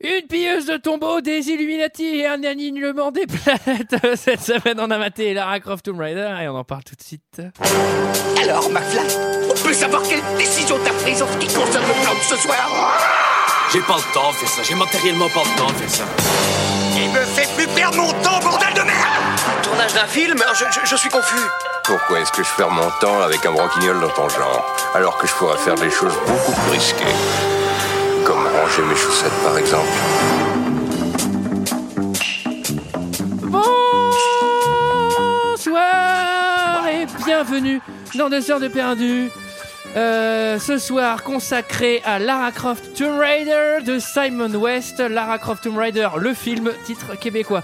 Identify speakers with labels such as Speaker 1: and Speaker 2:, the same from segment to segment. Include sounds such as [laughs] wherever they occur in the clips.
Speaker 1: Une pilleuse de tombeaux, des Illuminati et un alignement des planètes. [laughs] Cette semaine, on a maté Lara Croft Tomb Raider et on en parle tout de suite.
Speaker 2: Alors, McFly, on peut savoir quelle décision t'as prise en ce qui concerne le plan de ce soir
Speaker 3: J'ai pas le temps de faire ça, j'ai matériellement pas le temps de faire ça.
Speaker 2: Il me fait plus perdre mon temps, bordel de merde
Speaker 4: Tournage d'un film Euh, je, je- je suis confus.
Speaker 5: Pourquoi est-ce que je perds mon temps avec un broquignol dans ton genre Alors que je pourrais faire des choses beaucoup plus risquées. Comme ranger mes chaussettes par exemple.
Speaker 1: Bonsoir et bienvenue dans Deux heures de perdu. Euh, ce soir consacré à Lara Croft Tomb Raider de Simon West, Lara Croft Tomb Raider, le film, titre québécois.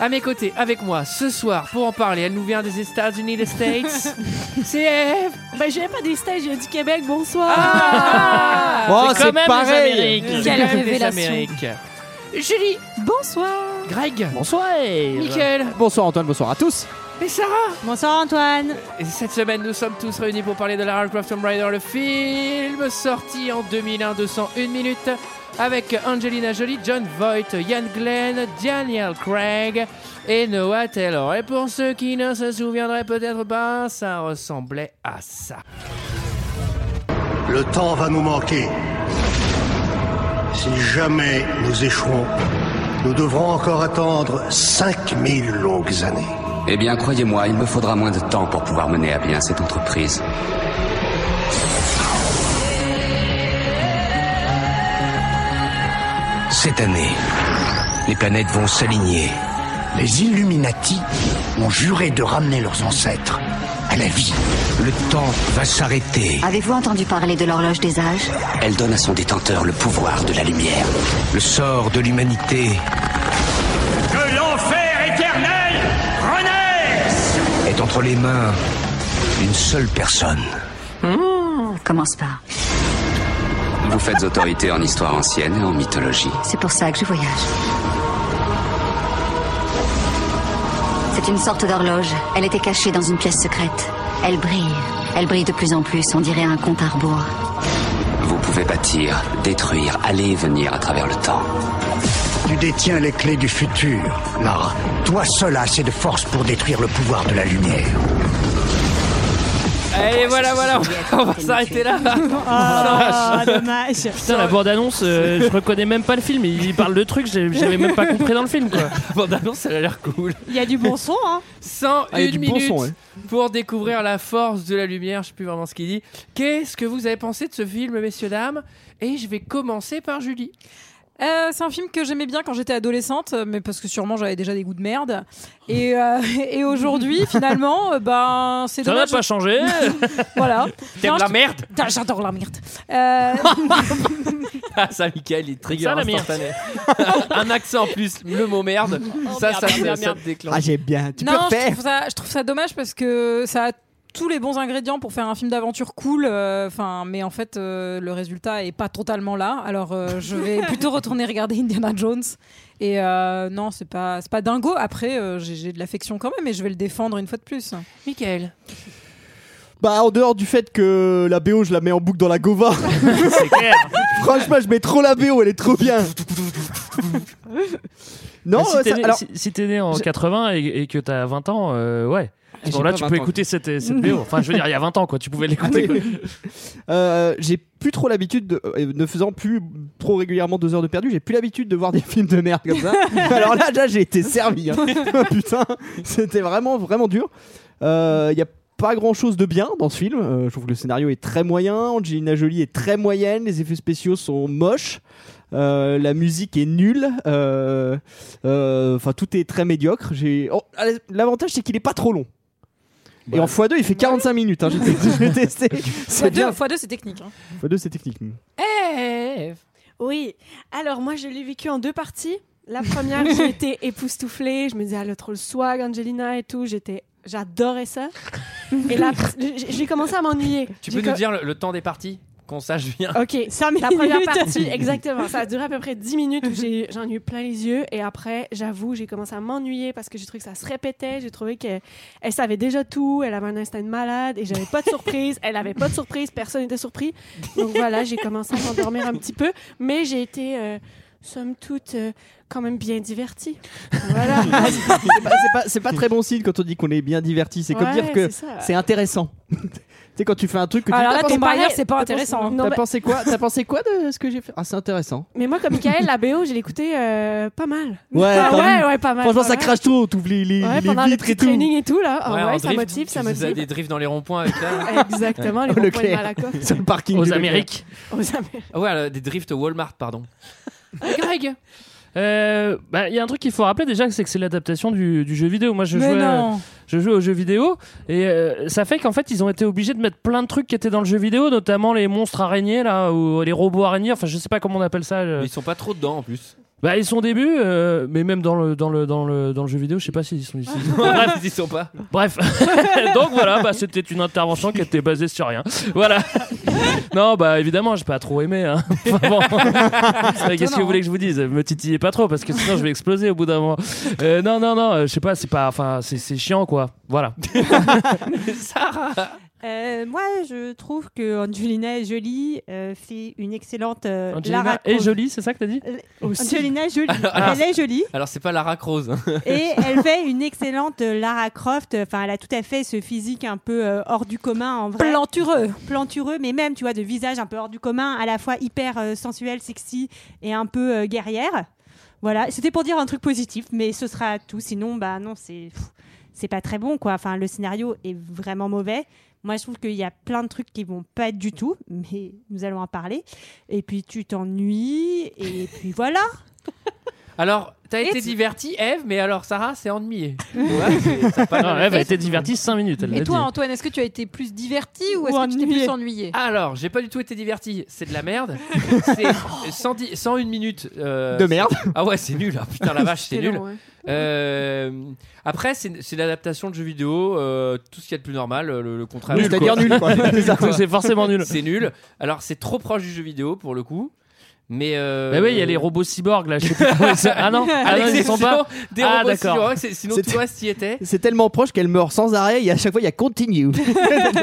Speaker 1: À mes côtés, avec moi, ce soir, pour en parler, elle nous vient des États-Unis, des
Speaker 6: [laughs]
Speaker 1: States. C'est
Speaker 6: euh,
Speaker 1: Eve.
Speaker 7: Ben, j'ai pas [laughs] des stages, il y a du Québec, bonsoir.
Speaker 1: Ah
Speaker 8: Oh,
Speaker 1: C'est quand
Speaker 8: c'est
Speaker 1: même
Speaker 8: pareil.
Speaker 1: les Amériques.
Speaker 7: Quelle
Speaker 1: C'est quand même les
Speaker 7: révélation.
Speaker 1: Amériques.
Speaker 7: Julie, bonsoir.
Speaker 1: Greg,
Speaker 8: Bonsoir
Speaker 1: Michael
Speaker 8: Bonsoir Antoine, bonsoir à tous
Speaker 1: et Sarah.
Speaker 7: Bonsoir Antoine.
Speaker 1: Et cette semaine, nous sommes tous réunis pour parler de Lara Croft Tomb Raider, le film sorti en 2001, 201 minutes, avec Angelina Jolie, John Voight, Ian Glenn, Daniel Craig et Noah Taylor. Et pour ceux qui ne se souviendraient peut-être pas, ça ressemblait à ça.
Speaker 9: Le temps va nous manquer. Si jamais nous échouons, nous devrons encore attendre 5000 longues années.
Speaker 10: Eh bien, croyez-moi, il me faudra moins de temps pour pouvoir mener à bien cette entreprise.
Speaker 4: Cette année, les planètes vont s'aligner.
Speaker 9: Les Illuminati ont juré de ramener leurs ancêtres à la vie.
Speaker 4: Le temps va s'arrêter.
Speaker 6: Avez-vous entendu parler de l'horloge des âges
Speaker 10: Elle donne à son détenteur le pouvoir de la lumière.
Speaker 4: Le sort de l'humanité
Speaker 3: Que l'enfer éternel renaisse
Speaker 4: est entre les mains d'une seule personne.
Speaker 6: Commence par.
Speaker 10: Vous faites autorité en histoire ancienne et en mythologie.
Speaker 6: C'est pour ça que je voyage. C'est une sorte d'horloge. Elle était cachée dans une pièce secrète. Elle brille. Elle brille de plus en plus. On dirait un compte à rebours.
Speaker 10: Vous pouvez bâtir, détruire, aller et venir à travers le temps.
Speaker 9: Tu détiens les clés du futur, Lara. Toi seul as assez de force pour détruire le pouvoir de la lumière.
Speaker 1: Allez, voilà, voilà, on va s'arrêter là. [laughs]
Speaker 7: Ah, Oh, dommage.
Speaker 11: Putain, la bande-annonce, euh, je reconnais même pas le film. Il parle de trucs, j'ai- j'avais même pas compris dans le film,
Speaker 1: [laughs]
Speaker 11: quoi.
Speaker 1: Bon, d'annonce, ça a l'air cool.
Speaker 7: Il y a du bon son,
Speaker 1: [laughs]
Speaker 7: hein.
Speaker 1: 101
Speaker 8: Ah, il y a du bon
Speaker 1: minutes
Speaker 8: son, ouais.
Speaker 1: pour découvrir la force de la lumière. Je sais plus vraiment ce qu'il dit. Qu'est-ce que vous avez pensé de ce film, messieurs, dames Et je vais commencer par Julie.
Speaker 7: Euh, c'est un film que j'aimais bien quand j'étais adolescente, euh, mais parce que sûrement j'avais déjà des goûts de merde. Et, euh, [laughs] et
Speaker 8: [laughs]
Speaker 7: aujourd'hui, finalement, euh, ben c'est
Speaker 11: Ça n'a
Speaker 7: dommage. [laughs]
Speaker 11: pas changé.
Speaker 7: Voilà. Non,
Speaker 1: T'aimes la
Speaker 7: je-
Speaker 1: merde
Speaker 7: Putain, J'adore la merde.
Speaker 8: [laughs]
Speaker 7: Euh,
Speaker 1: [laughs] Ah, ça, Michael, il trigger
Speaker 11: Ça, la merde.
Speaker 1: instantané. [laughs] Un accent en plus, le mot Oh, merde. ça, ça, ça, ça te déclenche.
Speaker 8: Ah j'aime bien, tu
Speaker 7: non,
Speaker 8: peux
Speaker 7: je
Speaker 8: faire
Speaker 7: trouve, ça, je trouve ça dommage parce que ça a tous les bons ingrédients pour faire un film d'aventure cool, euh, enfin, mais en fait euh, le résultat est pas totalement là. Alors euh, je
Speaker 8: [laughs]
Speaker 7: vais plutôt retourner regarder Indiana Jones. Et euh, non, c'est pas c'est pas dingo. Après, euh, j'ai j'ai de l'affection quand même, et je vais le défendre une fois de plus.
Speaker 1: Michael.
Speaker 8: Bah en dehors du fait que la BO je la mets en boucle dans la Gova
Speaker 11: [laughs] C'est clair.
Speaker 8: [laughs] Franchement je mets trop la BO, elle est trop bien Non,
Speaker 11: Bah, si
Speaker 8: ouais,
Speaker 11: t'es
Speaker 8: ça-
Speaker 11: né,
Speaker 8: alors...
Speaker 11: si- si t'es né en
Speaker 8: Je-
Speaker 11: 80 et, et que t'as 20 ans, euh, ouais.
Speaker 8: Ah, J'ai
Speaker 11: Bon, là,
Speaker 8: pas
Speaker 11: tu
Speaker 8: 20
Speaker 11: peux
Speaker 8: ans. Ah,
Speaker 11: écouter cette, cette BO. Enfin, je veux dire, il y a 20 ans, quoi. Tu pouvais l'écouter. quoi.
Speaker 8: Euh, j'ai plus trop l'habitude, de- euh, ne faisant plus trop régulièrement deux heures de perdu, j'ai plus l'habitude de voir des [laughs] films de merde comme ça.
Speaker 7: [laughs]
Speaker 8: Alors là, déjà, j'ai été servi. hein. [laughs] Putain, c'était vraiment, vraiment dur. Il n'y a pas grand chose de bien dans ce film. Euh, je trouve que le scénario est très moyen, Angelina Jolie est très moyenne, les effets spéciaux sont moches. euh, la musique est nulle, euh, euh, enfin tout est très médiocre. J'ai oh, allez, l'avantage c'est qu'il est pas trop long. Et en x2 il fait 45 minutes. Hein, j'ai
Speaker 7: [laughs]
Speaker 8: j'ai testé.
Speaker 7: Bah Fois
Speaker 8: C'est
Speaker 7: deux,
Speaker 8: bien.
Speaker 7: fois deux, c'est technique. hein.
Speaker 8: Fois deux, c'est [laughs] technique.
Speaker 1: Eve.
Speaker 6: Oui. Alors, moi, je l'ai vécu en deux parties.
Speaker 1: [laughs]
Speaker 6: La première, j'ai été époustouflée. Je me disais, ah, le troll swag, Angelina et tout. J'étais. J'adorais ça. Et
Speaker 1: [laughs]
Speaker 6: là, j'ai j'ai commencé à m'ennuyer.
Speaker 1: Tu
Speaker 6: J'ai
Speaker 1: peux
Speaker 6: co-
Speaker 1: nous dire le, le temps des parties Qu'on sache bien.
Speaker 6: Ok,
Speaker 7: Cinq
Speaker 6: la première
Speaker 7: minutes. [laughs]
Speaker 6: partie, exactement. Ça a duré à peu près 10 minutes où j'ai- j'en ai eu plein les yeux. Et après, j'avoue, j'ai commencé à m'ennuyer parce que j'ai trouvé que ça se répétait. J'ai trouvé qu'elle elle savait déjà tout. Elle avait un instinct de malade et j'avais pas de surprise. Elle avait pas de surprise. Personne n'était surpris. Donc voilà, j'ai commencé à m'endormir un petit peu. Mais j'ai été. euh, somme toute, euh, quand même bien divertis.
Speaker 7: [laughs]
Speaker 8: Voilà. Ah, c'est pas, c'est pas- c'est pas très bon signe quand on dit qu'on est bien diverti. C'est comme
Speaker 6: Ouais,
Speaker 8: dire que
Speaker 6: c'est ça.
Speaker 8: c'est intéressant. [laughs] tu sais, quand tu fais un truc que
Speaker 6: Alors
Speaker 8: tu
Speaker 6: là,
Speaker 8: T'as
Speaker 6: ton
Speaker 8: pensé-
Speaker 6: parieur, c'est pas intéressant. Non,
Speaker 8: T'as
Speaker 6: mais-
Speaker 8: pensé quoi T'as pensé quoi de ce que j'ai fait Ah, c'est intéressant.
Speaker 6: Mais moi, comme Michael, la BO, je l'ai écoutée euh, pas mal.
Speaker 8: Ouais,
Speaker 6: Ah
Speaker 8: t'as
Speaker 6: ouais,
Speaker 8: vu
Speaker 6: ouais, pas mal.
Speaker 8: Franchement,
Speaker 6: pas
Speaker 8: ça
Speaker 6: mal.
Speaker 8: crache trop. T'ouvres les, les,
Speaker 6: Ouais,
Speaker 8: les
Speaker 6: pendant le
Speaker 8: vitres et
Speaker 6: petit
Speaker 8: tout.
Speaker 6: training et tout, là. Ah
Speaker 1: en
Speaker 6: ouais, ça
Speaker 1: drift,
Speaker 6: motive, ça
Speaker 1: tu faisais
Speaker 6: motive.
Speaker 1: des drifts dans les ronds-points avec ça.
Speaker 6: [laughs]
Speaker 11: [laughs]
Speaker 6: Exactement, les
Speaker 8: Au
Speaker 6: ronds-points de
Speaker 8: Leclerc.
Speaker 6: Malakoff.
Speaker 8: Sur le parking.
Speaker 1: Aux
Speaker 8: du Leclerc.
Speaker 1: Amériques.
Speaker 6: Aux Amériques.
Speaker 1: Ah ouais, alors, des drifts au Walmart, pardon.
Speaker 6: [laughs]
Speaker 1: [laughs]
Speaker 11: Greg euh, bah, Il y a un truc qu'il faut rappeler déjà, c'est que c'est l'adaptation du, du jeu vidéo. Moi, je
Speaker 7: Mais
Speaker 11: jouais, euh,
Speaker 7: non.
Speaker 11: je jouais aux jeux vidéo et euh, ça fait qu'en fait, ils ont été obligés de mettre plein de trucs qui étaient dans le jeu vidéo, notamment les monstres araignées là, ou euh, les robots araignées. Enfin, je sais pas comment on appelle ça. euh.
Speaker 1: Mais ils sont pas trop dedans en plus.
Speaker 11: Bah, ils sont au début, euh, mais même dans le dans le dans le dans le jeu vidéo, je sais pas s'ils
Speaker 7: [laughs]
Speaker 11: sont ici. [laughs] Bref,
Speaker 1: Ils y sont pas.
Speaker 11: Bref, [laughs] donc voilà, bah, c'était une intervention qui était basée sur rien. Voilà. non, bah évidemment, j'ai pas trop aimé. hein. [laughs] Enfin, bon. Mais Qu'est-ce que vous voulez que je vous dise Me titillez pas trop parce que sinon je vais exploser au bout d'un moment. Euh, non, non, non, euh, je sais pas, c'est pas, enfin, c'est c'est chiant quoi. Voilà.
Speaker 12: Euh, moi, je trouve que Angelina Jolie euh, fait une excellente euh,
Speaker 11: Angelina
Speaker 12: Lara
Speaker 11: est
Speaker 12: Croft.
Speaker 11: jolie, Ah. c'est ça que t'as dit [laughs]
Speaker 12: L- Angelina Jolie,
Speaker 1: alors-
Speaker 12: elle est jolie
Speaker 1: Alors c'est pas Lara Croze. hein.
Speaker 12: et elle fait une excellente euh, Lara Croft. Enfin, elle a tout à fait ce physique un peu euh, hors du commun en vrai.
Speaker 7: Plantureux.
Speaker 12: Plantureux, mais même tu vois de visage un peu hors du commun, à la fois hyper euh, sensuel, sexy et un peu euh, guerrière. Voilà, c'était pour dire un truc positif, mais ce sera tout. Sinon, bah non, c'est pff, c'est pas très bon quoi. Enfin, le scénario est vraiment mauvais. Moi, je trouve qu'il y a plein de trucs qui vont pas du tout, mais nous allons en parler. Et puis tu t'ennuies, et puis voilà.
Speaker 1: [laughs] Alors, t'as été divertie, Eve, mais alors Sarah, c'est
Speaker 6: [laughs]
Speaker 1: ennuyé. Ouais, c'est- ça a pas
Speaker 11: Non,
Speaker 1: mal
Speaker 11: Eve a
Speaker 1: fait.
Speaker 11: été divertie 5 minutes. Elle l'a
Speaker 7: Et toi,
Speaker 11: dit.
Speaker 7: Antoine, est-ce que tu as été plus diverti ou est-ce que tu t'es plus ennuyé
Speaker 1: Alors, j'ai pas du tout été diverti. C'est de
Speaker 7: [laughs]
Speaker 1: la merde.
Speaker 7: Oh.
Speaker 1: C'est 110 101 minutes. euh,
Speaker 8: De merde.
Speaker 1: Ah ouais, c'est nul. hein. Putain, la vache, c'est
Speaker 6: C'est
Speaker 1: nul.
Speaker 6: long, ouais.
Speaker 1: Euh, après, c'est c'est l'adaptation de jeux vidéo. euh, tout ce qu'il y a de plus normal, le, le contraire.
Speaker 8: Nul, C'est-à-dire nul, quoi.
Speaker 1: [laughs]
Speaker 8: C'est ça.
Speaker 1: quoi.
Speaker 11: C'est forcément [laughs] nul.
Speaker 1: C'est nul. Alors, c'est trop proche du jeu vidéo pour le coup. Mais, euh,
Speaker 11: Mais oui, il y a les robots cyborgs là. Je sais plus
Speaker 1: [laughs]
Speaker 11: comment ils sont. Ah non, ah,
Speaker 1: à
Speaker 11: non, ils sont
Speaker 1: l'exception
Speaker 11: pas.
Speaker 1: des
Speaker 11: Ah,
Speaker 1: robots
Speaker 11: d'accord.
Speaker 1: cyborgs, c'est- sinon
Speaker 8: C'est-
Speaker 1: tout le reste y était.
Speaker 8: C'est tellement proche qu'elle meurt sans arrêt et à chaque fois il y a
Speaker 6: [laughs]
Speaker 8: continue.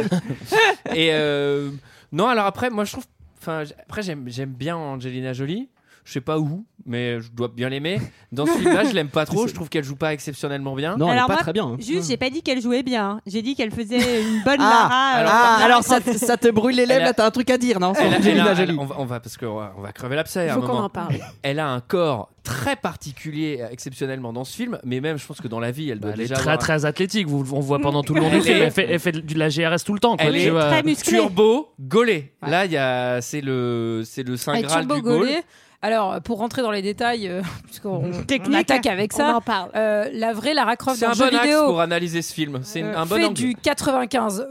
Speaker 1: [laughs] Et euh, non, alors après, moi je trouve. Enfin, j- après, j'aime j'aime bien Angelina Jolie. Je sais pas où, mais je dois bien l'aimer. Dans
Speaker 8: [laughs]
Speaker 1: ce film-là, je l'aime pas trop. Je trouve qu'elle joue pas exceptionnellement bien.
Speaker 8: Non, elle est
Speaker 12: Alors
Speaker 8: pas
Speaker 12: moi,
Speaker 8: très bien. hein.
Speaker 12: Juste, j'ai pas dit qu'elle jouait bien. hein. J'ai dit qu'elle
Speaker 8: [laughs]
Speaker 12: faisait une
Speaker 8: Ah,
Speaker 12: bonne Lara. euh,
Speaker 8: Ah,
Speaker 12: Lara
Speaker 8: alors
Speaker 12: Croft.
Speaker 8: ça, ça te brûle les lèvres,
Speaker 1: Elle a-
Speaker 8: là t'as un truc à dire, non sur
Speaker 1: Elle a- elle
Speaker 8: Angelina
Speaker 1: a- elle-
Speaker 8: Jolie.
Speaker 1: on, va, on va- parce que ouais, on va crever l'abcès
Speaker 6: Il
Speaker 1: à un
Speaker 6: faut qu'on
Speaker 1: moment.
Speaker 6: en parle.
Speaker 1: Elle a un corps très particulier, euh, exceptionnellement dans ce film, mais même je pense que dans la vie, elle
Speaker 11: Bah,
Speaker 1: doit
Speaker 11: elle est
Speaker 1: déjà
Speaker 11: très
Speaker 1: avoir
Speaker 11: très athlétique. Vous, on voit pendant tout le long du
Speaker 1: Elle
Speaker 11: film.
Speaker 1: est-
Speaker 11: Elle fait, elle fait de la GRS tout le temps. quoi.
Speaker 1: Elle
Speaker 11: Tu
Speaker 1: est
Speaker 11: vois.
Speaker 12: très
Speaker 1: un
Speaker 12: musclée.
Speaker 1: turbo gaulé. Là, il y a c'est le c'est le saint
Speaker 7: Ah,
Speaker 1: graal
Speaker 7: Turbo
Speaker 1: du gaul. Mmh.
Speaker 7: Gaulé. Alors, euh, pour rentrer dans les détails, euh, [laughs] puisqu'on on
Speaker 12: Technique.
Speaker 7: attaque avec
Speaker 6: On
Speaker 7: ça,
Speaker 6: en parle.
Speaker 7: euh, la vraie Lara Croft
Speaker 1: C'est
Speaker 7: dans le
Speaker 1: un
Speaker 7: jeu
Speaker 1: bon axe
Speaker 7: vidéo
Speaker 1: pour analyser ce film. C'est une-
Speaker 7: euh,
Speaker 1: un bon
Speaker 7: fait
Speaker 1: angle.
Speaker 7: du 95E.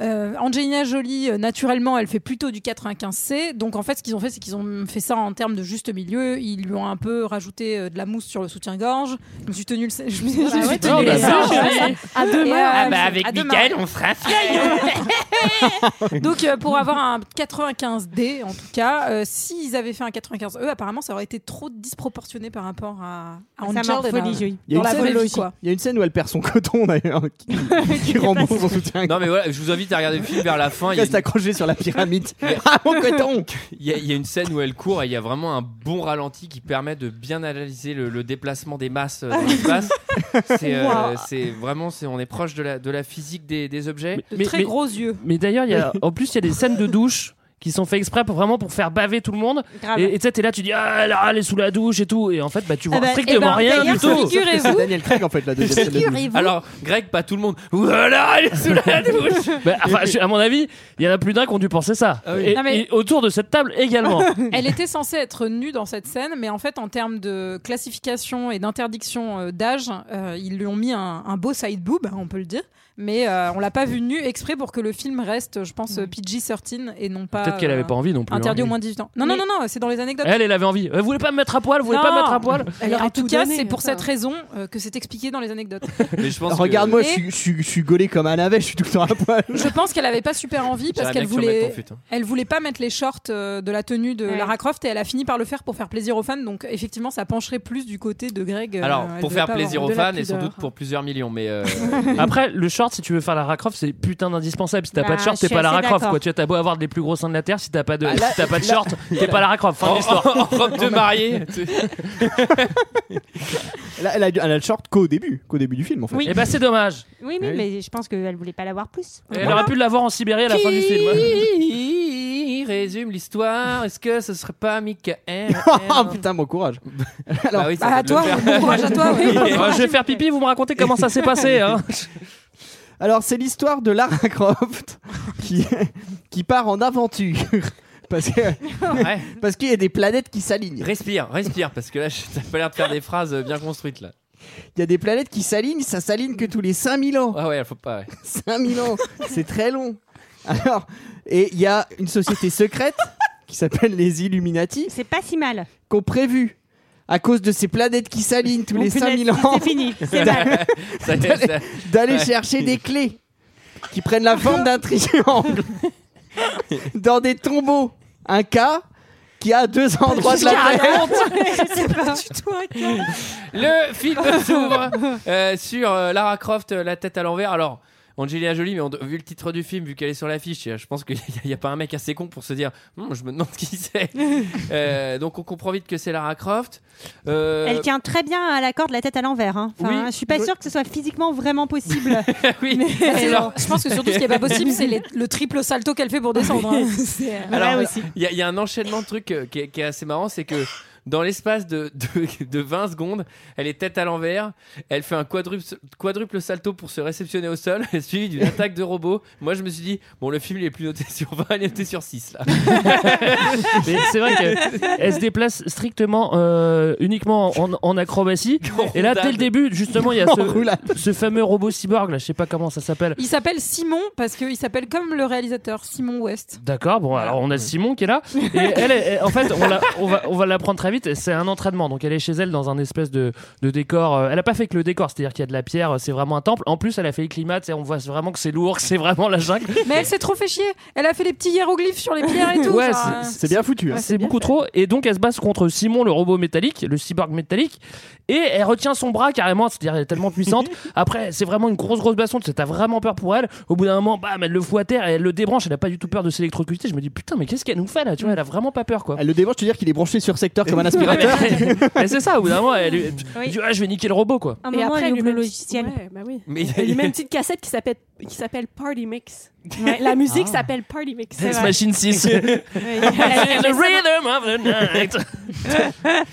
Speaker 7: Euh, Angelina Jolie, euh, naturellement, elle fait plutôt du 95C. Donc, en fait, ce qu'ils ont fait, c'est qu'ils ont fait ça en termes de juste milieu. Ils lui ont un peu rajouté euh, de la mousse sur le soutien-gorge. Je me suis tenue le... [laughs] Je me suis je me suis
Speaker 6: ouais,
Speaker 7: tenue
Speaker 11: Oh,
Speaker 7: le
Speaker 11: bah,
Speaker 7: sein, [laughs]
Speaker 11: ça,
Speaker 7: voilà.
Speaker 6: À
Speaker 7: Et,
Speaker 6: demain.
Speaker 7: euh, à demain.
Speaker 1: Ah bah, Mickaël, on fera
Speaker 7: [laughs] Donc euh, pour avoir un 95D en tout cas, euh, s'ils avaient fait un 95E, apparemment ça aurait été trop disproportionné par rapport à, à
Speaker 12: Sa
Speaker 7: Angel
Speaker 12: morphologie,
Speaker 7: dans
Speaker 12: jolie.
Speaker 8: Il
Speaker 7: dans
Speaker 8: y, a une
Speaker 7: la
Speaker 8: scène,
Speaker 7: vraie vie,
Speaker 8: aussi-
Speaker 7: quoi.
Speaker 8: il y a une scène où elle perd son coton d'ailleurs, qui, [laughs] qui rembourse son soutien.
Speaker 1: Non mais voilà, je vous invite à regarder le film vers la fin.
Speaker 8: Elle
Speaker 1: Il y a
Speaker 8: reste
Speaker 1: une,
Speaker 8: accrochée sur
Speaker 1: [laughs]
Speaker 8: la pyramide. ah mon coton
Speaker 1: il y a- il y a une scène où elle court et il y a vraiment un bon ralenti qui permet de bien analyser le, le déplacement des masses
Speaker 7: [laughs]
Speaker 1: euh, dans l'espace. C'est euh,
Speaker 12: Wow.
Speaker 1: c'est vraiment, c'est- on est proche de la, de la physique des, des objets.
Speaker 11: Mais-
Speaker 7: De
Speaker 11: mais-
Speaker 7: très
Speaker 11: mais-
Speaker 7: gros yeux.
Speaker 11: Mais d'ailleurs, il y a, en plus, il y a des scènes de douche qui sont faites exprès pour, vraiment pour faire baver tout le monde.
Speaker 12: Grave.
Speaker 11: Et et tu sais, t'es là, tu dis, ah, là, elle est sous la douche et tout. Et en fait, bah, tu vois
Speaker 12: Ah bah,
Speaker 11: strictement
Speaker 12: eh ben,
Speaker 11: rien
Speaker 12: d'ailleurs,
Speaker 11: du tout.
Speaker 8: C'est
Speaker 12: Figurez-vous,
Speaker 8: Daniel Craig en fait la deuxième scène de douche.
Speaker 12: figurez-vous
Speaker 1: Alors Greg, pas tout le monde. Voilà, elle est sous la douche.
Speaker 11: [laughs] Bah, enfin, je- à mon avis, il y en a plus d'un qui ont dû penser ça.
Speaker 1: Ah oui.
Speaker 11: Et,
Speaker 7: Non, mais-
Speaker 11: et autour de cette table
Speaker 12: [laughs]
Speaker 11: également.
Speaker 6: [laughs]
Speaker 7: Elle était censée être nue dans cette scène, mais en fait en termes de classification et d'interdiction euh, d'âge, euh, ils lui ont mis un, un beau side boob, hein, on peut le dire. Mais euh, on l'a pas vue nue exprès pour que le film reste, je pense, euh, PG-13 et non pas.
Speaker 11: Peut-être qu'elle
Speaker 7: euh,
Speaker 11: avait pas envie non plus.
Speaker 7: Interdit
Speaker 11: hein.
Speaker 7: au moins de 18 ans. Non, non, non, non, c'est dans les anecdotes.
Speaker 11: Elle, elle avait envie. Elle voulait pas me mettre à poil, voulait pas
Speaker 7: Non.
Speaker 11: me mettre à poil.
Speaker 6: Elle
Speaker 7: en
Speaker 6: aura
Speaker 7: tout
Speaker 6: tout
Speaker 7: cas,
Speaker 6: donné,
Speaker 7: c'est pour
Speaker 6: ça.
Speaker 7: cette raison euh, que c'est expliqué dans les anecdotes.
Speaker 1: Mais je pense. que-
Speaker 8: Regarde-moi,
Speaker 7: que-
Speaker 8: je, suis- je, suis- je suis gaulé comme un navet, je suis tout le temps à poil.
Speaker 7: Je pense qu'elle avait pas super envie parce
Speaker 1: J'aimerais
Speaker 7: qu'elle
Speaker 1: bien que tu remettes
Speaker 7: voulait,
Speaker 1: ton fut, hein.
Speaker 7: elle voulait pas mettre les shorts euh, de la tenue de
Speaker 12: Ouais.
Speaker 7: Lara Croft et elle a fini par le faire pour faire plaisir aux fans. Donc effectivement, ça pencherait plus du côté de Greg. euh,
Speaker 1: Alors
Speaker 7: elle
Speaker 1: pour
Speaker 7: devait
Speaker 1: faire
Speaker 7: pas
Speaker 1: plaisir
Speaker 7: avoir-
Speaker 1: aux
Speaker 6: de la
Speaker 1: fans et sans
Speaker 6: pudeur.
Speaker 1: doute pour plusieurs millions,
Speaker 7: [laughs]
Speaker 1: mais euh,
Speaker 11: [laughs]
Speaker 8: Ah,
Speaker 11: Après, le short, si tu veux faire Lara Croft, c'est putain d'indispensable. Si t'as
Speaker 12: Bah,
Speaker 11: pas de short,
Speaker 12: je
Speaker 11: t'es
Speaker 12: suis
Speaker 11: pas Lara
Speaker 12: assez
Speaker 11: Croft.
Speaker 12: d'accord. Bah,
Speaker 11: Quoi. Tu vois, t'as beau avoir les plus gros seins de la la terre si t'as pas de,
Speaker 1: Ah, là-
Speaker 11: si t'as pas de
Speaker 1: là-
Speaker 11: short. T'es pas Lara Croft. Fin de
Speaker 1: En-
Speaker 11: l'histoire.
Speaker 1: en- en robe de mariée.
Speaker 8: Elle a, elle a- elle a le short qu'au début, qu'au début du film en fait.
Speaker 12: Oui.
Speaker 11: Eh ben, c'est dommage.
Speaker 12: Oui,
Speaker 8: Ah
Speaker 12: mais,
Speaker 8: oui.
Speaker 12: mais je pense qu'elle voulait pas l'avoir plus.
Speaker 11: Elle aurait pu l'avoir en Sibérie à la fin du film.
Speaker 1: Qui résume l'histoire Est-ce que ce serait pas Michael
Speaker 8: [laughs] Ah putain,
Speaker 1: [laughs]
Speaker 8: bon courage. Alors,
Speaker 1: Bah oui, ça
Speaker 8: bah,
Speaker 1: va
Speaker 8: à
Speaker 1: te
Speaker 8: toi,
Speaker 1: le faire.
Speaker 8: bon courage à toi,
Speaker 1: [laughs]
Speaker 8: oui.
Speaker 11: Euh, je vais faire pipi, vous me racontez comment ça s'est passé. hein.
Speaker 8: [laughs] Alors, c'est l'histoire de Lara Croft [laughs] qui, qui part en aventure. [laughs] Parce que- parce qu'il y a des planètes qui s'alignent.
Speaker 1: Respire, respire, parce que là, je- t'as pas l'air de faire des phrases euh, bien construites là.
Speaker 8: Il y a des planètes qui s'alignent, ça s'aligne que tous les 5000 ans.
Speaker 1: Ah ouais, faut pas.
Speaker 8: [laughs]
Speaker 1: ouais.
Speaker 8: 5000 ans, c'est très long. Alors, et il y a une société secrète qui s'appelle les Illuminati.
Speaker 12: C'est pas si mal.
Speaker 8: Qu'ont prévu à cause de ces planètes qui s'alignent tous
Speaker 12: Bon,
Speaker 8: les
Speaker 12: Oh, punaise,
Speaker 8: 5000 ans.
Speaker 12: c'est fini,
Speaker 8: [laughs]
Speaker 12: c'est mal.
Speaker 1: Ça- ça-
Speaker 8: D'aller- D'aller
Speaker 1: ouais.
Speaker 8: chercher des clés qui prennent la forme d'un triangle [laughs] dans des tombeaux. Un cas qui a deux endroits de la Terre.
Speaker 7: [laughs]
Speaker 12: C'est pas du tout un cas.
Speaker 1: Le film s'ouvre euh, sur euh, Lara Croft, euh, la tête à l'envers. Alors, Angelina Jolie, mais on- vu le titre du film, vu qu'elle est sur l'affiche, euh, je pense qu'il n'y a, pas un mec assez con pour se dire Hum, Je me demande qui
Speaker 7: [laughs]
Speaker 1: c'est. Euh, donc, on comprend vite que c'est Lara Croft. Euh,
Speaker 12: Elle tient très bien à la corde, la tête à l'envers. hein. Enfin,
Speaker 1: Oui.
Speaker 12: Je suis pas sûre que ce soit physiquement
Speaker 11: [laughs]
Speaker 12: vraiment possible.
Speaker 1: [laughs] oui,
Speaker 7: Mais
Speaker 1: alors-
Speaker 7: je pense que surtout ce qui est pas possible, c'est les- le triple salto qu'elle fait pour descendre. [laughs] hein. C'est, euh,
Speaker 1: Alors, il y, a- il y a un enchaînement de trucs euh, qui, est, qui est assez marrant, c'est que dans l'espace de, de, de 20 secondes, elle est tête à l'envers, elle fait un quadruple, quadruple salto pour se réceptionner au sol, [laughs] suivi d'une attaque de robot. Moi, je me suis dit, bon, le film, il est plus noté sur 20, il est noté sur 6, là.
Speaker 11: [laughs] Mais c'est vrai qu'elle se déplace strictement, euh, uniquement en, en acrobatie. Et là, dès le début, justement, il y a
Speaker 8: En roulade.
Speaker 11: ce, ce fameux robot cyborg, là, je sais pas comment ça s'appelle.
Speaker 7: Il s'appelle Simon parce qu'il s'appelle comme le réalisateur Simon West.
Speaker 11: D'accord, bon, alors on a
Speaker 7: [laughs]
Speaker 11: Simon qui est là. Et elle, elle- en fait, on, la- on va, on va l'apprendre très vite. C'est un entraînement. Donc elle est chez elle dans un espèce de, de décor. euh, Elle a pas fait que le décor, c'est-à-dire qu'il y a de la pierre, euh, c'est vraiment un temple. En plus, elle a fait le climat, tu sais, on voit vraiment que c'est lourd, que c'est vraiment la jungle.
Speaker 7: Mais elle s'est trop fait chier. Elle a fait les petits hiéroglyphes sur les pierres et tout.
Speaker 11: Ouais,
Speaker 7: genre,
Speaker 11: c'est-
Speaker 7: euh,
Speaker 8: C'est bien foutu. hein.
Speaker 11: c'est beaucoup trop. Et donc, elle se bat contre Simon, le robot métallique, le cyborg métallique. Et elle retient son bras carrément, c'est-à-dire elle est tellement
Speaker 12: [laughs]
Speaker 11: puissante. Après, c'est vraiment une grosse, grosse baston. Tu sais, T'as vraiment peur pour elle. Au bout d'un moment, bam, elle le fout à terre et elle le débranche. Elle a pas du tout peur de s'électrocuter. Je me dis, putain, mais qu'est-ce qu'elle nous fait là Tu vois, elle a vraiment pas peur quoi.
Speaker 8: Elle le débranche, je veux dire qu'il est branché sur secteur comme un aspirateur.
Speaker 11: [laughs] Ouais, mais- mais c'est ça, au bout d'un moment, elle, elle
Speaker 12: Oui.
Speaker 11: dit, Ah, je vais niquer le robot quoi.
Speaker 12: Un
Speaker 6: Et
Speaker 12: moment,
Speaker 6: après,
Speaker 12: elle
Speaker 6: elle
Speaker 12: ouvre
Speaker 6: lui
Speaker 12: le
Speaker 6: met une
Speaker 12: logiciel.
Speaker 6: petite- Ouais, bah oui.
Speaker 1: Mais
Speaker 6: Elle lui met une petite cassette qui s'appelle qui s'appelle Party Mix. La musique s'appelle Party Mix.
Speaker 11: Dance Machine 6. [laughs] The rhythm of the night.
Speaker 8: [laughs]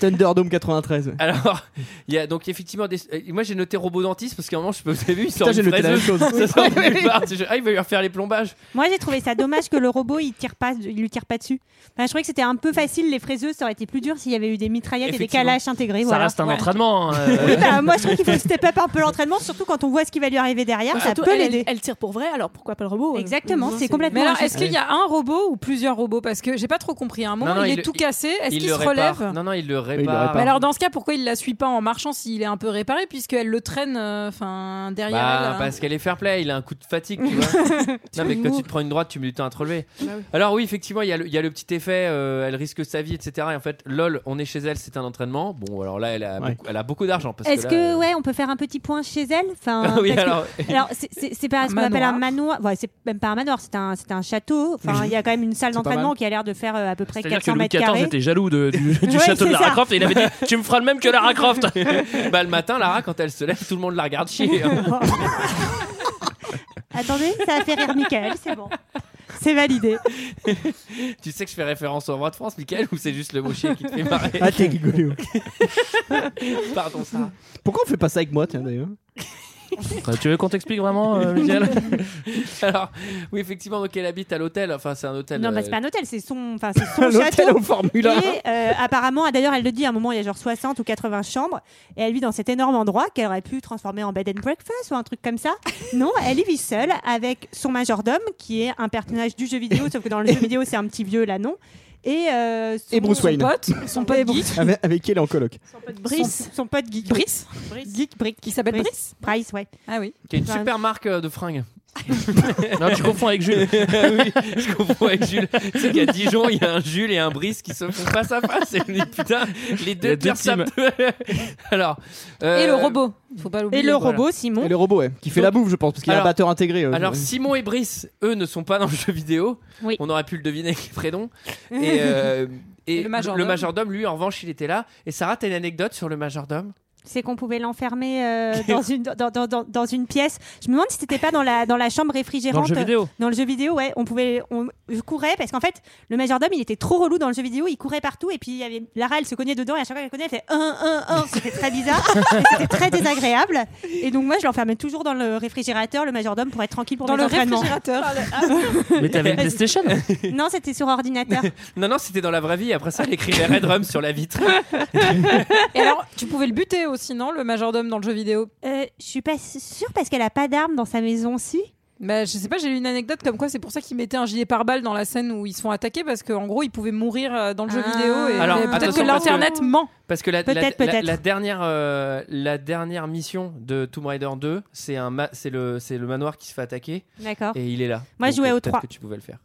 Speaker 8: Thunderdome 93. ouais.
Speaker 1: Alors, il y a donc effectivement des. euh, Moi j'ai noté robot dentiste parce qu'à un moment, je peux vous avez vu, il sort
Speaker 8: Putain, j'ai
Speaker 1: une
Speaker 8: noté la même
Speaker 1: fraiseuse.
Speaker 8: chose.
Speaker 1: [laughs] Ça sort de nulle part. Je- Ah, il va lui refaire les plombages.
Speaker 12: Moi, j'ai trouvé ça dommage que le robot, il tire pas, il lui tire pas dessus. Enfin, je trouvais que c'était un peu facile. Les fraiseuses, ça aurait été plus dur s'il y avait eu des mitraillettes et des
Speaker 1: Effectivement.
Speaker 12: calaches intégrés.
Speaker 11: Ça
Speaker 12: voilà.
Speaker 11: reste un entraînement. euh,
Speaker 12: Oui, bah, moi, je trouve qu'il faut step up un peu l'entraînement, surtout quand on voit ce qui va lui arriver
Speaker 7: Bah,
Speaker 12: derrière. ça
Speaker 6: Surtout,
Speaker 12: peut
Speaker 6: elle,
Speaker 12: l'aider.
Speaker 6: elle, elle tire pour vrai, alors pourquoi pas le robot euh,
Speaker 12: Exactement,
Speaker 6: non,
Speaker 12: c'est complètement.
Speaker 7: Mais alors,
Speaker 12: injuste.
Speaker 7: est-ce qu'il y a un robot ou plusieurs robots Parce que j'ai pas trop compris. À un moment,
Speaker 1: Non, non,
Speaker 7: il,
Speaker 1: il
Speaker 7: est
Speaker 1: le-
Speaker 7: tout
Speaker 1: il-
Speaker 7: cassé. Est-ce
Speaker 1: il
Speaker 7: qu'il
Speaker 1: le
Speaker 7: se
Speaker 1: répare.
Speaker 7: relève
Speaker 1: Non, non, il le
Speaker 8: il le
Speaker 1: répare.
Speaker 8: répare.
Speaker 7: Mais alors, dans ce cas, pourquoi il la suit pas en marchant s'il est un peu réparé Puisqu'elle le traîne euh, enfin
Speaker 12: Ah,
Speaker 7: derrière
Speaker 1: Bah,
Speaker 7: elle hein. [laughs]
Speaker 1: parce qu'elle est fair play, il a un coup de fatigue,
Speaker 12: [laughs]
Speaker 1: tu vois. non, mais quand tu te prends une droite, tu mets du temps à te relever.
Speaker 12: Bah
Speaker 1: Alors, oui, effectivement, il y, a le- il y a le petit effet, euh, elle risque sa vie, etc. Et en fait, lol, on est chez elle, c'est un entraînement. Bon, alors là, elle a
Speaker 8: Ouais.
Speaker 1: beaucoup, elle a beaucoup d'argent. parce
Speaker 12: Est-ce
Speaker 1: là,
Speaker 12: que
Speaker 1: euh,
Speaker 12: ouais, on peut faire un petit point chez elle enfin,
Speaker 1: oui,
Speaker 12: parce que-
Speaker 1: alors.
Speaker 12: [laughs] alors, c'est- c'est c'est pas
Speaker 7: Un
Speaker 12: ce qu'on appelle
Speaker 7: manoir.
Speaker 12: un manoir. Ouais, c'est même pas un manoir, c'est un, c'est un château. Enfin, il y a quand même une salle
Speaker 8: C'est pas
Speaker 12: d'entraînement
Speaker 8: mal.
Speaker 12: qui a l'air de faire euh, à peu près
Speaker 11: C'est-à-dire que
Speaker 12: 400
Speaker 11: Louis
Speaker 12: mètres
Speaker 11: XIV
Speaker 12: carrés.
Speaker 11: était jaloux de- du, du
Speaker 12: Ouais,
Speaker 11: château de
Speaker 12: c'est
Speaker 11: Lara
Speaker 12: ça.
Speaker 11: Croft et il avait dit Tu me feras le même que Lara
Speaker 12: [laughs]
Speaker 11: Croft
Speaker 1: [laughs] bah, le matin, Lara, quand elle se lève, tout le monde la regarde chier. hein.
Speaker 12: [laughs] Attendez, ça a fait rire Michael, c'est bon. C'est validé.
Speaker 1: tu sais que je fais référence au roi de France, Michael, ou c'est juste le mot chier qui
Speaker 12: [laughs]
Speaker 1: te fait marrer
Speaker 8: Ah, t'es rigolo.
Speaker 1: [laughs] Pardon, ça.
Speaker 8: Pourquoi on fait pas ça avec moi,
Speaker 11: [laughs]
Speaker 8: tiens d'ailleurs
Speaker 11: Bah, Tu veux qu'on t'explique vraiment, euh, Michael
Speaker 1: [laughs] Alors, oui, effectivement, donc elle habite à l'hôtel. Enfin, c'est un hôtel.
Speaker 12: Non, bah,
Speaker 1: euh,
Speaker 12: c'est pas un hôtel, c'est son, enfin, c'est
Speaker 1: [laughs]
Speaker 12: son
Speaker 8: L'hôtel
Speaker 12: château.
Speaker 8: au Formule 1.
Speaker 12: Et euh, apparemment, ah, d'ailleurs, elle le dit, à un moment, il y a genre 60 ou 80 chambres, et elle vit dans cet énorme endroit qu'elle aurait pu transformer en bed and breakfast ou un truc
Speaker 7: [laughs]
Speaker 12: comme ça. Non, elle y vit seule avec son majordome, qui est un personnage du jeu vidéo, sauf que dans le jeu vidéo, c'est un petit vieux là, non Et, euh, son-
Speaker 8: Et Bruce
Speaker 7: Son
Speaker 8: Wayne.
Speaker 7: pote, son pote geek,
Speaker 8: Avec, avec qui elle est en coloc.
Speaker 12: Son pote
Speaker 7: Brice.
Speaker 12: Son, son pote Geek.
Speaker 7: Brice,
Speaker 12: Geek, Brick.
Speaker 7: qui s'appelle Brice.
Speaker 12: Price, ouais.
Speaker 7: Ah oui.
Speaker 1: qui a une
Speaker 12: Enfin,
Speaker 1: super marque euh, de fringues.
Speaker 11: Non, tu confonds avec Jules.
Speaker 1: [laughs] oui, je confonds avec Jules. Tu sais qu'à Dijon, il y a un Jules et un Brice qui se font face à face. Et je me dis, putain, les
Speaker 11: Il y
Speaker 1: deux
Speaker 11: a deux
Speaker 1: pires
Speaker 11: teams.
Speaker 1: sabres. [laughs] Alors. euh,
Speaker 7: Et le robot, faut pas l'oublier.
Speaker 1: Et le Voilà. robot,
Speaker 7: Simon.
Speaker 8: Et le robot, ouais, qui fait la bouffe, je pense, parce qu'il a un
Speaker 1: Alors-
Speaker 8: batteur intégré. euh,
Speaker 1: Alors
Speaker 8: je-
Speaker 1: Simon et Brice, eux, ne sont pas dans le jeu vidéo.
Speaker 7: Oui.
Speaker 1: On aurait pu le deviner avec les prénoms. Et, euh, et
Speaker 12: Le majordome.
Speaker 1: le majordome, lui, en revanche, il était là. Et Sarah, t'as une anecdote sur le majordome
Speaker 12: C'est qu'on pouvait
Speaker 11: [laughs]
Speaker 12: l'enfermer euh, dans, une, dans, dans- dans- dans une pièce. Je me demande si c'était pas dans la, dans la chambre réfrigérante.
Speaker 11: Dans le jeu vidéo.
Speaker 12: Dans le jeu vidéo, ouais. On pouvait, on, je courais parce qu'en fait, le majordome, il était trop relou dans le jeu vidéo. Il courait partout et puis il y avait, Lara, elle se cognait dedans et à chaque fois qu'elle cognait, elle fait un, un, un. C'était
Speaker 11: [laughs]
Speaker 12: très bizarre. et C'était très désagréable. Et donc, moi, je l'enfermais toujours dans le réfrigérateur, le majordome, pour être tranquille pour
Speaker 7: Dans
Speaker 12: mes
Speaker 7: le
Speaker 12: entraînements.
Speaker 7: réfrigérateur.
Speaker 1: [laughs]
Speaker 11: Mais t'avais une PlayStation
Speaker 12: [laughs] Non, c'était sur ordinateur.
Speaker 1: Non, non, c'était dans la vraie vie. Après ça, elle écrivait Red Rum sur la vitre.
Speaker 7: Et alors, tu pouvais le buter aussi, non, le majordome dans le jeu vidéo
Speaker 12: Euh, Je suis pas sûre parce qu'elle a pas d'arme dans sa maison, si.
Speaker 7: Bah, je sais pas, j'ai lu une anecdote comme quoi c'est pour ça qu'ils mettaient un gilet pare-balles dans la scène où ils se font attaquer parce qu'en gros ils pouvaient mourir euh, dans le jeu
Speaker 12: Ah.
Speaker 7: vidéo et
Speaker 1: Alors,
Speaker 7: et peut-être que
Speaker 1: attention, parce que-
Speaker 7: l'internet ment.
Speaker 1: Parce que la, la-
Speaker 7: Peut-être,
Speaker 1: la-
Speaker 7: peut-être.
Speaker 1: la dernière, euh, la dernière mission de Tomb Raider 2, c'est un ma- c'est le, c'est le manoir qui se fait attaquer.
Speaker 12: D'accord.
Speaker 1: Et il est là.
Speaker 12: Moi, je jouais
Speaker 1: euh,
Speaker 12: au
Speaker 1: peut-être
Speaker 12: trois.
Speaker 1: que tu pouvais le faire.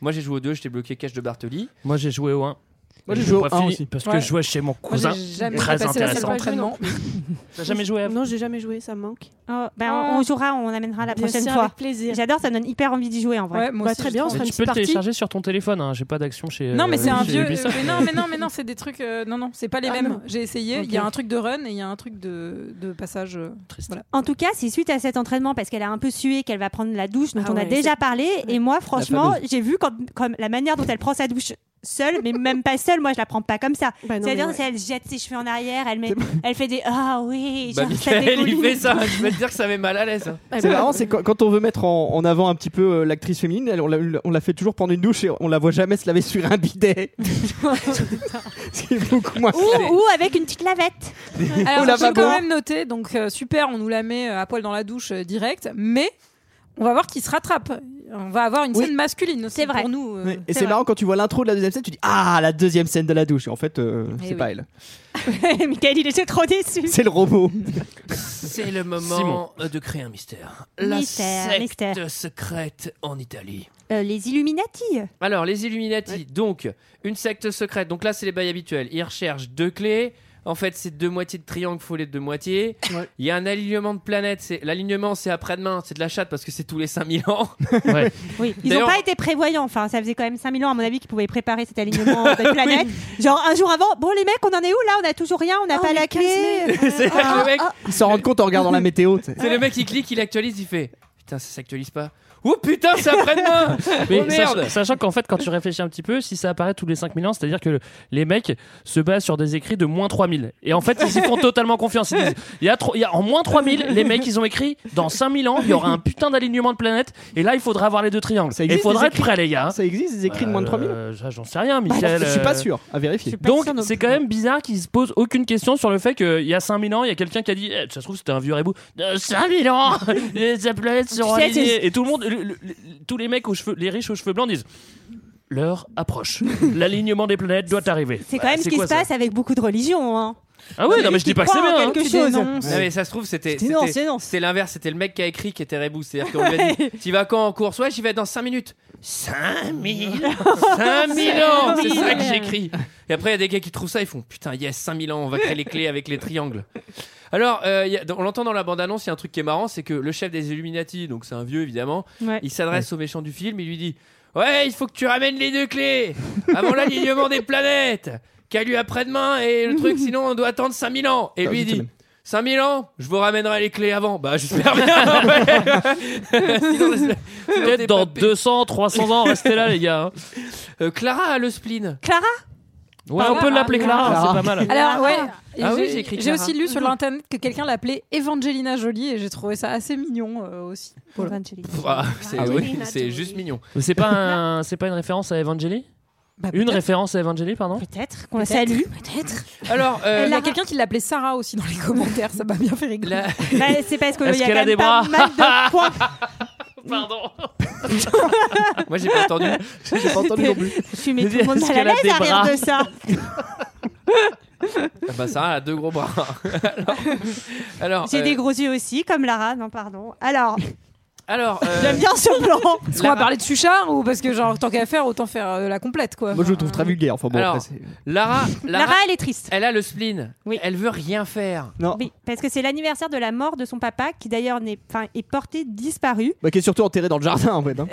Speaker 1: Moi, j'ai joué au 2, j'étais bloqué cache de Bartoli.
Speaker 11: Moi, j'ai joué au 1.
Speaker 8: Moi, j'ai joué au
Speaker 11: pas
Speaker 8: 1
Speaker 11: fini,
Speaker 8: aussi.
Speaker 11: Parce
Speaker 8: Ouais.
Speaker 11: que je jouais chez mon
Speaker 8: Moi, j'ai
Speaker 11: cousin.
Speaker 8: jamais
Speaker 11: Très
Speaker 8: dépassé la salle
Speaker 11: intéressant.
Speaker 8: d'entraînement.
Speaker 11: [laughs] T'as jamais joué à
Speaker 6: Non, j'ai jamais joué, ça me manque.
Speaker 12: Oh, ben,
Speaker 6: Ah.
Speaker 12: on, on jouera, on amènera la
Speaker 6: Bien
Speaker 12: prochaine
Speaker 6: sûr,
Speaker 12: fois.
Speaker 6: avec plaisir.
Speaker 12: J'adore, ça me donne hyper envie d'y jouer en vrai.
Speaker 7: Ouais, moi
Speaker 6: Bah,
Speaker 7: aussi,
Speaker 6: très
Speaker 7: je
Speaker 6: bien, on
Speaker 7: trouve.
Speaker 6: se fera
Speaker 11: Mais
Speaker 6: une
Speaker 11: tu peux le
Speaker 6: petite partie.
Speaker 11: télécharger sur ton téléphone, hein, j'ai pas d'action chez.
Speaker 7: Non mais
Speaker 11: euh,
Speaker 7: c'est un
Speaker 11: chez
Speaker 7: vieux.
Speaker 11: Ubisoft.
Speaker 7: mais non
Speaker 11: [laughs]
Speaker 7: mais non mais non c'est des trucs. euh, non non c'est pas les
Speaker 6: Ah,
Speaker 7: mêmes.
Speaker 6: non.
Speaker 7: J'ai essayé. Il
Speaker 6: Ok.
Speaker 7: y a un truc de run et il y a un truc de, de passage. euh, Voilà.
Speaker 12: En tout cas, c'est suite à cet entraînement parce qu'elle a un peu sué qu'elle va prendre la douche dont
Speaker 6: Ah
Speaker 12: on a
Speaker 6: ouais,
Speaker 12: déjà
Speaker 6: c'est-
Speaker 12: parlé. Et moi, franchement,
Speaker 8: fameuse.
Speaker 12: j'ai vu quand, comme la manière dont elle prend sa douche seule, mais même pas seule. Moi, je la prends pas comme ça.
Speaker 6: Bah non,
Speaker 12: C'est-à-dire,
Speaker 6: mais ouais.
Speaker 12: c'est- elle jette ses cheveux en arrière, elle met, elle fait des ah oui,
Speaker 1: Bah,
Speaker 12: genre, ça
Speaker 1: Michael, il
Speaker 12: dégouline.
Speaker 1: fait ça. Je peux te dire que ça met mal à l'aise. hein.
Speaker 6: Eh
Speaker 8: C'est
Speaker 6: ben,
Speaker 8: marrant, c'est quand, quand on veut mettre en, en avant un petit peu euh, l'actrice féminine, elle, on, la, on la fait toujours prendre une douche et on la voit jamais se laver sur un bidet. [laughs] c'est beaucoup moins.
Speaker 12: Ou, ou avec une petite lavette.
Speaker 8: Ou la
Speaker 7: Alors j'ai
Speaker 8: maman.
Speaker 7: quand même noté. Donc euh, super, on nous la met euh, à poil dans la douche euh, direct, mais on va voir qui se rattrape. On va avoir une
Speaker 8: Oui.
Speaker 7: scène masculine. aussi
Speaker 12: C'est vrai.
Speaker 7: Pour nous. euh.
Speaker 8: Ouais, Et
Speaker 12: c'est
Speaker 8: c'est
Speaker 12: vrai.
Speaker 8: marrant quand tu vois l'intro de la deuxième scène, tu dis ah la deuxième scène de la douche. Et en fait, euh,
Speaker 7: Eh
Speaker 8: c'est
Speaker 7: oui.
Speaker 8: pas elle,
Speaker 12: [laughs] Michael, il était trop déçu.
Speaker 8: c'est le robot. [laughs]
Speaker 1: C'est le moment de créer un mystère. La
Speaker 12: Mystère,
Speaker 1: secte
Speaker 12: mystère.
Speaker 1: secrète en Italie.
Speaker 12: Euh, les Illuminati.
Speaker 1: Alors, les Illuminati, donc, une secte secrète. Donc là, c'est les bails habituels. Ils recherchent deux clés. En fait, c'est deux moitiés de triangle, faut les deux moitiés.
Speaker 8: Ouais.
Speaker 1: Il y a un alignement de planètes. c'est- L'alignement, c'est après-demain. C'est de la chatte parce que c'est tous les 5000 ans.
Speaker 11: [laughs] Ouais.
Speaker 12: Oui, ils n'ont
Speaker 1: D'ailleurs-
Speaker 12: pas été prévoyants. Enfin, ça faisait quand même 5000 ans, à mon avis, qu'ils pouvaient préparer cet alignement des
Speaker 1: [laughs]
Speaker 12: planètes. Genre, un jour avant, bon, les mecs, on en est où là On a toujours rien, on n'a
Speaker 6: Oh,
Speaker 12: pas la clé.
Speaker 1: [laughs]
Speaker 12: Ah.
Speaker 1: c'est
Speaker 7: Ah,
Speaker 1: le mec,
Speaker 8: Ils s'en rendent compte en regardant la météo. tu sais.
Speaker 1: c'est le mec qui clique, il actualise, il fait Putain, ça s'actualise pas. Oh putain, c'est après-demain
Speaker 11: Mais
Speaker 1: Oh merde
Speaker 11: sach- sachant qu'en fait, quand tu réfléchis un petit peu, si ça apparaît tous les 5000 ans, c'est-à-dire que le- les mecs se basent sur des écrits de moins 3000. Et en fait, ils
Speaker 1: [laughs]
Speaker 11: y font totalement confiance. Ils disent, il y a, trop- il y a en moins 3000, les mecs, ils ont écrit, dans 5000 ans, il y aura un putain d'alignement de planètes. Et là, il faudra avoir les deux triangles.
Speaker 8: Ça
Speaker 11: Et il
Speaker 8: existe,
Speaker 11: faudra
Speaker 8: les
Speaker 11: être prêt, les gars. hein.
Speaker 8: Ça existe des écrits de moins de 3000
Speaker 11: Euh, ça, J'en sais rien,
Speaker 8: Bah,
Speaker 11: Michael.
Speaker 8: Je suis pas
Speaker 11: euh,
Speaker 8: sûr, à vérifier.
Speaker 12: pas
Speaker 11: Donc,
Speaker 12: sûre non
Speaker 11: c'est
Speaker 12: plus.
Speaker 11: quand même bizarre qu'ils se posent aucune question sur le fait qu'il y a 5000 ans, il y a quelqu'un qui a dit Eh, Ça se trouve, c'était un vieux rebou. Euh, 5000
Speaker 12: [laughs]
Speaker 11: ans Les planètes seront
Speaker 12: Tu sais,
Speaker 11: alignées. Et tout le monde, le- le- le- tous les mecs aux cheveux, les riches aux cheveux blancs disent L'heure
Speaker 12: [laughs]
Speaker 11: approche. L'alignement des planètes doit arriver.
Speaker 12: C'est quand
Speaker 11: Bah,
Speaker 12: même ce qui
Speaker 11: quoi,
Speaker 12: se
Speaker 11: ça
Speaker 12: passe avec beaucoup de religions. Hein.
Speaker 11: Ah oui, non, mais je dis pas que c'est bien. hein.
Speaker 12: quelque
Speaker 7: Tu
Speaker 12: chose.
Speaker 7: dénonces.
Speaker 1: Non, mais ça se trouve, c'était.
Speaker 12: C'est non,
Speaker 1: c'était-
Speaker 12: c'est non.
Speaker 1: C'était l'inverse, c'était le mec qui a écrit qui était rebou. C'est-à-dire qu'on lui a dit Tu vas quand en course Ouais, j'y vais dans 5 minutes. 5000 5000 ans C'est ça que j'écris. Et après, il y a des gars qui trouvent ça, ils font Putain, yes, 5000 ans, on va créer les clés avec les triangles. Alors, euh, il y a- on l'entend dans la bande-annonce, il y a un truc qui est marrant c'est que le chef des Illuminati, donc c'est un vieux évidemment,
Speaker 12: Ouais.
Speaker 1: il s'adresse au méchant du film, il lui dit Ouais, il faut que tu ramènes les deux clés avant l'alignement des planètes Qu'a lu après-demain et le truc, sinon on doit attendre 5000 ans. Et
Speaker 8: Ah,
Speaker 1: lui, il
Speaker 8: vite,
Speaker 1: dit
Speaker 8: même.
Speaker 1: 5000 ans, je vous ramènerai les clés avant. Bah, j'espère bien. [laughs] Ouais. Sinon, c'est- sinon, t'es
Speaker 11: Peut-être dans
Speaker 1: pas payé.
Speaker 11: 200, 300 ans, restez là, les gars. hein.
Speaker 1: Euh, Clara a le spleen.
Speaker 12: Clara Ah,
Speaker 11: Ouais, on peut l'appeler Clara, hein, c'est pas mal.
Speaker 7: Alors ouais. et
Speaker 1: Ah oui, j'ai
Speaker 7: j'ai
Speaker 1: écrit
Speaker 7: j'ai
Speaker 1: Clara.
Speaker 7: aussi lu sur l'internet que quelqu'un l'appelait Evangelina Jolie et j'ai trouvé ça assez mignon euh, aussi. Voilà.
Speaker 12: Evangeline.
Speaker 1: Pff, ah, c'est
Speaker 8: Ah oui.
Speaker 1: oui, c'est juste mignon.
Speaker 11: Mais C'est
Speaker 12: [laughs]
Speaker 11: pas, un- c'est pas une référence à Evangélie
Speaker 7: Bah,
Speaker 11: Une
Speaker 7: peut-être.
Speaker 11: référence à Evangélie, pardon
Speaker 12: Peut-être qu'on la salue. Peut-être.
Speaker 1: Alors, euh,
Speaker 7: Il y
Speaker 1: la-
Speaker 7: a quelqu'un qui l'appelait Sarah aussi dans les commentaires, ça m'a bien fait rigoler.
Speaker 1: la-
Speaker 12: Bah, c'est parce qu'il
Speaker 11: Est-ce
Speaker 12: y a
Speaker 11: qu'elle
Speaker 12: quand
Speaker 11: a des
Speaker 12: même pas
Speaker 11: bras
Speaker 12: mal de points. [laughs]
Speaker 11: Pardon
Speaker 1: [laughs] moi j'ai pas entendu.
Speaker 8: J'ai pas entendu non plus.
Speaker 12: Tu mets tout le
Speaker 11: Est-ce
Speaker 12: monde mal à
Speaker 11: qu'elle a des
Speaker 12: l'aise à rire
Speaker 11: bras
Speaker 12: de ça.
Speaker 1: Ah bah ça a deux gros bras. [laughs] alors, alors,
Speaker 12: J'ai
Speaker 1: euh,
Speaker 12: des gros yeux aussi, comme Lara. Non, pardon. Alors,
Speaker 1: [laughs] Alors,
Speaker 7: [laughs]
Speaker 1: euh,
Speaker 7: J'aime bien ce plan. Parce qu'on
Speaker 1: La-
Speaker 7: va parler de Suchard ou parce que genre tant qu'à faire autant faire euh, la complète quoi.
Speaker 8: Moi, je le trouve très vulgaire. Enfin bon,
Speaker 1: Alors,
Speaker 8: après, c'est-
Speaker 1: Lara, Lara,
Speaker 12: Lara, elle est triste.
Speaker 1: elle a le spleen.
Speaker 12: Oui.
Speaker 1: Elle veut rien faire.
Speaker 8: Non.
Speaker 12: Oui, parce que c'est l'anniversaire de la mort de son papa, qui d'ailleurs n'est- enfin, est porté disparu. [laughs]
Speaker 8: Bah, qui est surtout enterré dans le jardin, en fait.
Speaker 11: [laughs]
Speaker 8: hein.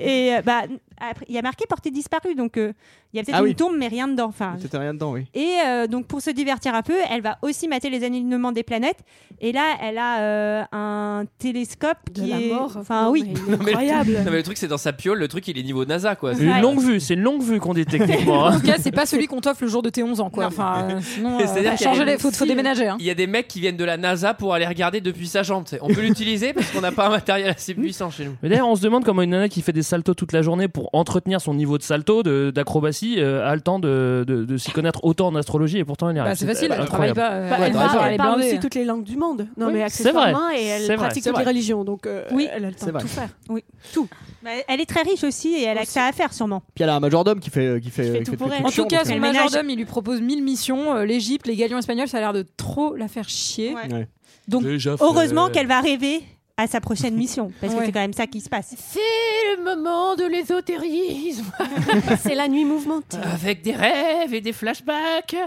Speaker 12: et euh, bah, après, il y a marqué porté disparu, donc euh, il y a peut-être
Speaker 8: Ah
Speaker 12: une
Speaker 8: oui.
Speaker 12: tombe, mais rien dedans. Enfin,
Speaker 8: Peut-être rien dedans, oui.
Speaker 12: Et euh, donc pour se divertir un peu, elle va aussi mater les alignements des planètes. Et là, elle a euh, un télescope
Speaker 6: De
Speaker 12: qui
Speaker 6: la
Speaker 12: est,
Speaker 6: mort.
Speaker 12: enfin
Speaker 6: Non,
Speaker 12: oui,
Speaker 6: mais il est
Speaker 1: Non, mais-
Speaker 6: Incroyable.
Speaker 1: Non, mais le truc, c'est dans sa piole, le truc, il est niveau NASA, quoi.
Speaker 11: C'est une
Speaker 12: Ouais.
Speaker 11: longue vue, c'est une longue vue qu'on dit techniquement. hein.
Speaker 7: [laughs] En tout cas, c'est pas celui qu'on t'offre le jour de tes 11 ans quoi. Enfin, euh, sinon, euh,
Speaker 1: C'est-à-dire
Speaker 7: faut
Speaker 1: qu'il y a
Speaker 7: changer
Speaker 1: des
Speaker 7: les faut, faut déménager. hein.
Speaker 1: Il y a des mecs qui viennent de la NASA pour aller regarder depuis sa jambe. tu sais. On peut l'utiliser parce qu'on n'a pas un matériel assez puissant chez nous.
Speaker 11: Mais d'ailleurs, on se demande comment une nana qui fait des saltos toute la journée pour entretenir son niveau de salto, de- d'acrobatie, euh, a le temps de, de- de s'y connaître autant en astrologie et pourtant elle y arrive.
Speaker 7: Bah, c'est facile, elle travaille
Speaker 11: incroyable.
Speaker 7: pas. euh,
Speaker 6: Bah,
Speaker 7: ouais, travaille
Speaker 6: elle, parle,
Speaker 7: pas,
Speaker 6: elle
Speaker 7: est
Speaker 6: parle
Speaker 7: blindée.
Speaker 6: aussi toutes les langues du monde. Non,
Speaker 11: Oui,
Speaker 6: mais
Speaker 11: c'est vrai.
Speaker 6: accessoirement, et elle
Speaker 11: C'est vrai.
Speaker 6: pratique
Speaker 11: C'est
Speaker 6: toutes les
Speaker 11: vrai.
Speaker 6: religions. Donc, euh,
Speaker 7: Oui,
Speaker 6: elle a le
Speaker 8: c'est
Speaker 6: temps de
Speaker 8: vrai.
Speaker 6: tout faire.
Speaker 12: Bah, elle est très riche aussi et elle a que ça à faire sûrement.
Speaker 8: Puis elle a un majordome qui fait. euh, Qui fait,
Speaker 12: fais
Speaker 8: qui
Speaker 12: tout
Speaker 8: fait
Speaker 12: pour
Speaker 8: des
Speaker 12: elle.
Speaker 8: trucs
Speaker 7: En
Speaker 12: Chiant,
Speaker 7: tout cas,
Speaker 8: chiants,
Speaker 7: son
Speaker 12: elle
Speaker 7: majordome, il lui propose 1000 missions. Euh, L'Égypte, les galions espagnols, ça a l'air de trop la faire chier.
Speaker 12: Ouais.
Speaker 8: Ouais.
Speaker 7: Donc,
Speaker 11: Déjà fait.
Speaker 12: Heureusement qu'elle va rêver à sa prochaine mission, parce que
Speaker 7: Ouais.
Speaker 12: c'est quand même ça qui se passe.
Speaker 6: C'est le moment de l'ésotérisme. [laughs] c'est la nuit mouvementée.
Speaker 1: Avec des rêves et des flashbacks.
Speaker 7: oui.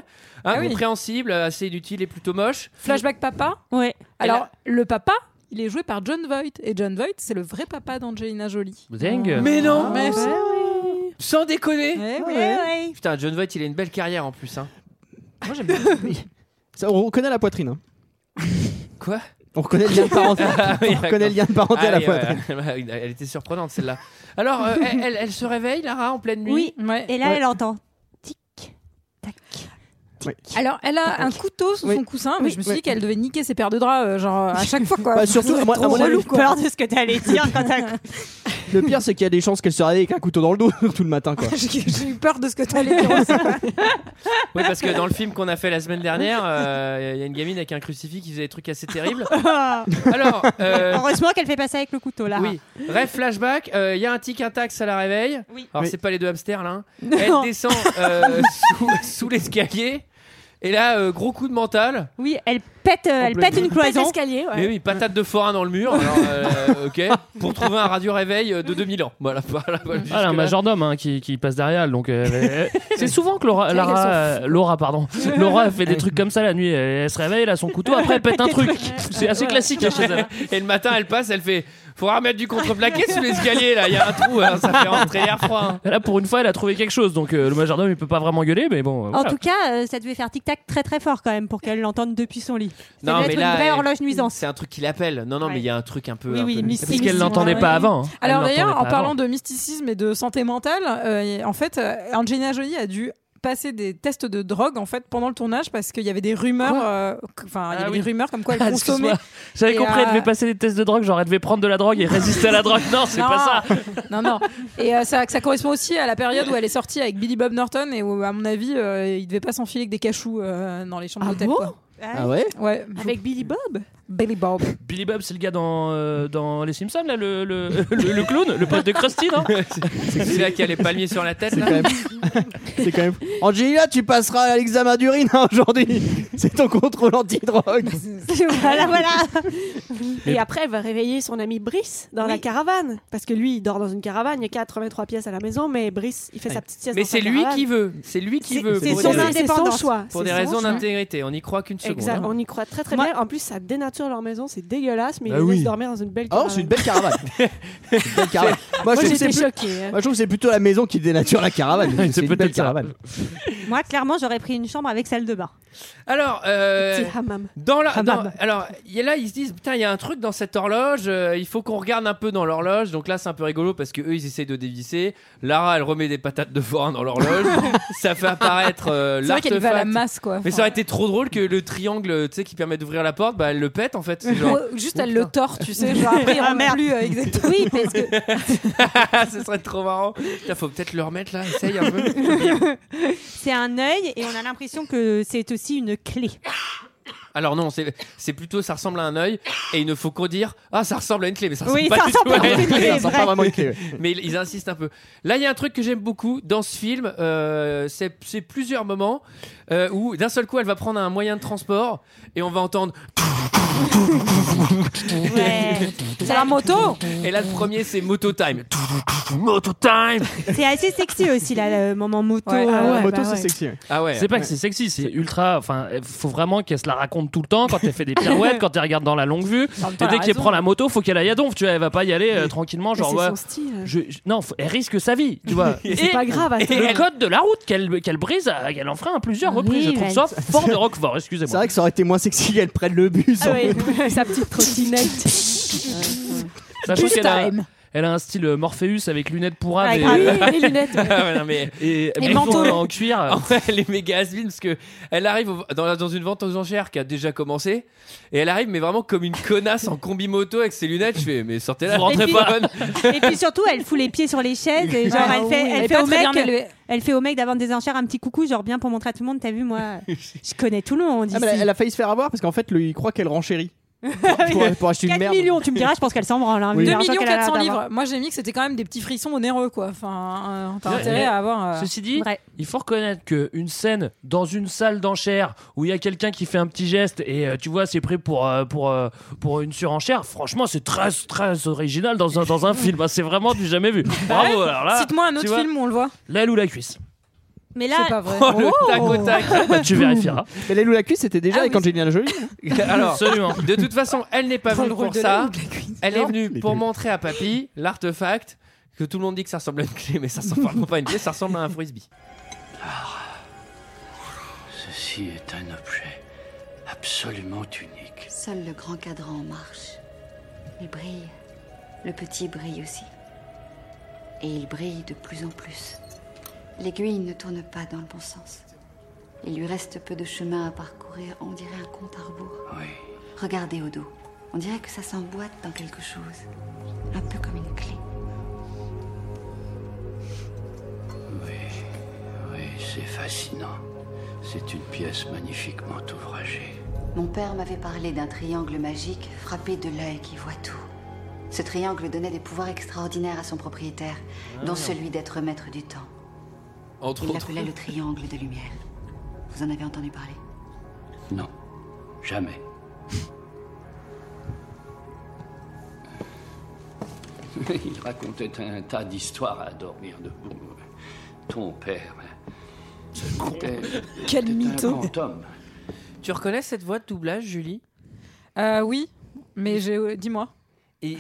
Speaker 1: Incompréhensible, Hein, assez inutile et plutôt moche.
Speaker 7: flashback papa.
Speaker 12: Ouais.
Speaker 1: Elle
Speaker 7: Alors, le papa, il est joué par John Voight. Et John Voight, c'est le vrai papa d'Angelina Jolie.
Speaker 11: Dingue.
Speaker 1: Mais non
Speaker 7: Mais
Speaker 6: Ouais, ouais.
Speaker 1: Sans déconner
Speaker 7: Eh
Speaker 12: Ouais,
Speaker 7: ouais.
Speaker 12: ouais.
Speaker 1: Putain, John Voight, il a une belle carrière en plus. Hein. Moi, j'aime bien.
Speaker 8: Ça, on reconnaît la poitrine. hein.
Speaker 1: Quoi
Speaker 8: On reconnaît le lien
Speaker 11: [laughs]
Speaker 8: de parenté.
Speaker 1: [laughs] Ah oui,
Speaker 8: on reconnaît le lien de
Speaker 1: d'accord.
Speaker 8: parenté à
Speaker 1: Ah
Speaker 8: la
Speaker 1: oui,
Speaker 8: poitrine.
Speaker 1: [laughs] ouais, ouais. Elle était surprenante celle-là. Alors,
Speaker 12: [laughs]
Speaker 1: euh, elle, elle- elle se réveille, Lara, en pleine nuit.
Speaker 12: Oui.
Speaker 7: Ouais.
Speaker 12: Et là,
Speaker 8: Ouais.
Speaker 12: elle entend tic tac.
Speaker 7: Alors, elle a un couteau sous
Speaker 8: Oui.
Speaker 7: son coussin, mais
Speaker 8: Oui.
Speaker 7: je me suis
Speaker 8: Oui.
Speaker 7: dit qu'elle devait niquer ses paires de draps, euh, genre à chaque fois quoi.
Speaker 8: Bah, surtout,
Speaker 7: C'est
Speaker 8: à mon- à
Speaker 7: trop
Speaker 8: mon avis,
Speaker 7: relou,
Speaker 12: J'ai
Speaker 7: quoi.
Speaker 12: peur de
Speaker 7: [laughs]
Speaker 12: ce que t'allais dire quand
Speaker 6: [laughs]
Speaker 12: t'as.
Speaker 8: Le pire, c'est qu'il y a des chances qu'elle se réveille avec un couteau dans le dos [laughs] tout le matin. Quoi.
Speaker 11: [laughs]
Speaker 7: J'ai j'ai eu peur de ce que t'allais
Speaker 12: [laughs]
Speaker 7: dire. aussi.
Speaker 1: Oui, parce que dans le film qu'on a fait la semaine dernière, euh, il y a une gamine avec un crucifix qui faisait des trucs assez
Speaker 8: [laughs]
Speaker 1: terribles. Alors, euh,
Speaker 12: Heureusement qu'elle fait pas ça avec le couteau là.
Speaker 1: oui. Bref, flashback. euh, Il y a un tic un tac, ça la réveille.
Speaker 12: Oui.
Speaker 1: Alors,
Speaker 8: Oui.
Speaker 1: c'est pas les deux hamsters là. hein.
Speaker 12: Non.
Speaker 1: Elle descend euh, [laughs] sous, sous l'escalier. Et là, euh, gros coup de mental.
Speaker 12: Oui, elle pète, euh, elle pète une
Speaker 6: Pas
Speaker 12: cloison.
Speaker 6: d'escalier, ouais.
Speaker 1: Mais oui, patate de forain dans le mur. Alors, euh, ok. Pour trouver un radio réveil euh, de 2000 ans. Voilà, voilà, voilà,
Speaker 11: Ah, elle a un
Speaker 1: jusque-là.
Speaker 11: majordome hein, qui, qui passe derrière elle, donc euh, elle- elle- c'est souvent que Laura, Lara, euh, Laura,
Speaker 7: [laughs]
Speaker 11: pardon, Laura fait des trucs comme ça la nuit. Elle, elle se réveille, elle a son couteau, après elle pète un truc. C'est assez classique hein, chez elle.
Speaker 1: Et le matin, elle passe, elle fait Faudra remettre du contreplaqué sous l'escalier là, il y a un trou, hein, ça fait rentrer l'air froid. hein.
Speaker 11: Là, pour une fois, elle a trouvé quelque chose, donc euh, le majordome il peut pas vraiment gueuler, mais bon. euh,
Speaker 12: En
Speaker 1: Ah.
Speaker 11: voilà.
Speaker 12: tout cas, euh, ça devait faire tic-tac très très fort quand même pour qu'elle l'entende depuis son lit. Ça
Speaker 1: Non,
Speaker 12: devait
Speaker 1: mais
Speaker 12: être
Speaker 1: là,
Speaker 12: une vraie
Speaker 1: elle-
Speaker 12: horloge nuisante.
Speaker 1: C'est un truc qui l'appelle. Non, non, mais il y a un truc un peu.
Speaker 12: Oui,
Speaker 1: un
Speaker 12: oui,
Speaker 1: peu-
Speaker 12: mystique.
Speaker 11: Parce qu'elle l'entendait pas avant. hein. Elle
Speaker 7: Alors
Speaker 11: l'entendait
Speaker 7: d'ailleurs, en
Speaker 11: pas
Speaker 7: parlant
Speaker 11: avant.
Speaker 7: de mysticisme et de santé mentale, euh, en fait, euh, Angelina Jolie a dû passer des tests de drogue en fait pendant le tournage parce qu'il y avait des rumeurs, euh, qu- enfin il y
Speaker 11: Ah
Speaker 7: avait
Speaker 11: oui.
Speaker 7: des rumeurs
Speaker 11: [laughs]
Speaker 7: comme quoi
Speaker 11: Ah,
Speaker 7: elle consommait.
Speaker 11: excuse-moi. J'avais
Speaker 7: Et,
Speaker 11: compris, elle
Speaker 7: euh,
Speaker 11: devait passer des tests de drogue, genre elle devait prendre de la drogue et résister à la drogue. Non, c'est
Speaker 7: Non.
Speaker 11: pas ça.
Speaker 7: Non non. Et euh, ça, ça correspond aussi à la période où elle est sortie avec Billy Bob Norton et où à mon avis euh, il devait pas s'enfiler avec des cachous euh, dans les chambres
Speaker 6: Ah
Speaker 7: d'hôtel.
Speaker 6: bon
Speaker 7: quoi.
Speaker 8: Ah ouais
Speaker 7: ouais.
Speaker 6: Avec Billy
Speaker 11: Euh,
Speaker 6: Bob
Speaker 7: Billy Bob.
Speaker 11: Billy Bob, c'est le gars dans, euh, dans Les Simpsons, là, le, le, [laughs] le- le clown, le pote de Krusty, non
Speaker 1: C'est là qui a les palmiers sur la tête.
Speaker 8: C'est
Speaker 1: là.
Speaker 8: quand même. c'est quand même. Angelina, tu passeras à l'examen d'urine hein, aujourd'hui. [laughs] C'est ton contrôle anti-drogue.
Speaker 1: [laughs]
Speaker 12: voilà, voilà.
Speaker 6: [laughs] Et après, elle va réveiller son ami Brice dans la caravane. Parce que lui, il dort dans une caravane. Il y a 83 pièces à la maison, mais Brice, il fait sa petite sieste.
Speaker 1: Mais
Speaker 6: dans sa
Speaker 1: c'est lui
Speaker 6: caravane.
Speaker 1: qui veut. C'est lui qui
Speaker 12: C'est-
Speaker 1: veut.
Speaker 12: c'est
Speaker 1: pour
Speaker 12: son
Speaker 1: des-
Speaker 12: indépendance.
Speaker 6: C'est son choix.
Speaker 1: Pour
Speaker 6: C'est
Speaker 1: des
Speaker 6: son
Speaker 1: raisons
Speaker 6: choix.
Speaker 1: d'intégrité. On n'y croit qu'une seconde.
Speaker 6: Exact,
Speaker 1: hein.
Speaker 6: on y croit très très
Speaker 12: Moi-
Speaker 6: bien. En plus, ça dénature leur maison, c'est dégueulasse, mais
Speaker 11: Bah
Speaker 6: ils
Speaker 11: oui.
Speaker 6: laissent dormir dans une belle
Speaker 8: Oh,
Speaker 6: caravane.
Speaker 8: c'est une belle caravane. C'est une belle caravane. Moi,
Speaker 6: Moi,
Speaker 8: je trouve que c'est
Speaker 6: j'étais
Speaker 8: plus-
Speaker 6: choquée. hein.
Speaker 8: moi, je trouve que c'est plutôt la maison qui dénature la caravane. C'est une belle
Speaker 11: peut-être ça.
Speaker 8: caravane.
Speaker 12: Moi, clairement, j'aurais pris une chambre avec salle de bain.
Speaker 1: Alors, euh,
Speaker 6: Petit hammam.
Speaker 1: dans la, dans-
Speaker 6: Hammam.
Speaker 1: alors il y a là, ils se disent Putain, il y a un truc dans cette horloge. euh, il faut qu'on regarde un peu dans l'horloge. Donc là, c'est un peu rigolo parce que eux, ils essayent de dévisser. Lara, elle remet des patates de forain dans
Speaker 7: [laughs]
Speaker 1: l'horloge. ça fait apparaître euh,
Speaker 7: C'est vrai qu'elle y va à la
Speaker 1: l'artefact.
Speaker 7: masse quoi.
Speaker 1: Mais ça aurait été trop drôle que le triangle, tu sais, qui permet d'ouvrir la porte, bah elle le pète en fait. C'est genre,
Speaker 7: Ou euh, Juste
Speaker 1: Oh,
Speaker 7: elle
Speaker 1: putain.
Speaker 7: le tord, tu sais, genre après il
Speaker 12: [laughs] Ah,
Speaker 7: rend
Speaker 12: merde.
Speaker 7: plus euh, exactement.
Speaker 12: Oui, parce que
Speaker 1: [laughs] ce serait trop marrant. Putain, faut peut-être le remettre là, essaye un peu.
Speaker 12: [laughs] c'est un œil et on a l'impression que c'est aussi une clé.
Speaker 1: Alors non, c'est c'est plutôt ça ressemble à un œil et il ne faut qu'en dire ah ça ressemble à une clé, mais ça ressemble
Speaker 12: Oui,
Speaker 1: pas
Speaker 12: ça
Speaker 1: du tout
Speaker 12: ressemble
Speaker 1: à
Speaker 12: à une clé.
Speaker 8: Ça sent
Speaker 12: C'est vrai.
Speaker 8: pas vraiment une clé, ouais.
Speaker 1: Mais ils ils insistent un peu. Là, il y a un truc que j'aime beaucoup dans ce film. euh, c'est c'est plusieurs moments euh, où d'un seul coup, elle va prendre un moyen de transport et on va entendre C'est
Speaker 12: la moto
Speaker 1: Et là, le premier, c'est Moto Time. Moto Time
Speaker 12: C'est assez sexy aussi, là, le moment moto.
Speaker 1: Ouais, ah
Speaker 12: euh,
Speaker 1: ouais,
Speaker 12: bah
Speaker 1: moto, c'est
Speaker 12: ouais.
Speaker 1: sexy, ouais. Ah ouais.
Speaker 11: C'est pas
Speaker 1: Ouais.
Speaker 11: que c'est sexy, c'est ultra. Enfin, faut vraiment qu'elle se la raconte tout le temps quand elle fait des pirouettes,
Speaker 1: [laughs]
Speaker 11: quand elle regarde dans la longue vue.
Speaker 1: En même temps,
Speaker 11: Et
Speaker 1: elle
Speaker 11: dès
Speaker 1: a
Speaker 11: qu'elle
Speaker 1: raison.
Speaker 11: prend la moto, faut qu'elle aille à donf. Tu vois, elle va pas y aller euh, tranquillement,
Speaker 1: mais
Speaker 11: genre.
Speaker 1: c'est
Speaker 11: ouais,
Speaker 1: son style.
Speaker 11: je- je- non, faut- elle risque sa vie, tu vois.
Speaker 1: [laughs] Et c'est pas grave,
Speaker 11: Et
Speaker 1: attends.
Speaker 11: le code de la route qu'elle qu'elle brise, à- qu'elle enfreint à plusieurs reprises. Je trouve
Speaker 8: elle-
Speaker 11: ça fort de Roquefort. Excusez-moi.
Speaker 8: C'est vrai que ça aurait été moins sexy qu'elle prenne le bus.
Speaker 11: Ah ouais.
Speaker 7: Sa petite trottinette.
Speaker 11: Sachant
Speaker 7: Bus
Speaker 11: qu'elle a,
Speaker 7: time.
Speaker 11: elle a un style euh, Morpheus avec lunettes pour
Speaker 1: Ah,
Speaker 11: et,
Speaker 1: grave. Oui, les lunettes, [laughs] ouais.
Speaker 11: [laughs] Ah ouais, non, mais... Et, mais
Speaker 1: manteau
Speaker 11: en cuir.
Speaker 1: [laughs] En fait, elle est méga has-been parce que elle arrive au- dans, la- dans une vente aux enchères qui a déjà commencé et elle arrive mais vraiment comme une connasse en combi moto avec ses lunettes. Je fais mais sortez là,
Speaker 11: Vous rentrez
Speaker 1: c'est
Speaker 11: pas.
Speaker 1: bonne.
Speaker 12: [laughs] Et puis surtout, elle fout les pieds sur les chaises. Et genre,
Speaker 7: Ah
Speaker 12: elle fait,
Speaker 7: oui.
Speaker 12: elle
Speaker 7: Elle
Speaker 12: fait
Speaker 7: est
Speaker 12: au
Speaker 7: pas très
Speaker 12: mec,
Speaker 7: bien, mais elle-
Speaker 12: elle fait au mec d'avoir des enchères un petit coucou, genre bien pour montrer à tout le monde. T'as vu, moi, je connais tout le monde.
Speaker 8: Ah, mais elle,
Speaker 12: ici.
Speaker 8: elle a failli se faire avoir parce qu'en fait, lui, il croit qu'elle
Speaker 12: [laughs]
Speaker 8: renchérit. pour, pour acheter une
Speaker 12: 4
Speaker 8: merde.
Speaker 12: millions, tu me diras, je pense qu'elle s'en branle. Hein,
Speaker 8: Oui.
Speaker 12: vu
Speaker 7: 2
Speaker 12: l'argent
Speaker 7: millions
Speaker 12: qu'elle a
Speaker 7: 400
Speaker 12: d'avoir.
Speaker 7: livres. Moi j'ai mis que c'était quand même des petits frissons onéreux quoi. Enfin, euh, t'as
Speaker 11: Ouais,
Speaker 7: intérêt
Speaker 11: mais
Speaker 7: à avoir. euh,
Speaker 11: Ceci dit, il faut reconnaître qu'une scène dans une salle d'enchères où il y a quelqu'un qui fait un petit geste et euh, tu vois, c'est pris pour, euh, pour, euh, pour une surenchère, franchement, c'est très, très original dans un, dans un film. hein. C'est vraiment du jamais vu. Bravo. alors là,
Speaker 7: Cite-moi un
Speaker 11: tu
Speaker 7: autre
Speaker 11: vois,
Speaker 7: film où on le voit.
Speaker 11: L'aile ou la cuisse.
Speaker 12: Mais là,
Speaker 7: C'est pas vrai.
Speaker 11: Oh, le tac au tac.
Speaker 8: [laughs]
Speaker 11: Bah, tu verifieras.
Speaker 8: Mais l'aile ou la cuisse, c'était déjà
Speaker 12: Ah
Speaker 8: avec Angelina Jolie.
Speaker 1: Alors,
Speaker 11: Absolument.
Speaker 1: de toute façon, elle n'est pas
Speaker 11: Dans
Speaker 1: venue
Speaker 11: le rôle
Speaker 1: pour
Speaker 11: de la
Speaker 1: ça.
Speaker 11: loupe, la
Speaker 1: Elle est
Speaker 11: Non.
Speaker 1: venue
Speaker 11: Les
Speaker 1: pour
Speaker 11: deux.
Speaker 1: montrer à Papy l'artefact que tout le monde dit que ça ressemble à une clé, mais ça ressemble vraiment pas à une clé, ça ressemble à un frisbee.
Speaker 13: Ceci est un objet absolument unique.
Speaker 14: Seul le grand cadran marche. Il brille. Le petit brille aussi. Et il brille de plus en plus. L'aiguille ne tourne pas dans le bon sens. Il lui reste peu de chemin à parcourir. On dirait un compte à rebours.
Speaker 13: Oui.
Speaker 14: Regardez au dos. On dirait que ça s'emboîte dans quelque chose. Un peu comme une clé.
Speaker 13: Oui, oui, c'est fascinant. C'est une pièce magnifiquement ouvragée.
Speaker 14: Mon père m'avait parlé d'un triangle magique frappé de l'œil qui voit tout. Ce triangle donnait des pouvoirs extraordinaires à son propriétaire, dont
Speaker 1: Ah.
Speaker 14: celui d'être maître du temps.
Speaker 1: Entre
Speaker 14: Il
Speaker 1: autres.
Speaker 14: l'appelait le triangle de lumière. Vous en avez entendu parler
Speaker 13: Non, jamais. [laughs] Il racontait un tas d'histoires à dormir debout. Ton père. C'était-
Speaker 7: Quel
Speaker 13: c'était
Speaker 7: mytho.
Speaker 13: Un grand homme.
Speaker 1: Tu reconnais cette voix de doublage, Julie
Speaker 7: Euh, oui, mais j'ai. euh, Dis-moi. [laughs]
Speaker 1: Et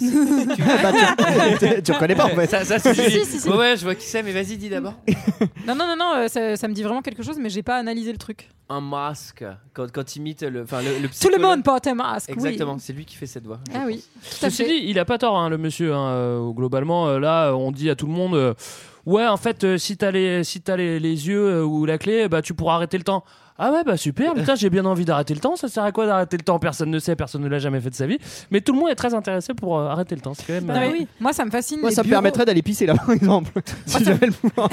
Speaker 8: tu- tu reconnais pas, en fait.
Speaker 1: Ça, ça, c'est Julie.
Speaker 7: Si, si, si.
Speaker 1: Ouais, ouais, je vois qui c'est, mais vas-y, dis d'abord.
Speaker 7: Non, non, non, non, euh, ça, ça me dit vraiment quelque chose, mais j'ai pas analysé le truc.
Speaker 1: Un masque, quand, quand imite le, enfin, le, le
Speaker 7: Tout le
Speaker 1: psychologue.
Speaker 7: monde porte un masque. oui.
Speaker 1: Exactement, c'est lui qui fait cette voix. [laughs]
Speaker 7: Ah oui, tout à
Speaker 11: Ceci
Speaker 7: fait.
Speaker 11: dit, il a pas tort, hein, le monsieur. hein, euh, globalement, euh, là, euh, on dit à tout le monde euh, Ouais, en fait, euh, si t'as les, si t'as les, les yeux euh, ou la clé, bah, tu pourras arrêter le temps. Ah ouais, bah super, putain, j'ai bien envie d'arrêter le temps. Ça sert à quoi d'arrêter le temps Personne ne sait, personne ne l'a jamais fait de sa vie. Mais tout le monde est très intéressé pour euh, arrêter le temps. C'est quand même.
Speaker 7: Non,
Speaker 11: euh,
Speaker 7: mais Ah oui. Moi, ça me fascine.
Speaker 8: Moi,
Speaker 7: les
Speaker 8: ça me
Speaker 7: bureaux.
Speaker 8: permettrait d'aller pisser là, [laughs] par exemple. si j'avais le pouvoir.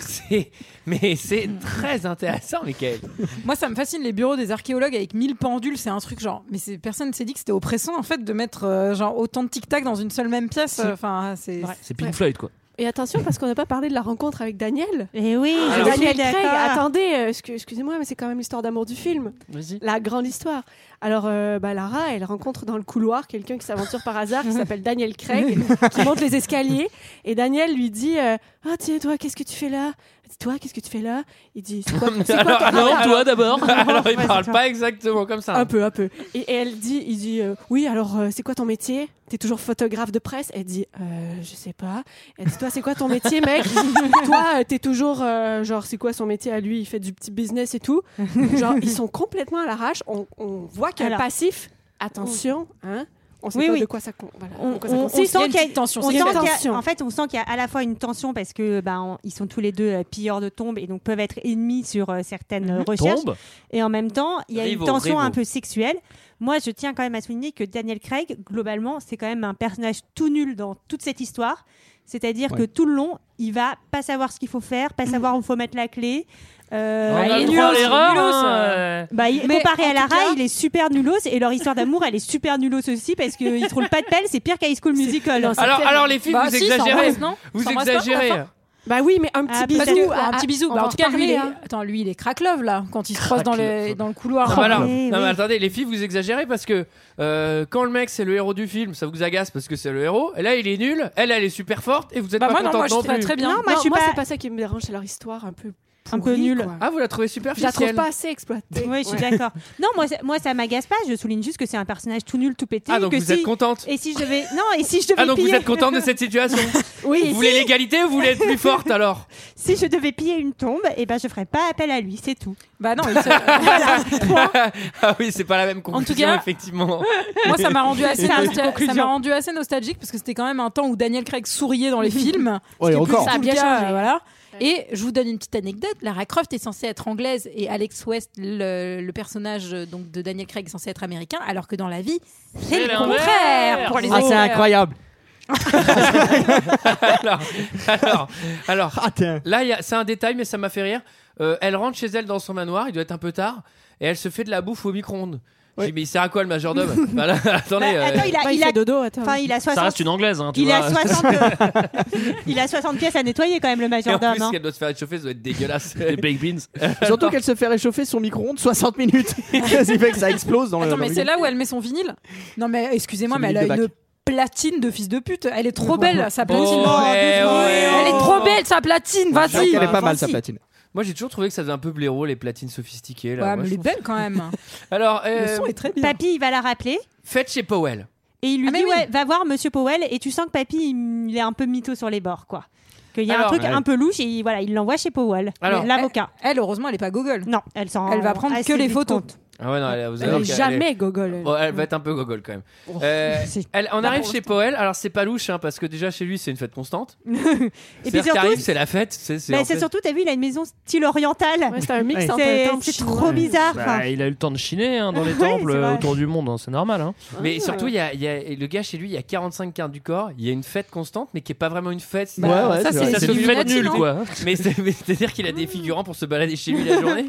Speaker 1: C'est- Mais c'est très intéressant, Michael.
Speaker 7: Moi, ça me fascine les bureaux des archéologues avec 1000 pendules. C'est un truc genre. Mais c'est- personne ne s'est dit que c'était oppressant en fait de mettre euh, genre autant de tic-tac dans une seule même pièce. euh,
Speaker 11: C'est-
Speaker 7: Enfin, c'est.
Speaker 11: C'est Pink Floyd, quoi.
Speaker 6: Et attention, parce qu'on n'a pas parlé de la rencontre avec Daniel. Ah,
Speaker 12: Et Eh oui, je
Speaker 6: Daniel
Speaker 12: suis d'accord.
Speaker 6: Craig, attendez, euh, excu- excusez-moi, mais c'est quand même l'histoire d'amour du film.
Speaker 11: Vas-y.
Speaker 6: La grande histoire. Alors, euh, bah, Lara, elle rencontre dans le couloir quelqu'un qui s'aventure par hasard, qui s'appelle Daniel Craig,
Speaker 12: [laughs]
Speaker 6: qui monte les escaliers. Et Daniel lui dit euh, Ah, tiens, toi, qu'est-ce que tu fais là Dis-toi, qu'est-ce que tu fais là Il dit C'est quoi, c'est quoi
Speaker 1: Alors,
Speaker 6: ton
Speaker 1: alors,
Speaker 6: rapport
Speaker 1: toi d'abord. Alors, il
Speaker 6: Vas-y,
Speaker 1: parle
Speaker 6: toi.
Speaker 1: pas exactement comme ça.
Speaker 6: Un peu, un peu. Et, et elle dit, il dit, euh, oui, alors euh, c'est quoi ton métier T'es toujours photographe de presse Elle dit, euh, je sais pas. Elle dit, toi, c'est quoi ton métier, [laughs] mec Toi, euh, t'es toujours, euh, genre, c'est quoi son métier à lui Il fait du petit business et tout. Genre, ils sont complètement à l'arrache. On, on voit qu'il y a un
Speaker 12: Alors.
Speaker 6: passif. Attention, hein On sait
Speaker 12: Oui,
Speaker 6: pas
Speaker 12: oui.
Speaker 6: de quoi ça, con- voilà,
Speaker 12: on,
Speaker 6: de quoi ça
Speaker 12: on- on
Speaker 6: consiste.
Speaker 12: sent qu'il y a
Speaker 6: une tension.
Speaker 12: on
Speaker 6: Il y a
Speaker 12: sent
Speaker 6: une
Speaker 12: qu'il y a-
Speaker 6: tension.
Speaker 12: en fait, on sent qu'il y a à la fois une tension parce que ben, on- ils sont tous les deux euh, pilleurs de tombes et donc peuvent être ennemis sur euh, certaines euh, recherches.
Speaker 11: Mmh. Tombes
Speaker 12: Et en même temps, il y a
Speaker 11: Rivaux,
Speaker 12: une tension
Speaker 11: rivaux.
Speaker 12: un peu sexuelle. Moi, je tiens quand même à souligner que Daniel Craig, globalement, c'est quand même un personnage tout nul dans toute cette histoire. C'est-à-dire
Speaker 11: Ouais.
Speaker 12: que tout le long, il va pas savoir ce qu'il faut faire,
Speaker 6: Mmh.
Speaker 12: pas savoir où il faut mettre la clé. Euh,
Speaker 11: On a le droit à l'erreur, hein, euh.
Speaker 12: bah, il-
Speaker 11: Mais
Speaker 12: comparé
Speaker 11: en
Speaker 12: à
Speaker 11: tout
Speaker 12: Lara,
Speaker 11: cas-
Speaker 12: il est super nulos et leur histoire d'amour, elle est super nulos aussi parce qu'ils se roulent pas de pelle, c'est pire qu'High School Musical.
Speaker 7: Bah,
Speaker 1: Alors, alors les filles, vous exagérez. Vous exagérez.
Speaker 6: Bah oui, mais un petit
Speaker 7: Ah,
Speaker 6: bisou.
Speaker 7: parce que-
Speaker 6: à-
Speaker 7: un petit bisou.
Speaker 6: on
Speaker 7: Bah,
Speaker 6: va
Speaker 7: en tout cas, lui,
Speaker 6: reparler,
Speaker 7: il est,
Speaker 6: hein.
Speaker 7: attends, lui, il est crack-love, là, quand il se croise dans le, dans le couloir.
Speaker 1: Non, mais alors-
Speaker 7: Ah,
Speaker 1: non, mais attendez, les filles, vous exagérez parce que euh, quand le mec c'est le héros du film, ça vous agace parce que c'est le héros. Et là, il est nul. Elle, elle est super forte et vous êtes
Speaker 6: Bah
Speaker 1: pas
Speaker 6: moi, non,
Speaker 1: contente
Speaker 6: moi, je
Speaker 1: non
Speaker 6: trouve ça
Speaker 1: plus.
Speaker 6: très bien.
Speaker 12: moi, je suis
Speaker 6: moi,
Speaker 12: pas-
Speaker 6: c'est pas ça qui me dérange, c'est leur histoire un peu
Speaker 12: Un peu
Speaker 6: pourrie,
Speaker 12: nulle.
Speaker 6: quoi.
Speaker 1: Ah, vous la trouvez
Speaker 6: Je la
Speaker 1: superficielle
Speaker 6: trouve pas assez exploitée.
Speaker 12: Oui, je suis
Speaker 6: Ouais.
Speaker 12: d'accord. Non, moi, ça- moi, ça m'agace pas. Je souligne juste que c'est un personnage tout nul, tout pété.
Speaker 1: Ah, donc
Speaker 12: que
Speaker 1: vous êtes
Speaker 12: si-
Speaker 1: contente.
Speaker 12: Et si je devais. Non, et si je devais.
Speaker 1: Ah, donc vous
Speaker 12: piller-
Speaker 1: êtes contente de cette
Speaker 12: [laughs]
Speaker 6: [laughs]
Speaker 1: situation
Speaker 12: Oui,
Speaker 1: Vous
Speaker 12: si-
Speaker 1: voulez l'égalité ou vous voulez être plus forte alors
Speaker 12: Si je devais piller une tombe, et ben, je ferais pas appel à lui, c'est tout.
Speaker 7: Bah non,
Speaker 12: [laughs]
Speaker 1: Ah oui, c'est pas la même conclusion,
Speaker 7: cas,
Speaker 1: effectivement.
Speaker 7: Moi, ça m'a rendu assez,
Speaker 1: C'est la
Speaker 7: nostal- ça m'a
Speaker 1: conclusion.
Speaker 7: rendu assez nostalgique parce que c'était quand même un temps où Daniel Craig souriait
Speaker 8: [laughs]
Speaker 7: dans les films.
Speaker 8: Ouais,
Speaker 7: Ce qui est plus
Speaker 8: encore.
Speaker 7: du
Speaker 8: Ça a
Speaker 7: tout
Speaker 8: bien
Speaker 7: le
Speaker 8: changé.
Speaker 7: voilà. Et je vous donne une petite anecdote. Lara Croft est censée être anglaise et Alex West, le, le personnage euh, donc de Daniel Craig, est censé être américain, alors que dans la vie, c'est
Speaker 11: C'est
Speaker 7: le
Speaker 11: l'inverse.
Speaker 7: contraire pour les
Speaker 8: Ah, c'est
Speaker 7: acteurs. [laughs]
Speaker 8: incroyable.
Speaker 1: alors, [laughs] alors, alors, là, il y a- c'est un détail, mais ça m'a fait rire. Euh, elle rentre chez elle dans son manoir, il doit être un peu tard, et elle se fait de la bouffe au micro-ondes. Je dis, mais il sert à quoi le majordome Bah là, Attendez. euh,
Speaker 12: Bah, attends, il a,
Speaker 6: Bah, il
Speaker 12: a
Speaker 6: fait dodo, attends.
Speaker 12: Enfin, il a 60.
Speaker 11: Ça reste une anglaise, hein, tu
Speaker 12: il, a
Speaker 11: vois.
Speaker 12: 60...
Speaker 1: [laughs]
Speaker 12: il a 60 pièces à nettoyer quand même, le
Speaker 1: Et en
Speaker 12: majordome.
Speaker 1: plus,
Speaker 12: hein.
Speaker 1: qu'elle doit se faire échauffer, ça doit être dégueulasse. Les
Speaker 11: baked
Speaker 1: [laughs]
Speaker 11: beans.
Speaker 8: [laughs] Surtout qu'elle se fait réchauffer son micro-ondes 60
Speaker 12: [laughs]
Speaker 8: minutes. [laughs] Ce qui fait que ça explose dans le.
Speaker 7: Attends,
Speaker 8: dans
Speaker 7: mais
Speaker 8: le-
Speaker 7: c'est là où elle met son vinyle Non, mais excusez-moi,
Speaker 8: Son
Speaker 7: mais elle
Speaker 8: vinyle
Speaker 7: a
Speaker 8: de
Speaker 7: une
Speaker 8: bac.
Speaker 7: platine de fils de pute. Elle est trop belle, sa platine.
Speaker 1: Oh, ouais, ouais,
Speaker 7: elle est
Speaker 1: oh.
Speaker 7: trop belle, sa platine,
Speaker 1: Ouais, c'est vrai
Speaker 7: vas-y.
Speaker 1: qu'elle est pas mal,
Speaker 8: sa platine.
Speaker 1: Moi, j'ai toujours trouvé que ça faisait un peu blaireau, les platines sophistiquées. Là.
Speaker 7: Ouais,
Speaker 1: Moi,
Speaker 7: mais
Speaker 1: je
Speaker 7: elle est
Speaker 1: trouve ça-
Speaker 7: belle quand même.
Speaker 1: [laughs] Alors, euh,
Speaker 7: très
Speaker 12: Papy, il va la rappeler.
Speaker 1: faites chez Powell.
Speaker 12: Et il lui
Speaker 7: Ah, mais
Speaker 12: dit,
Speaker 7: oui.
Speaker 12: ouais, va voir Monsieur Powell. Et tu sens que papy, il il est un peu mytho sur les bords, quoi. Qu'il y a
Speaker 1: Alors,
Speaker 12: un truc
Speaker 1: ouais.
Speaker 12: un peu louche et il- voilà, il l'envoie chez Powell,
Speaker 1: Alors.
Speaker 12: l'avocat.
Speaker 7: Elle, heureusement, elle est pas Google.
Speaker 12: Non, elle s'en.
Speaker 7: Elle va prendre
Speaker 12: assez
Speaker 7: que les
Speaker 12: vite
Speaker 7: photos.
Speaker 12: compte.
Speaker 1: Ah ouais, non, elle, vous allez
Speaker 6: Elle
Speaker 1: voir
Speaker 6: est
Speaker 1: qu'elle-
Speaker 6: jamais gogole. elle.
Speaker 1: Bon, elle va être un peu gogole quand même. Euh,
Speaker 6: c'est-
Speaker 1: elle, on
Speaker 6: Là,
Speaker 1: arrive
Speaker 6: pour
Speaker 1: chez Powell, alors c'est pas louche hein, parce que déjà chez lui c'est une fête constante.
Speaker 12: Et puis
Speaker 1: C'est-à-dire
Speaker 12: surtout,
Speaker 1: qu'arrive, c'est la fête. C'est c'est
Speaker 12: bah,
Speaker 1: en
Speaker 12: c'est
Speaker 1: fait-
Speaker 12: surtout, t'as vu, il a une maison style orientale.
Speaker 6: Ouais, c'est un mix
Speaker 12: C'est-
Speaker 6: entre le temple
Speaker 12: C'est
Speaker 6: chinois
Speaker 12: trop
Speaker 6: et-
Speaker 12: bizarre.
Speaker 11: Bah,
Speaker 12: quoi.
Speaker 11: il a eu le temps de chiner
Speaker 7: [laughs]
Speaker 11: hein, dans les
Speaker 12: Oui,
Speaker 11: temples
Speaker 12: c'est vrai.
Speaker 11: euh, autour du monde, hein, c'est normal. Hein.
Speaker 1: Mais surtout, il y a, il y a- le gars chez lui, il y a 45 cartes du corps, il y a une fête constante, mais qui est pas vraiment une fête. c'est-
Speaker 8: Ouais, Bah, ouais,
Speaker 7: ça,
Speaker 8: c'est vrai.
Speaker 7: c'est
Speaker 11: Ça
Speaker 7: c'est
Speaker 11: se fait
Speaker 7: Illuminati,
Speaker 11: nul,
Speaker 7: non
Speaker 11: quoi.
Speaker 1: Mais c'est- mais c'est-à-dire qu'il a des figurants pour se balader chez lui la journée.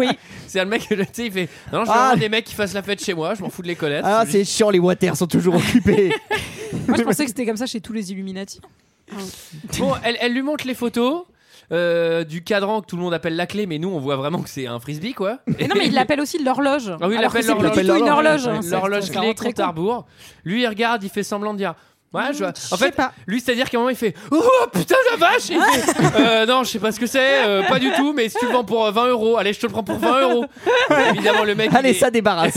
Speaker 12: Oui.
Speaker 1: C'est le mec, le- tu sais, il fait Non, je vais
Speaker 8: Ah.
Speaker 1: avoir des mecs qui fassent la fête chez moi, je m'en fous de les connaître.
Speaker 8: Ah,
Speaker 1: C'est
Speaker 8: c'est chiant, les water sont toujours occupés.
Speaker 7: Moi, je pensais que c'était comme ça chez tous les Illuminati.
Speaker 1: juste- [laughs] Bon, elle, elle lui montre les photos. euh, du cadran que tout le monde appelle la clé, mais nous on voit vraiment que c'est un frisbee quoi.
Speaker 7: Mais non, mais il l'appelle aussi l'horloge.
Speaker 1: Ah oui, il
Speaker 7: Alors que
Speaker 1: appelle
Speaker 7: c'est pas
Speaker 1: l'horloge.
Speaker 7: du tout une horloge. hein.
Speaker 1: L'horloge
Speaker 7: C'est- c'est
Speaker 1: clé
Speaker 7: vraiment très Ah,
Speaker 1: compte à rebours. Lui, il regarde, il fait semblant de dire. Ouais, je vois. En fait,
Speaker 12: pas.
Speaker 1: lui, c'est-à-dire qu'à un moment, il fait Oh putain de vache Et il
Speaker 7: [laughs]
Speaker 1: fait, Euh, Non, je sais pas ce que c'est, euh, pas du tout, mais si tu le vends pour euh, 20 euros, allez, je te le prends pour 20 euros. Évidemment, le mec. il
Speaker 8: Allez,
Speaker 1: est-
Speaker 8: ça débarrasse.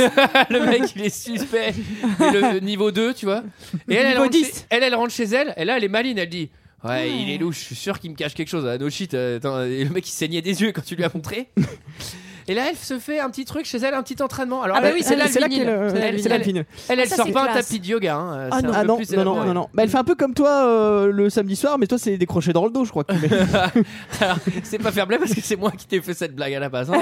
Speaker 1: le mec, il est [laughs] suspect. Mais le niveau 2, tu vois. Et elle, elle
Speaker 12: Niveau
Speaker 1: rentre, chez,
Speaker 12: 10.
Speaker 1: elle, elle rentre chez elle, et là, elle est maline, elle dit. Ouais,
Speaker 7: Ah.
Speaker 1: il est louche, je suis sûr qu'il me cache quelque chose. Ah, no shit, euh, attends, et le mec il saignait des yeux quand tu lui as montré. Et là, elle se fait un petit truc chez elle, un petit entraînement. Alors,
Speaker 7: Ah bah
Speaker 1: elle-
Speaker 7: oui, c'est là le
Speaker 8: là
Speaker 7: vinyle.
Speaker 8: qu'elle, euh,
Speaker 7: C'est Ah, là le
Speaker 8: c'est là le
Speaker 7: vinyle.
Speaker 8: vinyle.
Speaker 1: elle, elle
Speaker 6: ça,
Speaker 1: sort
Speaker 6: c'est
Speaker 1: pas un
Speaker 6: classe.
Speaker 1: tapis de yoga. hein, euh,
Speaker 6: Ah
Speaker 1: c'est un
Speaker 6: non.
Speaker 1: peu
Speaker 8: Ah non,
Speaker 1: plus
Speaker 8: non, non,
Speaker 1: élaboré.
Speaker 8: non, non. Bah, elle fait un peu comme toi euh, le samedi soir, mais toi c'est des crochets dans le dos, je crois. que tu mets.
Speaker 1: [laughs] Alors, c'est pas faire blague parce que c'est moi qui t'ai fait cette blague à la base. hein.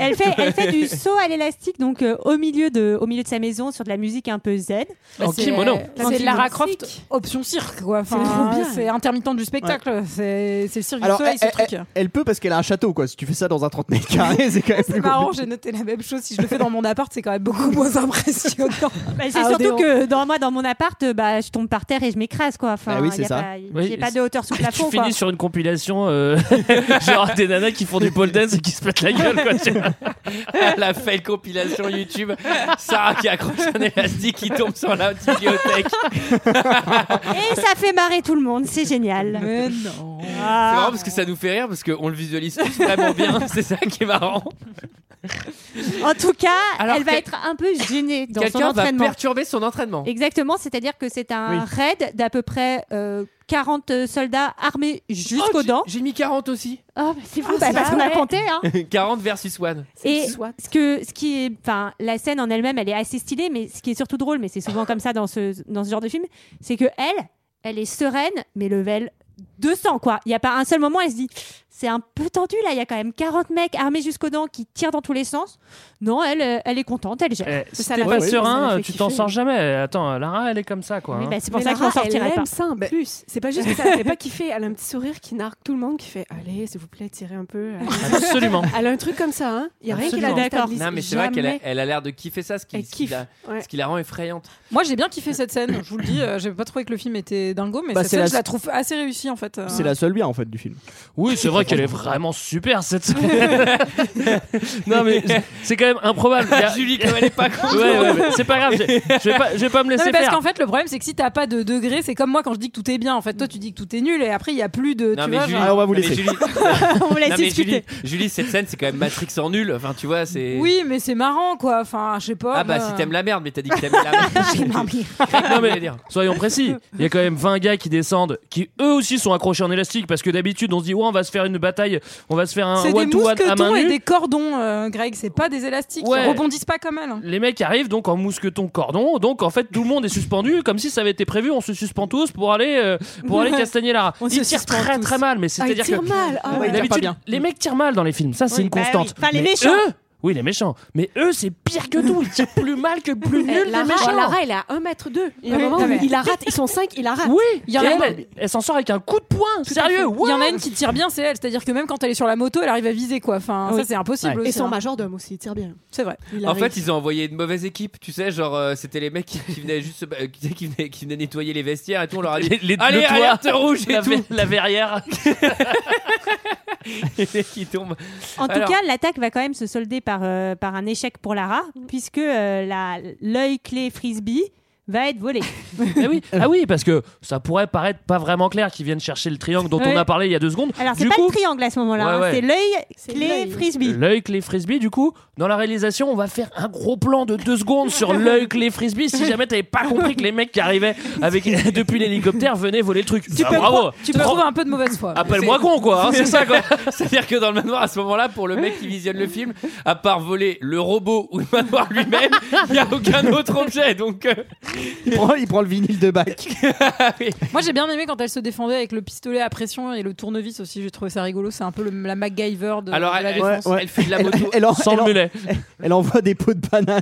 Speaker 12: Elle fait, elle
Speaker 1: [laughs]
Speaker 12: fait du saut à l'élastique, donc euh, au, milieu de, au milieu de sa maison, sur de la musique un peu zen.
Speaker 7: Bah,
Speaker 11: En
Speaker 7: c'est-
Speaker 11: kimono.
Speaker 7: C'est
Speaker 12: Anti-classique.
Speaker 7: Lara Croft option cirque quoi. Enfin,
Speaker 6: C'est trop bien.
Speaker 7: C'est intermittent du spectacle. C'est c'est le cirque
Speaker 8: Alors,
Speaker 7: du
Speaker 1: eh,
Speaker 7: soleil
Speaker 8: elle,
Speaker 7: ce truc.
Speaker 8: elle- elle peut parce qu'elle a un château, quoi. Si tu fais ça dans un 30 mètres carrés, c'est
Speaker 1: eh,
Speaker 8: quand même
Speaker 7: [laughs] C'est
Speaker 8: plus
Speaker 7: marrant,
Speaker 8: compliqué.
Speaker 7: j'ai noté la même chose. Si je le fais dans mon appart, c'est quand même beaucoup [laughs] moins impressionnant.
Speaker 12: Bah, c'est
Speaker 7: Ah,
Speaker 12: surtout
Speaker 7: Odéon.
Speaker 12: que dans moi, dans mon appart, euh, bah, je tombe par terre et je m'écrase quoi. Enfin,
Speaker 8: Bah oui,
Speaker 12: y
Speaker 8: c'est
Speaker 12: a
Speaker 8: ça.
Speaker 12: pas- J'ai
Speaker 11: Oui,
Speaker 12: pas de hauteur
Speaker 1: [laughs]
Speaker 12: sous
Speaker 11: [laughs]
Speaker 12: le
Speaker 11: tu
Speaker 12: plafond.
Speaker 11: finis
Speaker 12: quoi.
Speaker 11: sur une compilation euh, genre des nanas qui font du pole dance et qui se pètent la gueule quoi, tu vois.
Speaker 1: Elle a fait une compilation YouTube. Sarah qui accroche un élastique qui tombe sur la bibliothèque. [laughs]
Speaker 12: Et ça fait marrer tout le monde, c'est génial.
Speaker 7: Mais non.
Speaker 1: C'est marrant
Speaker 12: Ah.
Speaker 1: parce que ça nous fait rire parce qu'on le visualise tous vraiment bien. C'est ça qui est marrant.
Speaker 12: En tout cas,
Speaker 1: Alors
Speaker 12: elle va
Speaker 1: que-
Speaker 12: être un peu gênée dans son
Speaker 1: Quelqu'un va
Speaker 12: entraînement.
Speaker 1: perturber son entraînement. [laughs]
Speaker 12: Exactement, c'est-à-dire que c'est un
Speaker 8: Oui.
Speaker 12: raid d'à peu près euh, 40 soldats armés
Speaker 1: Oh,
Speaker 12: jusqu'aux
Speaker 1: j'ai-
Speaker 12: dents.
Speaker 1: J'ai mis 40 aussi.
Speaker 12: Oh, bah, c'est fou,
Speaker 6: Ah,
Speaker 12: bah,
Speaker 6: ça,
Speaker 12: parce qu'on a
Speaker 6: ouais.
Speaker 12: compté. Hein.
Speaker 1: 40 versus 1.
Speaker 12: Et
Speaker 6: Soit.
Speaker 12: ce que, ce qui est, enfin, la scène en elle-même, elle est assez stylée, mais ce qui est surtout drôle, mais c'est souvent comme ça dans ce dans ce genre de film, c'est que elle, elle est sereine, mais level 200 quoi. Il y a pas un seul moment elle se dit, c'est un peu tendu là. Il y a quand même 40 mecs armés jusqu'aux dents qui tirent dans tous les sens. Non, elle, euh, elle est contente, elle gère.
Speaker 11: Eh, si
Speaker 12: Ça
Speaker 11: t'es
Speaker 12: la
Speaker 11: pas
Speaker 12: fait- ça
Speaker 11: serein,
Speaker 12: la fait
Speaker 11: tu t'en
Speaker 12: kiffer.
Speaker 11: sors jamais. Attends, Lara, elle est comme ça, quoi.
Speaker 12: Oui,
Speaker 11: hein.
Speaker 12: bah, c'est pour
Speaker 6: Mais
Speaker 12: ça qu'on
Speaker 6: Lara,
Speaker 12: sortirait
Speaker 6: Ah, elle
Speaker 12: pas.
Speaker 6: aime ça en plus. C'est pas
Speaker 11: [laughs]
Speaker 6: juste que ça ne fait pas kiffer. Elle a un petit sourire qui nargue tout le monde, qui fait Allez, s'il vous plaît, tirez un peu. Allez.
Speaker 11: Absolument.
Speaker 6: [laughs] Elle a un truc comme ça. hein. Il n'y a rien qui la
Speaker 1: Absolument.
Speaker 6: déstabilise.
Speaker 1: Non, mais c'est vrai qu'elle a-
Speaker 6: jamais.
Speaker 1: elle a l'air de kiffer ça, ce qui, ce qui la,
Speaker 6: ouais.
Speaker 1: ce qui la rend effrayante.
Speaker 7: Moi, j'ai bien kiffé cette scène. Je vous le dis, euh, j'ai pas trouvé que le film était dingo, mais
Speaker 8: Bah,
Speaker 7: cette
Speaker 8: c'est
Speaker 7: scène,
Speaker 8: la-
Speaker 7: je la trouve assez réussie en fait. euh.
Speaker 8: C'est la seule bien en fait du film.
Speaker 11: Oui, c'est vrai qu'elle est vraiment super cette [laughs] scène. non mais c'est quand même improbable. Il y a-
Speaker 1: Julie, comme elle est pas contre.
Speaker 11: Ouais, ouais, mais c'est pas grave. Je je vais pas, je vais pas me
Speaker 7: Non,
Speaker 11: laisser
Speaker 7: mais parce
Speaker 11: faire.
Speaker 7: qu'en fait, le problème, c'est que si t'as pas de degré, c'est comme moi quand je dis que tout est bien. En fait, toi, tu dis que tout est nul, et après, il y a plus de.
Speaker 1: Non,
Speaker 7: tu
Speaker 1: mais
Speaker 7: vois,
Speaker 1: Julie,
Speaker 8: Ah,
Speaker 7: genre-
Speaker 1: non, mais
Speaker 8: [laughs]
Speaker 1: Julie-
Speaker 7: On laisse
Speaker 1: Non, mais
Speaker 7: discuter.
Speaker 1: Julie, Julie, cette scène, c'est quand même Matrix en nul. Enfin, tu vois, c'est.
Speaker 7: Oui, Oh mais c'est marrant, quoi. Enfin, je sais pas.
Speaker 1: Ah bah
Speaker 7: moi.
Speaker 1: si
Speaker 7: [laughs]
Speaker 1: t'aimes la merde, mais t'as dit que t'aimes la merde.
Speaker 11: Non, mais soyons précis. Il y a quand même 20 gars qui descendent, qui eux aussi sont accrochés en élastique parce que d'habitude on se dit ouais on va se faire une bataille, on va se faire un
Speaker 7: C'est des
Speaker 11: one to one à
Speaker 7: mousquetons
Speaker 11: main
Speaker 7: et
Speaker 11: nue.
Speaker 7: des cordons, euh, Greg. C'est pas des élastiques.
Speaker 11: Ouais.
Speaker 7: Ils rebondissent pas comme elle. hein.
Speaker 11: Les mecs arrivent donc en mousqueton cordon, donc en fait tout le monde est suspendu comme si ça avait été prévu. On se suspend tous pour aller euh, pour aller
Speaker 7: Ouais.
Speaker 11: castagner Lara.
Speaker 7: On se
Speaker 11: Ils tirent
Speaker 7: suspend
Speaker 11: très
Speaker 7: tous.
Speaker 11: très mal, mais
Speaker 6: Ah, il
Speaker 11: c'est-à-dire
Speaker 6: tire
Speaker 11: que
Speaker 6: mal. Ah, ouais.
Speaker 11: D'habitude, les mecs tirent mal dans les films, ça c'est
Speaker 6: Oui,
Speaker 11: une
Speaker 6: bah oui.
Speaker 11: constante.
Speaker 6: Enfin, les
Speaker 11: Mais
Speaker 6: méchants.
Speaker 11: eux- oui, les méchants. Mais eux, c'est pire que tout. Ils tirent plus mal que plus nul
Speaker 6: Eh,
Speaker 11: les
Speaker 6: Lara,
Speaker 11: méchants.
Speaker 6: Lara, elle est à 1m2. Il y a un
Speaker 7: Oui,
Speaker 6: moment
Speaker 7: non,
Speaker 6: où
Speaker 7: mais-
Speaker 6: il la rate. Ils sont 5, il la rate.
Speaker 11: Oui,
Speaker 7: Il y en
Speaker 11: et
Speaker 7: a
Speaker 11: elle,
Speaker 7: un-
Speaker 11: elle, elle s'en sort avec un coup de poing.
Speaker 7: Tout à fait.
Speaker 11: Sérieux
Speaker 7: Il y en
Speaker 11: what
Speaker 7: a une qui tire bien, c'est elle. C'est-à-dire que même quand elle est sur la moto, elle arrive à viser, quoi. Enfin,
Speaker 6: Oui.
Speaker 7: ça, c'est impossible.
Speaker 11: Ouais.
Speaker 6: Et
Speaker 7: aussi,
Speaker 6: son
Speaker 7: hein.
Speaker 6: majordome aussi, il tire bien.
Speaker 7: C'est vrai.
Speaker 6: Il
Speaker 1: En
Speaker 6: arrive.
Speaker 1: fait, ils ont envoyé une mauvaise équipe, tu sais, genre euh, c'était les mecs qui, qui venaient juste, se ba- euh, qui, qui venaient, qui venaient nettoyer les vestiaires et tout. On leur a dit
Speaker 11: Les- les-
Speaker 1: allez,
Speaker 11: le toit,
Speaker 1: alerte rouge et
Speaker 11: la, ver-
Speaker 1: tout. [laughs]
Speaker 11: la verrière.
Speaker 1: qui tombent.
Speaker 12: En tout
Speaker 1: Alors-
Speaker 12: cas, l'attaque va quand même se solder par, euh, par un échec pour Lara,
Speaker 6: Mm.
Speaker 12: puisque euh, la- l'œil clé frisbee va
Speaker 11: [laughs]
Speaker 12: être volé.
Speaker 11: ah, oui. ah oui, parce que ça pourrait paraître pas vraiment clair qu'ils viennent chercher le triangle dont
Speaker 12: Ouais.
Speaker 11: on a parlé il y a deux secondes.
Speaker 12: Alors, c'est
Speaker 11: Du
Speaker 12: pas
Speaker 11: coup,
Speaker 12: le triangle à ce moment-là,
Speaker 11: Ouais,
Speaker 12: hein,
Speaker 11: ouais.
Speaker 12: c'est l'œil
Speaker 6: C'est
Speaker 12: clé
Speaker 6: l'œil.
Speaker 12: frisbee.
Speaker 11: L'œil clé frisbee, du coup, dans la réalisation, on va faire un gros plan de deux secondes
Speaker 12: [laughs]
Speaker 11: sur l'œil clé frisbee. Si jamais t'avais pas compris que les mecs qui arrivaient avec depuis l'hélicoptère venaient voler le truc.
Speaker 7: Tu
Speaker 11: Ah,
Speaker 7: peux,
Speaker 11: bravo.
Speaker 7: prou- tu peux trouver un peu de mauvaise foi.
Speaker 11: Appelle-moi con, quoi. hein, c'est ça,
Speaker 8: [laughs]
Speaker 11: quoi.
Speaker 1: C'est-à-dire que dans le manoir, à ce moment-là, pour le mec qui visionne le film, à part voler le robot ou le manoir lui-même, il n'y a aucun autre objet. Donc, euh,
Speaker 8: [laughs] Il prend, il prend le vinyle de bac.
Speaker 7: Moi, j'ai bien aimé quand elle se défendait avec le pistolet à pression et le tournevis aussi. J'ai trouvé ça rigolo. C'est un peu le- la MacGyver de,
Speaker 1: alors,
Speaker 7: de
Speaker 1: elle,
Speaker 7: la
Speaker 1: elle-
Speaker 7: défense.
Speaker 8: Ouais, ouais.
Speaker 1: elle fait de la
Speaker 8: Elle,
Speaker 1: moto.
Speaker 8: elle en-
Speaker 11: Sans
Speaker 8: elle
Speaker 11: le
Speaker 8: en-
Speaker 11: mulet.
Speaker 8: [laughs] elle envoie des pots de banane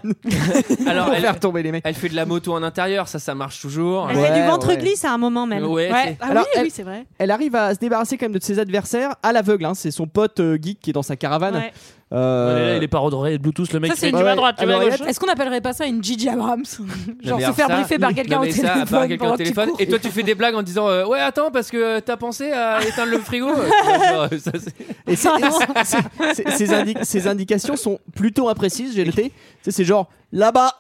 Speaker 1: Alors,
Speaker 8: pour
Speaker 1: elle-
Speaker 8: faire tomber les mecs.
Speaker 1: Elle fait de la moto en intérieur, ça, ça marche toujours.
Speaker 12: Elle fait
Speaker 8: Ouais,
Speaker 12: du ventre
Speaker 8: ouais.
Speaker 12: glisse à un moment même.
Speaker 1: Ouais, euh,
Speaker 7: Ouais.
Speaker 6: Ah
Speaker 8: Alors,
Speaker 6: oui,
Speaker 8: elle-
Speaker 6: oui, c'est vrai.
Speaker 8: Elle arrive à se débarrasser quand même de ses adversaires à l'aveugle. hein. C'est son pote euh, geek qui est dans sa caravane.
Speaker 12: Ouais.
Speaker 8: Euh, Ah
Speaker 11: Ouais, là, il est par ordre Bluetooth, le mec.
Speaker 7: Ça, c'est
Speaker 11: il fait,
Speaker 7: une-
Speaker 11: tu vas à droite, tu vas à
Speaker 8: Alors, il y a-
Speaker 11: gauche.
Speaker 7: Est-ce qu'on appellerait pas ça une Gigi
Speaker 1: [laughs]
Speaker 7: Abrams
Speaker 1: Non,
Speaker 7: Genre
Speaker 1: mais
Speaker 7: se
Speaker 1: alors
Speaker 7: faire
Speaker 1: ça,
Speaker 7: briefer par quelqu'un
Speaker 1: non,
Speaker 7: au
Speaker 1: mais ça, à part
Speaker 7: téléphone.
Speaker 1: quelqu'un au
Speaker 7: pendant que tu
Speaker 1: téléphone.
Speaker 7: cours.
Speaker 1: Et toi, tu fais des blagues en disant euh, Ouais, attends, parce que euh, t'as pensé à éteindre le frigo euh, Ça, ça, c'est-
Speaker 8: Et c'est- et c'est- c'est- ces, indi- ces indications sont plutôt imprécises, j'ai noté. Tu sais, C'est genre
Speaker 7: [laughs]
Speaker 8: là-bas.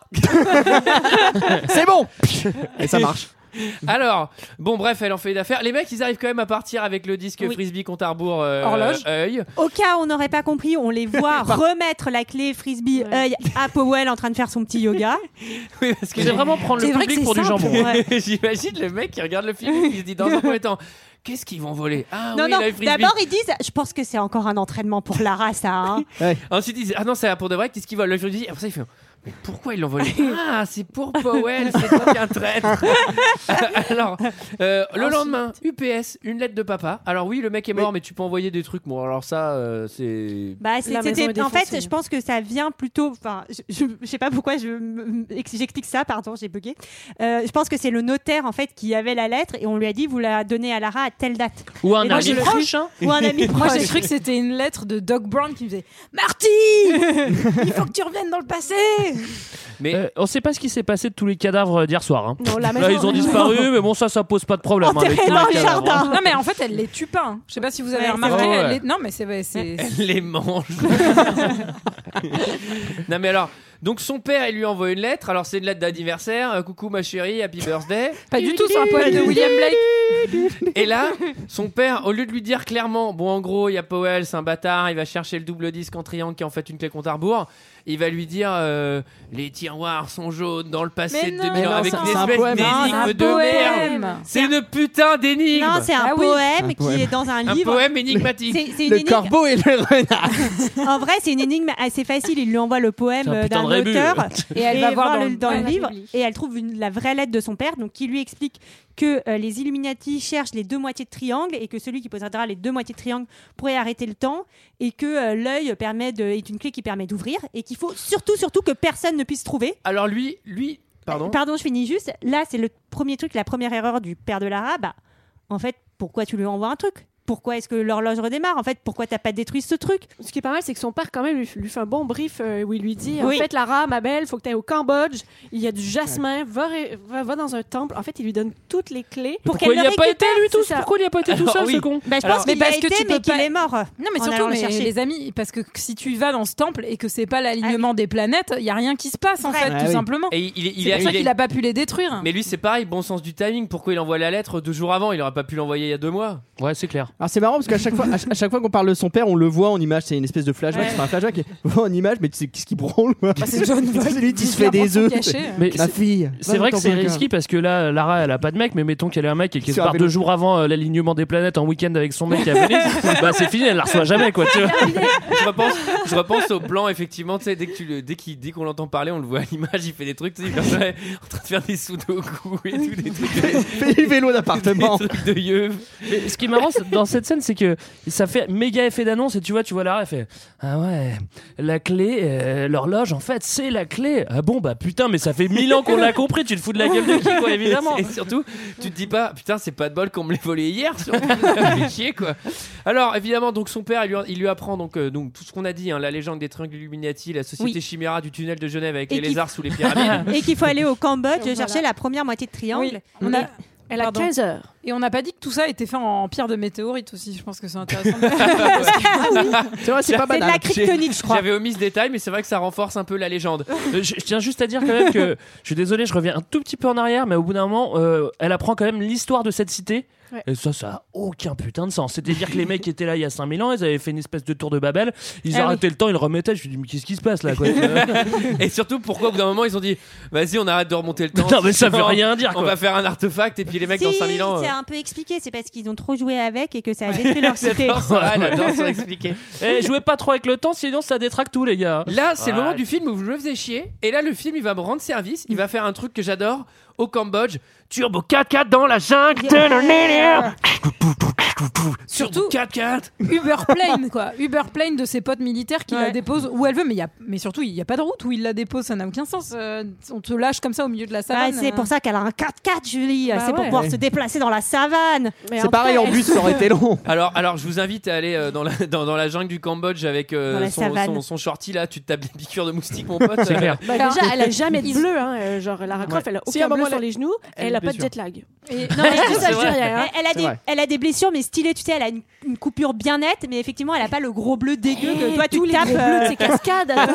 Speaker 8: c'est bon. Et ça marche.
Speaker 1: Alors, bon, bref, elle en fait d'affaires. Les mecs, ils arrivent quand même à partir avec le disque
Speaker 12: Oui.
Speaker 1: frisbee compte à rebours euh,
Speaker 7: Horloge.
Speaker 1: euh, œil.
Speaker 12: Au cas où on n'aurait pas compris, on les
Speaker 1: [laughs]
Speaker 12: voit remettre la clé frisbee
Speaker 6: Ouais.
Speaker 12: œil à Powell en train de faire son petit yoga.
Speaker 1: [laughs] Oui, parce que
Speaker 11: C'est vraiment prendre
Speaker 12: C'est
Speaker 11: le
Speaker 12: vrai que
Speaker 11: public pour
Speaker 12: c'est
Speaker 11: du
Speaker 12: simple.
Speaker 11: jambon.
Speaker 12: Ouais.
Speaker 1: [laughs] j'imagine le mec qui regarde le film et qui se dit dans
Speaker 12: [laughs]
Speaker 1: un premier temps Qu'est-ce qu'ils vont voler Ah
Speaker 12: non,
Speaker 1: oui,
Speaker 12: non,
Speaker 1: l'œil frisbee.
Speaker 12: d'abord ils disent, je pense que c'est encore un entraînement pour Lara ça. hein.
Speaker 1: Ensuite, ils disent Ah non, c'est pour de vrai, qu'est-ce qu'ils volent L'œil frisbee. Après ça, ils font Mais pourquoi ils l'ont
Speaker 12: [laughs]
Speaker 1: volé Ah, c'est pour Powell, c'est donc un traître. alors, euh, le
Speaker 6: Ensuite.
Speaker 1: lendemain, UPS, une lettre de papa. Alors oui, le mec est mort, mais tu peux envoyer des trucs. Bon, alors ça, euh, c'est.
Speaker 12: Bah, c'est-
Speaker 6: La maison
Speaker 12: c'était-
Speaker 6: est
Speaker 12: en fait,
Speaker 6: défoncée.
Speaker 12: je pense que ça vient plutôt. Enfin, je- je je sais pas pourquoi je me- ex- j'explique ça. Pardon, j'ai bugué. Euh, je pense que c'est le notaire en fait qui avait la lettre et on lui a dit vous la donnez à Lara à telle date
Speaker 11: Ou un
Speaker 12: Et moi,
Speaker 11: ami
Speaker 12: je le-
Speaker 11: proche. hein.
Speaker 12: ou un ami
Speaker 11: [laughs]
Speaker 7: Moi,
Speaker 12: proche.
Speaker 7: j'ai cru que c'était une lettre de Doc Brown qui me disait Marty Il faut que tu reviennes dans le passé
Speaker 1: [laughs] Mais
Speaker 11: Euh, on sait pas ce qui s'est passé de tous les cadavres euh, d'hier soir. hein.
Speaker 6: Non, la maison.
Speaker 11: Là, ils ont disparu, mais bon, ça, ça pose pas de problème. hein, avec
Speaker 12: Enterré
Speaker 11: tous
Speaker 12: dans
Speaker 11: les
Speaker 12: le
Speaker 11: cadavres.
Speaker 12: jardin.
Speaker 7: Non, mais en fait, elle les tue pas. hein. Je sais pas si vous avez
Speaker 12: Ouais,
Speaker 7: remarqué.
Speaker 1: c'est vrai.
Speaker 7: elle
Speaker 1: Ouais.
Speaker 7: les- Non, mais c'est vrai. c'est-
Speaker 1: Elle les mange. non mais alors, donc son père, il lui envoie une lettre. Alors c'est une lettre d'anniversaire. Euh, coucou ma chérie, happy birthday.
Speaker 7: Pas du tout, c'est un poème de William Blake.
Speaker 1: Et là, son père, au lieu de lui dire clairement, bon en gros, il y a Powell, c'est un bâtard, il va chercher le double disque en triangle qui est en fait une clé compte à rebours, il va lui dire, euh, les tiroirs sont jaunes dans le passé
Speaker 7: Mais
Speaker 1: de
Speaker 7: non,
Speaker 1: 2000 ans
Speaker 8: Mais non,
Speaker 1: avec
Speaker 8: c'est-
Speaker 1: une
Speaker 8: c'est un
Speaker 1: espèce
Speaker 8: poème. Non,
Speaker 7: c'est un
Speaker 1: d'énigme de merde.
Speaker 7: poème.
Speaker 1: C'est une putain d'énigme.
Speaker 12: Non, c'est un
Speaker 7: Ah oui.
Speaker 12: poème
Speaker 8: Un
Speaker 12: qui
Speaker 8: poème.
Speaker 12: est dans un,
Speaker 1: Un
Speaker 12: livre.
Speaker 1: poème énigmatique.
Speaker 12: C'est c'est une
Speaker 8: Le
Speaker 12: énigme.
Speaker 8: corbeau et le renard.
Speaker 12: En vrai, c'est une énigme assez facile. Il lui envoie le poème
Speaker 11: C'est un
Speaker 12: euh,
Speaker 11: putain
Speaker 12: d'un
Speaker 11: de rébus.
Speaker 12: auteur.
Speaker 7: Et elle va voir dans
Speaker 12: le,
Speaker 7: le-
Speaker 12: dans le
Speaker 6: dans la
Speaker 12: livre
Speaker 6: Bible.
Speaker 12: et elle trouve une- la vraie lettre de son père, donc qui lui explique que euh, les Illuminati cherchent les deux moitiés de triangle et que celui qui possédera les deux moitiés de triangle pourrait arrêter le temps et que euh, l'œil permet de, est une clé qui permet d'ouvrir et qu'il faut surtout, surtout que personne ne puisse trouver. Euh,
Speaker 1: Alors lui, lui, pardon.
Speaker 12: Pardon, je finis juste. Là, c'est le premier truc, la première erreur du père de Lara. Bah, en fait, pourquoi tu lui envoies un truc Pourquoi est-ce que l'horloge redémarre En fait, pourquoi t'as pas détruit ce truc
Speaker 6: Ce qui est pas mal, c'est que son père, quand même, lui, lui fait un bon brief euh, où il lui dit
Speaker 12: Oui.
Speaker 6: En fait, Lara, ma belle, faut que t'ailles au Cambodge, il y a du jasmin, va, ré- va, va dans un temple. En fait, il lui donne toutes les clés.
Speaker 1: Pour Pourquoi qu'elle il y a le pas récupère, été, lui, tout- c'est ça. pourquoi il y a pas été tout Alors, seul, oui. ce con
Speaker 12: bah, je
Speaker 1: Alors-
Speaker 12: pense
Speaker 1: Mais
Speaker 12: qu'il y a
Speaker 1: parce que
Speaker 12: été,
Speaker 1: tu
Speaker 12: mais
Speaker 1: peux
Speaker 12: qu'il
Speaker 1: pas-
Speaker 12: est mort.
Speaker 7: Non, mais
Speaker 12: en
Speaker 7: surtout,
Speaker 12: allant le
Speaker 7: mais
Speaker 12: chercher.
Speaker 7: les amis, parce que si tu y vas dans ce temple et que c'est pas
Speaker 12: Ah
Speaker 7: l'alignement des planètes, il y a rien qui se passe en fait,
Speaker 1: Ah
Speaker 7: tout
Speaker 1: oui.
Speaker 7: simplement.
Speaker 1: Et il, il, il
Speaker 7: C'est
Speaker 1: est-
Speaker 7: pour ça
Speaker 1: il est-
Speaker 7: qu'il a pas pu les détruire.
Speaker 1: Mais lui, c'est pareil, bon sens du timing. Pourquoi il envoie la lettre deux jours avant Il aurait pas pu l'envoyer il y a deux mois.
Speaker 11: Ouais, c'est
Speaker 1: [laughs]
Speaker 11: clair.
Speaker 8: Alors c'est marrant parce qu'à chaque fois, à ch- à chaque fois qu'on parle de son père, on le voit en image. C'est une espèce de flashback.
Speaker 1: Ouais.
Speaker 8: C'est pas un flashback, mais on voit en image. Mais tu sais qu'est-ce qui branle quoi.
Speaker 7: Ah, c'est John
Speaker 8: [laughs]
Speaker 7: Voight.
Speaker 8: lui qui se fait des œufs.
Speaker 11: Mais
Speaker 8: Ma
Speaker 11: c'est-
Speaker 8: fille.
Speaker 11: C'est vrai que c'est risqué
Speaker 8: risqué
Speaker 11: parce que là, Lara, elle a pas de mec, mais mettons qu'elle ait un mec et qu'elle
Speaker 8: Sur un
Speaker 11: part
Speaker 8: vélo.
Speaker 11: deux jours avant euh, l'alignement des planètes en week-end avec son mec à
Speaker 8: [laughs]
Speaker 11: Venise, bah c'est fini, elle la reçoit jamais quoi. Tu vois.
Speaker 1: je repense, je repense au plan effectivement. Tu sais, dès que tu le, dès qu'il- dès qu'on l'entend parler, on le voit à l'image, il fait des trucs, tu sais, comme ça, en train de faire des sudoku et tout, des trucs,
Speaker 11: [laughs]
Speaker 8: Fais du vélo
Speaker 1: [laughs]
Speaker 8: d'appartement.
Speaker 1: des trucs de yeux.
Speaker 11: Mais ce qui est marrant c'est- dans cette scène, c'est que ça fait méga effet d'annonce et tu vois, tu vois Lara, elle fait Ah ouais, la clé, euh, l'horloge, en fait, c'est la clé. Ah bon, bah putain, mais ça fait mille ans qu'on l'a compris, tu te fous de la gueule de
Speaker 1: [laughs]
Speaker 11: qui, quoi, évidemment.
Speaker 1: Et surtout, tu te dis pas, putain, c'est pas de bol qu'on me l'ait volé hier,
Speaker 11: [laughs]
Speaker 1: surtout, ça fait chier, quoi. Alors, évidemment, donc son père, il lui, il lui apprend donc, euh, donc tout ce qu'on a dit, hein, la légende des triangles Illuminati, la société
Speaker 12: Oui.
Speaker 1: Chimera du tunnel de Genève avec
Speaker 12: Et
Speaker 1: les
Speaker 12: qui-
Speaker 1: lézards sous les pyramides.
Speaker 12: [laughs] et
Speaker 1: [laughs]
Speaker 12: qu'il faut aller au Cambodge
Speaker 7: Voilà.
Speaker 12: chercher la première moitié de triangle. On a-
Speaker 7: Elle
Speaker 12: a 15 heures.
Speaker 7: Et on n'a pas dit que tout ça était fait en pierre de météorite aussi. Je pense que c'est
Speaker 1: [laughs]
Speaker 7: intéressant. de-
Speaker 1: C'est vrai,
Speaker 7: c'est pas C'est de banal. la kryptonite, je crois.
Speaker 1: J'avais omis ce détail, mais c'est vrai que ça renforce un peu la légende.
Speaker 11: [laughs] Euh, je, je tiens juste à dire quand même que je suis désolé, je reviens un tout petit peu en arrière, mais au bout d'un moment, euh, elle apprend quand même l'histoire de cette cité.
Speaker 1: Ouais.
Speaker 11: Et ça, ça a aucun putain de sens. C'est-à-dire que les mecs qui étaient là il y a 5000 ans, ils avaient fait une espèce de tour de Babel, ils
Speaker 1: Ah oui.
Speaker 11: arrêtaient le temps, ils le remettaient. Je me dis, mais qu'est-ce qui se passe là quoi
Speaker 1: [laughs] et surtout, pourquoi au bout d'un moment ils ont dit vas-y, on arrête de remonter
Speaker 11: [laughs]
Speaker 1: le temps
Speaker 11: Non, mais ça veut rien dire,
Speaker 1: On
Speaker 11: quoi.
Speaker 1: va faire un artefact et puis les mecs dans
Speaker 12: Si,
Speaker 1: 5000 ans. euh,
Speaker 12: C'est un peu expliqué, c'est parce qu'ils ont trop joué avec et que ça a détruit leur cité.
Speaker 1: J'adore ça, elle adore se l'expliquer.
Speaker 11: Eh, jouez pas trop avec le temps, sinon ça détraque tout, les gars.
Speaker 1: Là, c'est le
Speaker 11: Ouais.
Speaker 1: moment du film où je me faisais chier. Et là, le film, il va me rendre service. Il va faire un truc que j'adore au Cambodge. Turbo 4x4 dans la jungle.
Speaker 7: Yeah.
Speaker 1: Surtout 4x4.
Speaker 7: Uber plane quoi, Uber plane de ses potes militaires qui la déposent où elle veut, mais il y a, mais surtout il n'y a pas de route où il la dépose, ça n'a aucun sens. Euh, on te lâche comme ça au milieu de la
Speaker 12: Ah,
Speaker 7: savane.
Speaker 12: c'est pour ça qu'elle a un 4x4, Julie.
Speaker 7: Bah
Speaker 12: c'est pour
Speaker 7: ouais.
Speaker 12: pouvoir
Speaker 7: Ouais.
Speaker 12: se déplacer dans la savane.
Speaker 8: long.
Speaker 1: [laughs] Alors, alors, je vous invite à aller euh, dans, la, dans, dans la jungle du Cambodge avec euh,
Speaker 12: Dans la
Speaker 1: son,
Speaker 12: savane.
Speaker 1: son- son shorty là. Tu te tapes des piqûres de moustiques, mon pote.
Speaker 11: [laughs] C'est clair.
Speaker 6: Bah,
Speaker 7: Alors,
Speaker 6: déjà, elle a jamais de
Speaker 7: ils-
Speaker 6: bleu, hein. euh, Genre, Lara Croft,
Speaker 1: Ouais.
Speaker 6: elle a
Speaker 1: Si,
Speaker 6: aucun
Speaker 1: à un
Speaker 6: bleu
Speaker 1: moment,
Speaker 6: sur
Speaker 1: elle-
Speaker 6: les genoux,
Speaker 1: elle
Speaker 6: elle,
Speaker 1: a
Speaker 6: a
Speaker 1: des
Speaker 6: pas de
Speaker 1: blessures.
Speaker 6: jet lag.
Speaker 7: non, mais juste,
Speaker 6: ça,
Speaker 7: je
Speaker 6: je
Speaker 7: veux dire,
Speaker 6: dis rien, hein.
Speaker 12: Elle, elle a
Speaker 6: C'est
Speaker 12: des,
Speaker 6: vrai.
Speaker 12: elle a des blessures, mais stylées, tu sais, elle a une, une coupure bien nette, mais effectivement, elle a pas le gros bleu dégueu que
Speaker 6: Eh,
Speaker 12: toi,
Speaker 6: tous
Speaker 12: tu
Speaker 6: les
Speaker 12: tapes.
Speaker 6: gros bleus de ces cascades, alors.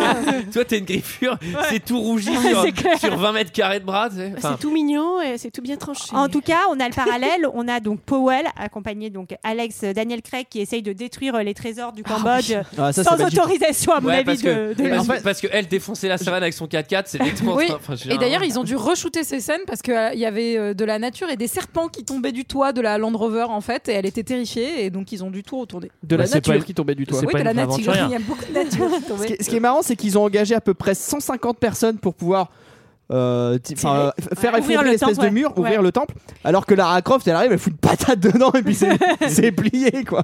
Speaker 1: Toi, t'es une griffure. C'est tout rougi sur,
Speaker 12: euh, Ah, C'est clair.
Speaker 1: sur 20 mètres carrés de bras. tu sais. Enfin,
Speaker 12: C'est tout
Speaker 6: mignon et c'est tout bien tranché.
Speaker 12: En tout cas, on a le parallèle. On a donc Powell, accompagné donc Alex euh, Daniel Craig, qui essaye de détruire euh, les trésors du Cambodge euh,
Speaker 1: Ah, ça, c'est
Speaker 12: sans
Speaker 1: magique.
Speaker 12: autorisation, à mon
Speaker 1: Ouais,
Speaker 12: avis,
Speaker 1: parce que,
Speaker 12: de, de
Speaker 1: parce,
Speaker 12: l'homme.
Speaker 1: que- parce que elle défonçait la savane avec son 4x4, c'est nettement.
Speaker 7: Oui.
Speaker 1: enfin, je
Speaker 7: et
Speaker 1: veux dire,
Speaker 7: d'ailleurs,
Speaker 1: hein.
Speaker 7: ils ont dû re-shooter ces scènes parce qu'il y avait euh, de la nature et des serpents qui tombaient du toit de la Land Rover en fait, et elle était terrifiée et donc ils ont dû tout retourner.
Speaker 8: De la
Speaker 11: Bah, c'est pas
Speaker 8: nature
Speaker 11: une-
Speaker 8: qui tombait du toit.
Speaker 11: c'est
Speaker 7: Oui,
Speaker 11: pas
Speaker 7: de la
Speaker 11: une
Speaker 7: nature.
Speaker 11: aventurière.
Speaker 7: Il y a beaucoup de [laughs] nature qui
Speaker 8: Ce
Speaker 7: tombait.
Speaker 8: qui, ce qui est marrant, c'est qu'ils ont engagé à peu près 150 personnes pour pouvoir. euh, ti- enfin, euh, f- faire
Speaker 7: Ouais, ouvrir
Speaker 8: effondrer
Speaker 7: le
Speaker 8: l'espèce
Speaker 7: temple,
Speaker 8: de mur,
Speaker 7: ouais.
Speaker 8: ouvrir le temple, alors que Lara Croft elle arrive, elle fout une patate dedans et puis c'est c'est plié quoi.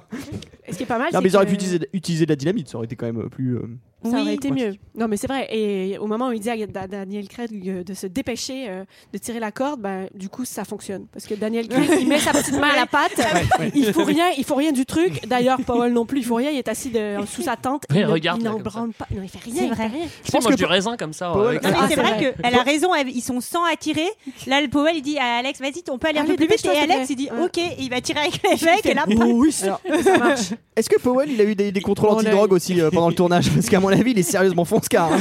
Speaker 6: Ce qui est pas mal,
Speaker 8: Non,
Speaker 6: c'est
Speaker 8: mais ils auraient
Speaker 6: que-
Speaker 8: pu utiliser, utiliser de la dynamite, ça aurait été quand même euh, plus. euh,
Speaker 6: Ça
Speaker 12: Oui.
Speaker 6: aurait été mieux. Non, mais c'est vrai. Et au moment où il dit à Da- Daniel Craig euh, de se dépêcher euh, de tirer la corde, ben, du coup, ça fonctionne. Parce que Daniel Craig, il met sa petite main [laughs] à la patte.
Speaker 8: ouais.
Speaker 6: Il faut rien, il faut rien du truc. D'ailleurs, Powell non plus, il faut rien. Il est assis de- sous sa tente.
Speaker 11: Ouais,
Speaker 6: il ne-
Speaker 11: regarde,
Speaker 6: il
Speaker 11: là,
Speaker 6: n'en
Speaker 11: comme ça.
Speaker 6: branle pas. Non, il fait
Speaker 12: C'est
Speaker 6: rien. il
Speaker 12: vrai.
Speaker 6: fait rien.
Speaker 11: Je pense
Speaker 8: pense
Speaker 11: que
Speaker 8: que
Speaker 11: du raisin comme ça.
Speaker 8: Paul-
Speaker 11: avec-
Speaker 12: Non, mais
Speaker 6: Ah,
Speaker 12: c'est
Speaker 6: c'est
Speaker 12: vrai
Speaker 6: vrai.
Speaker 12: qu'elle a raison, elle- ils sont sans attirés. Là, le Powell, il dit à Alex, vas-y, on peut aller un
Speaker 6: Allez,
Speaker 12: peu plus vite. Et
Speaker 6: dépêche-toi, s'il te
Speaker 12: Alex, il
Speaker 6: plaît.
Speaker 12: dit,
Speaker 6: Ouais.
Speaker 12: ok, et il va tirer avec les mecs. Et là,
Speaker 6: Alors,
Speaker 8: Ah. Est-ce que Powell il a eu des, des contrôles
Speaker 6: On a-
Speaker 8: anti-drogue aussi euh, pendant le tournage Parce qu'à mon avis, il est sérieusement fonce-car. hein.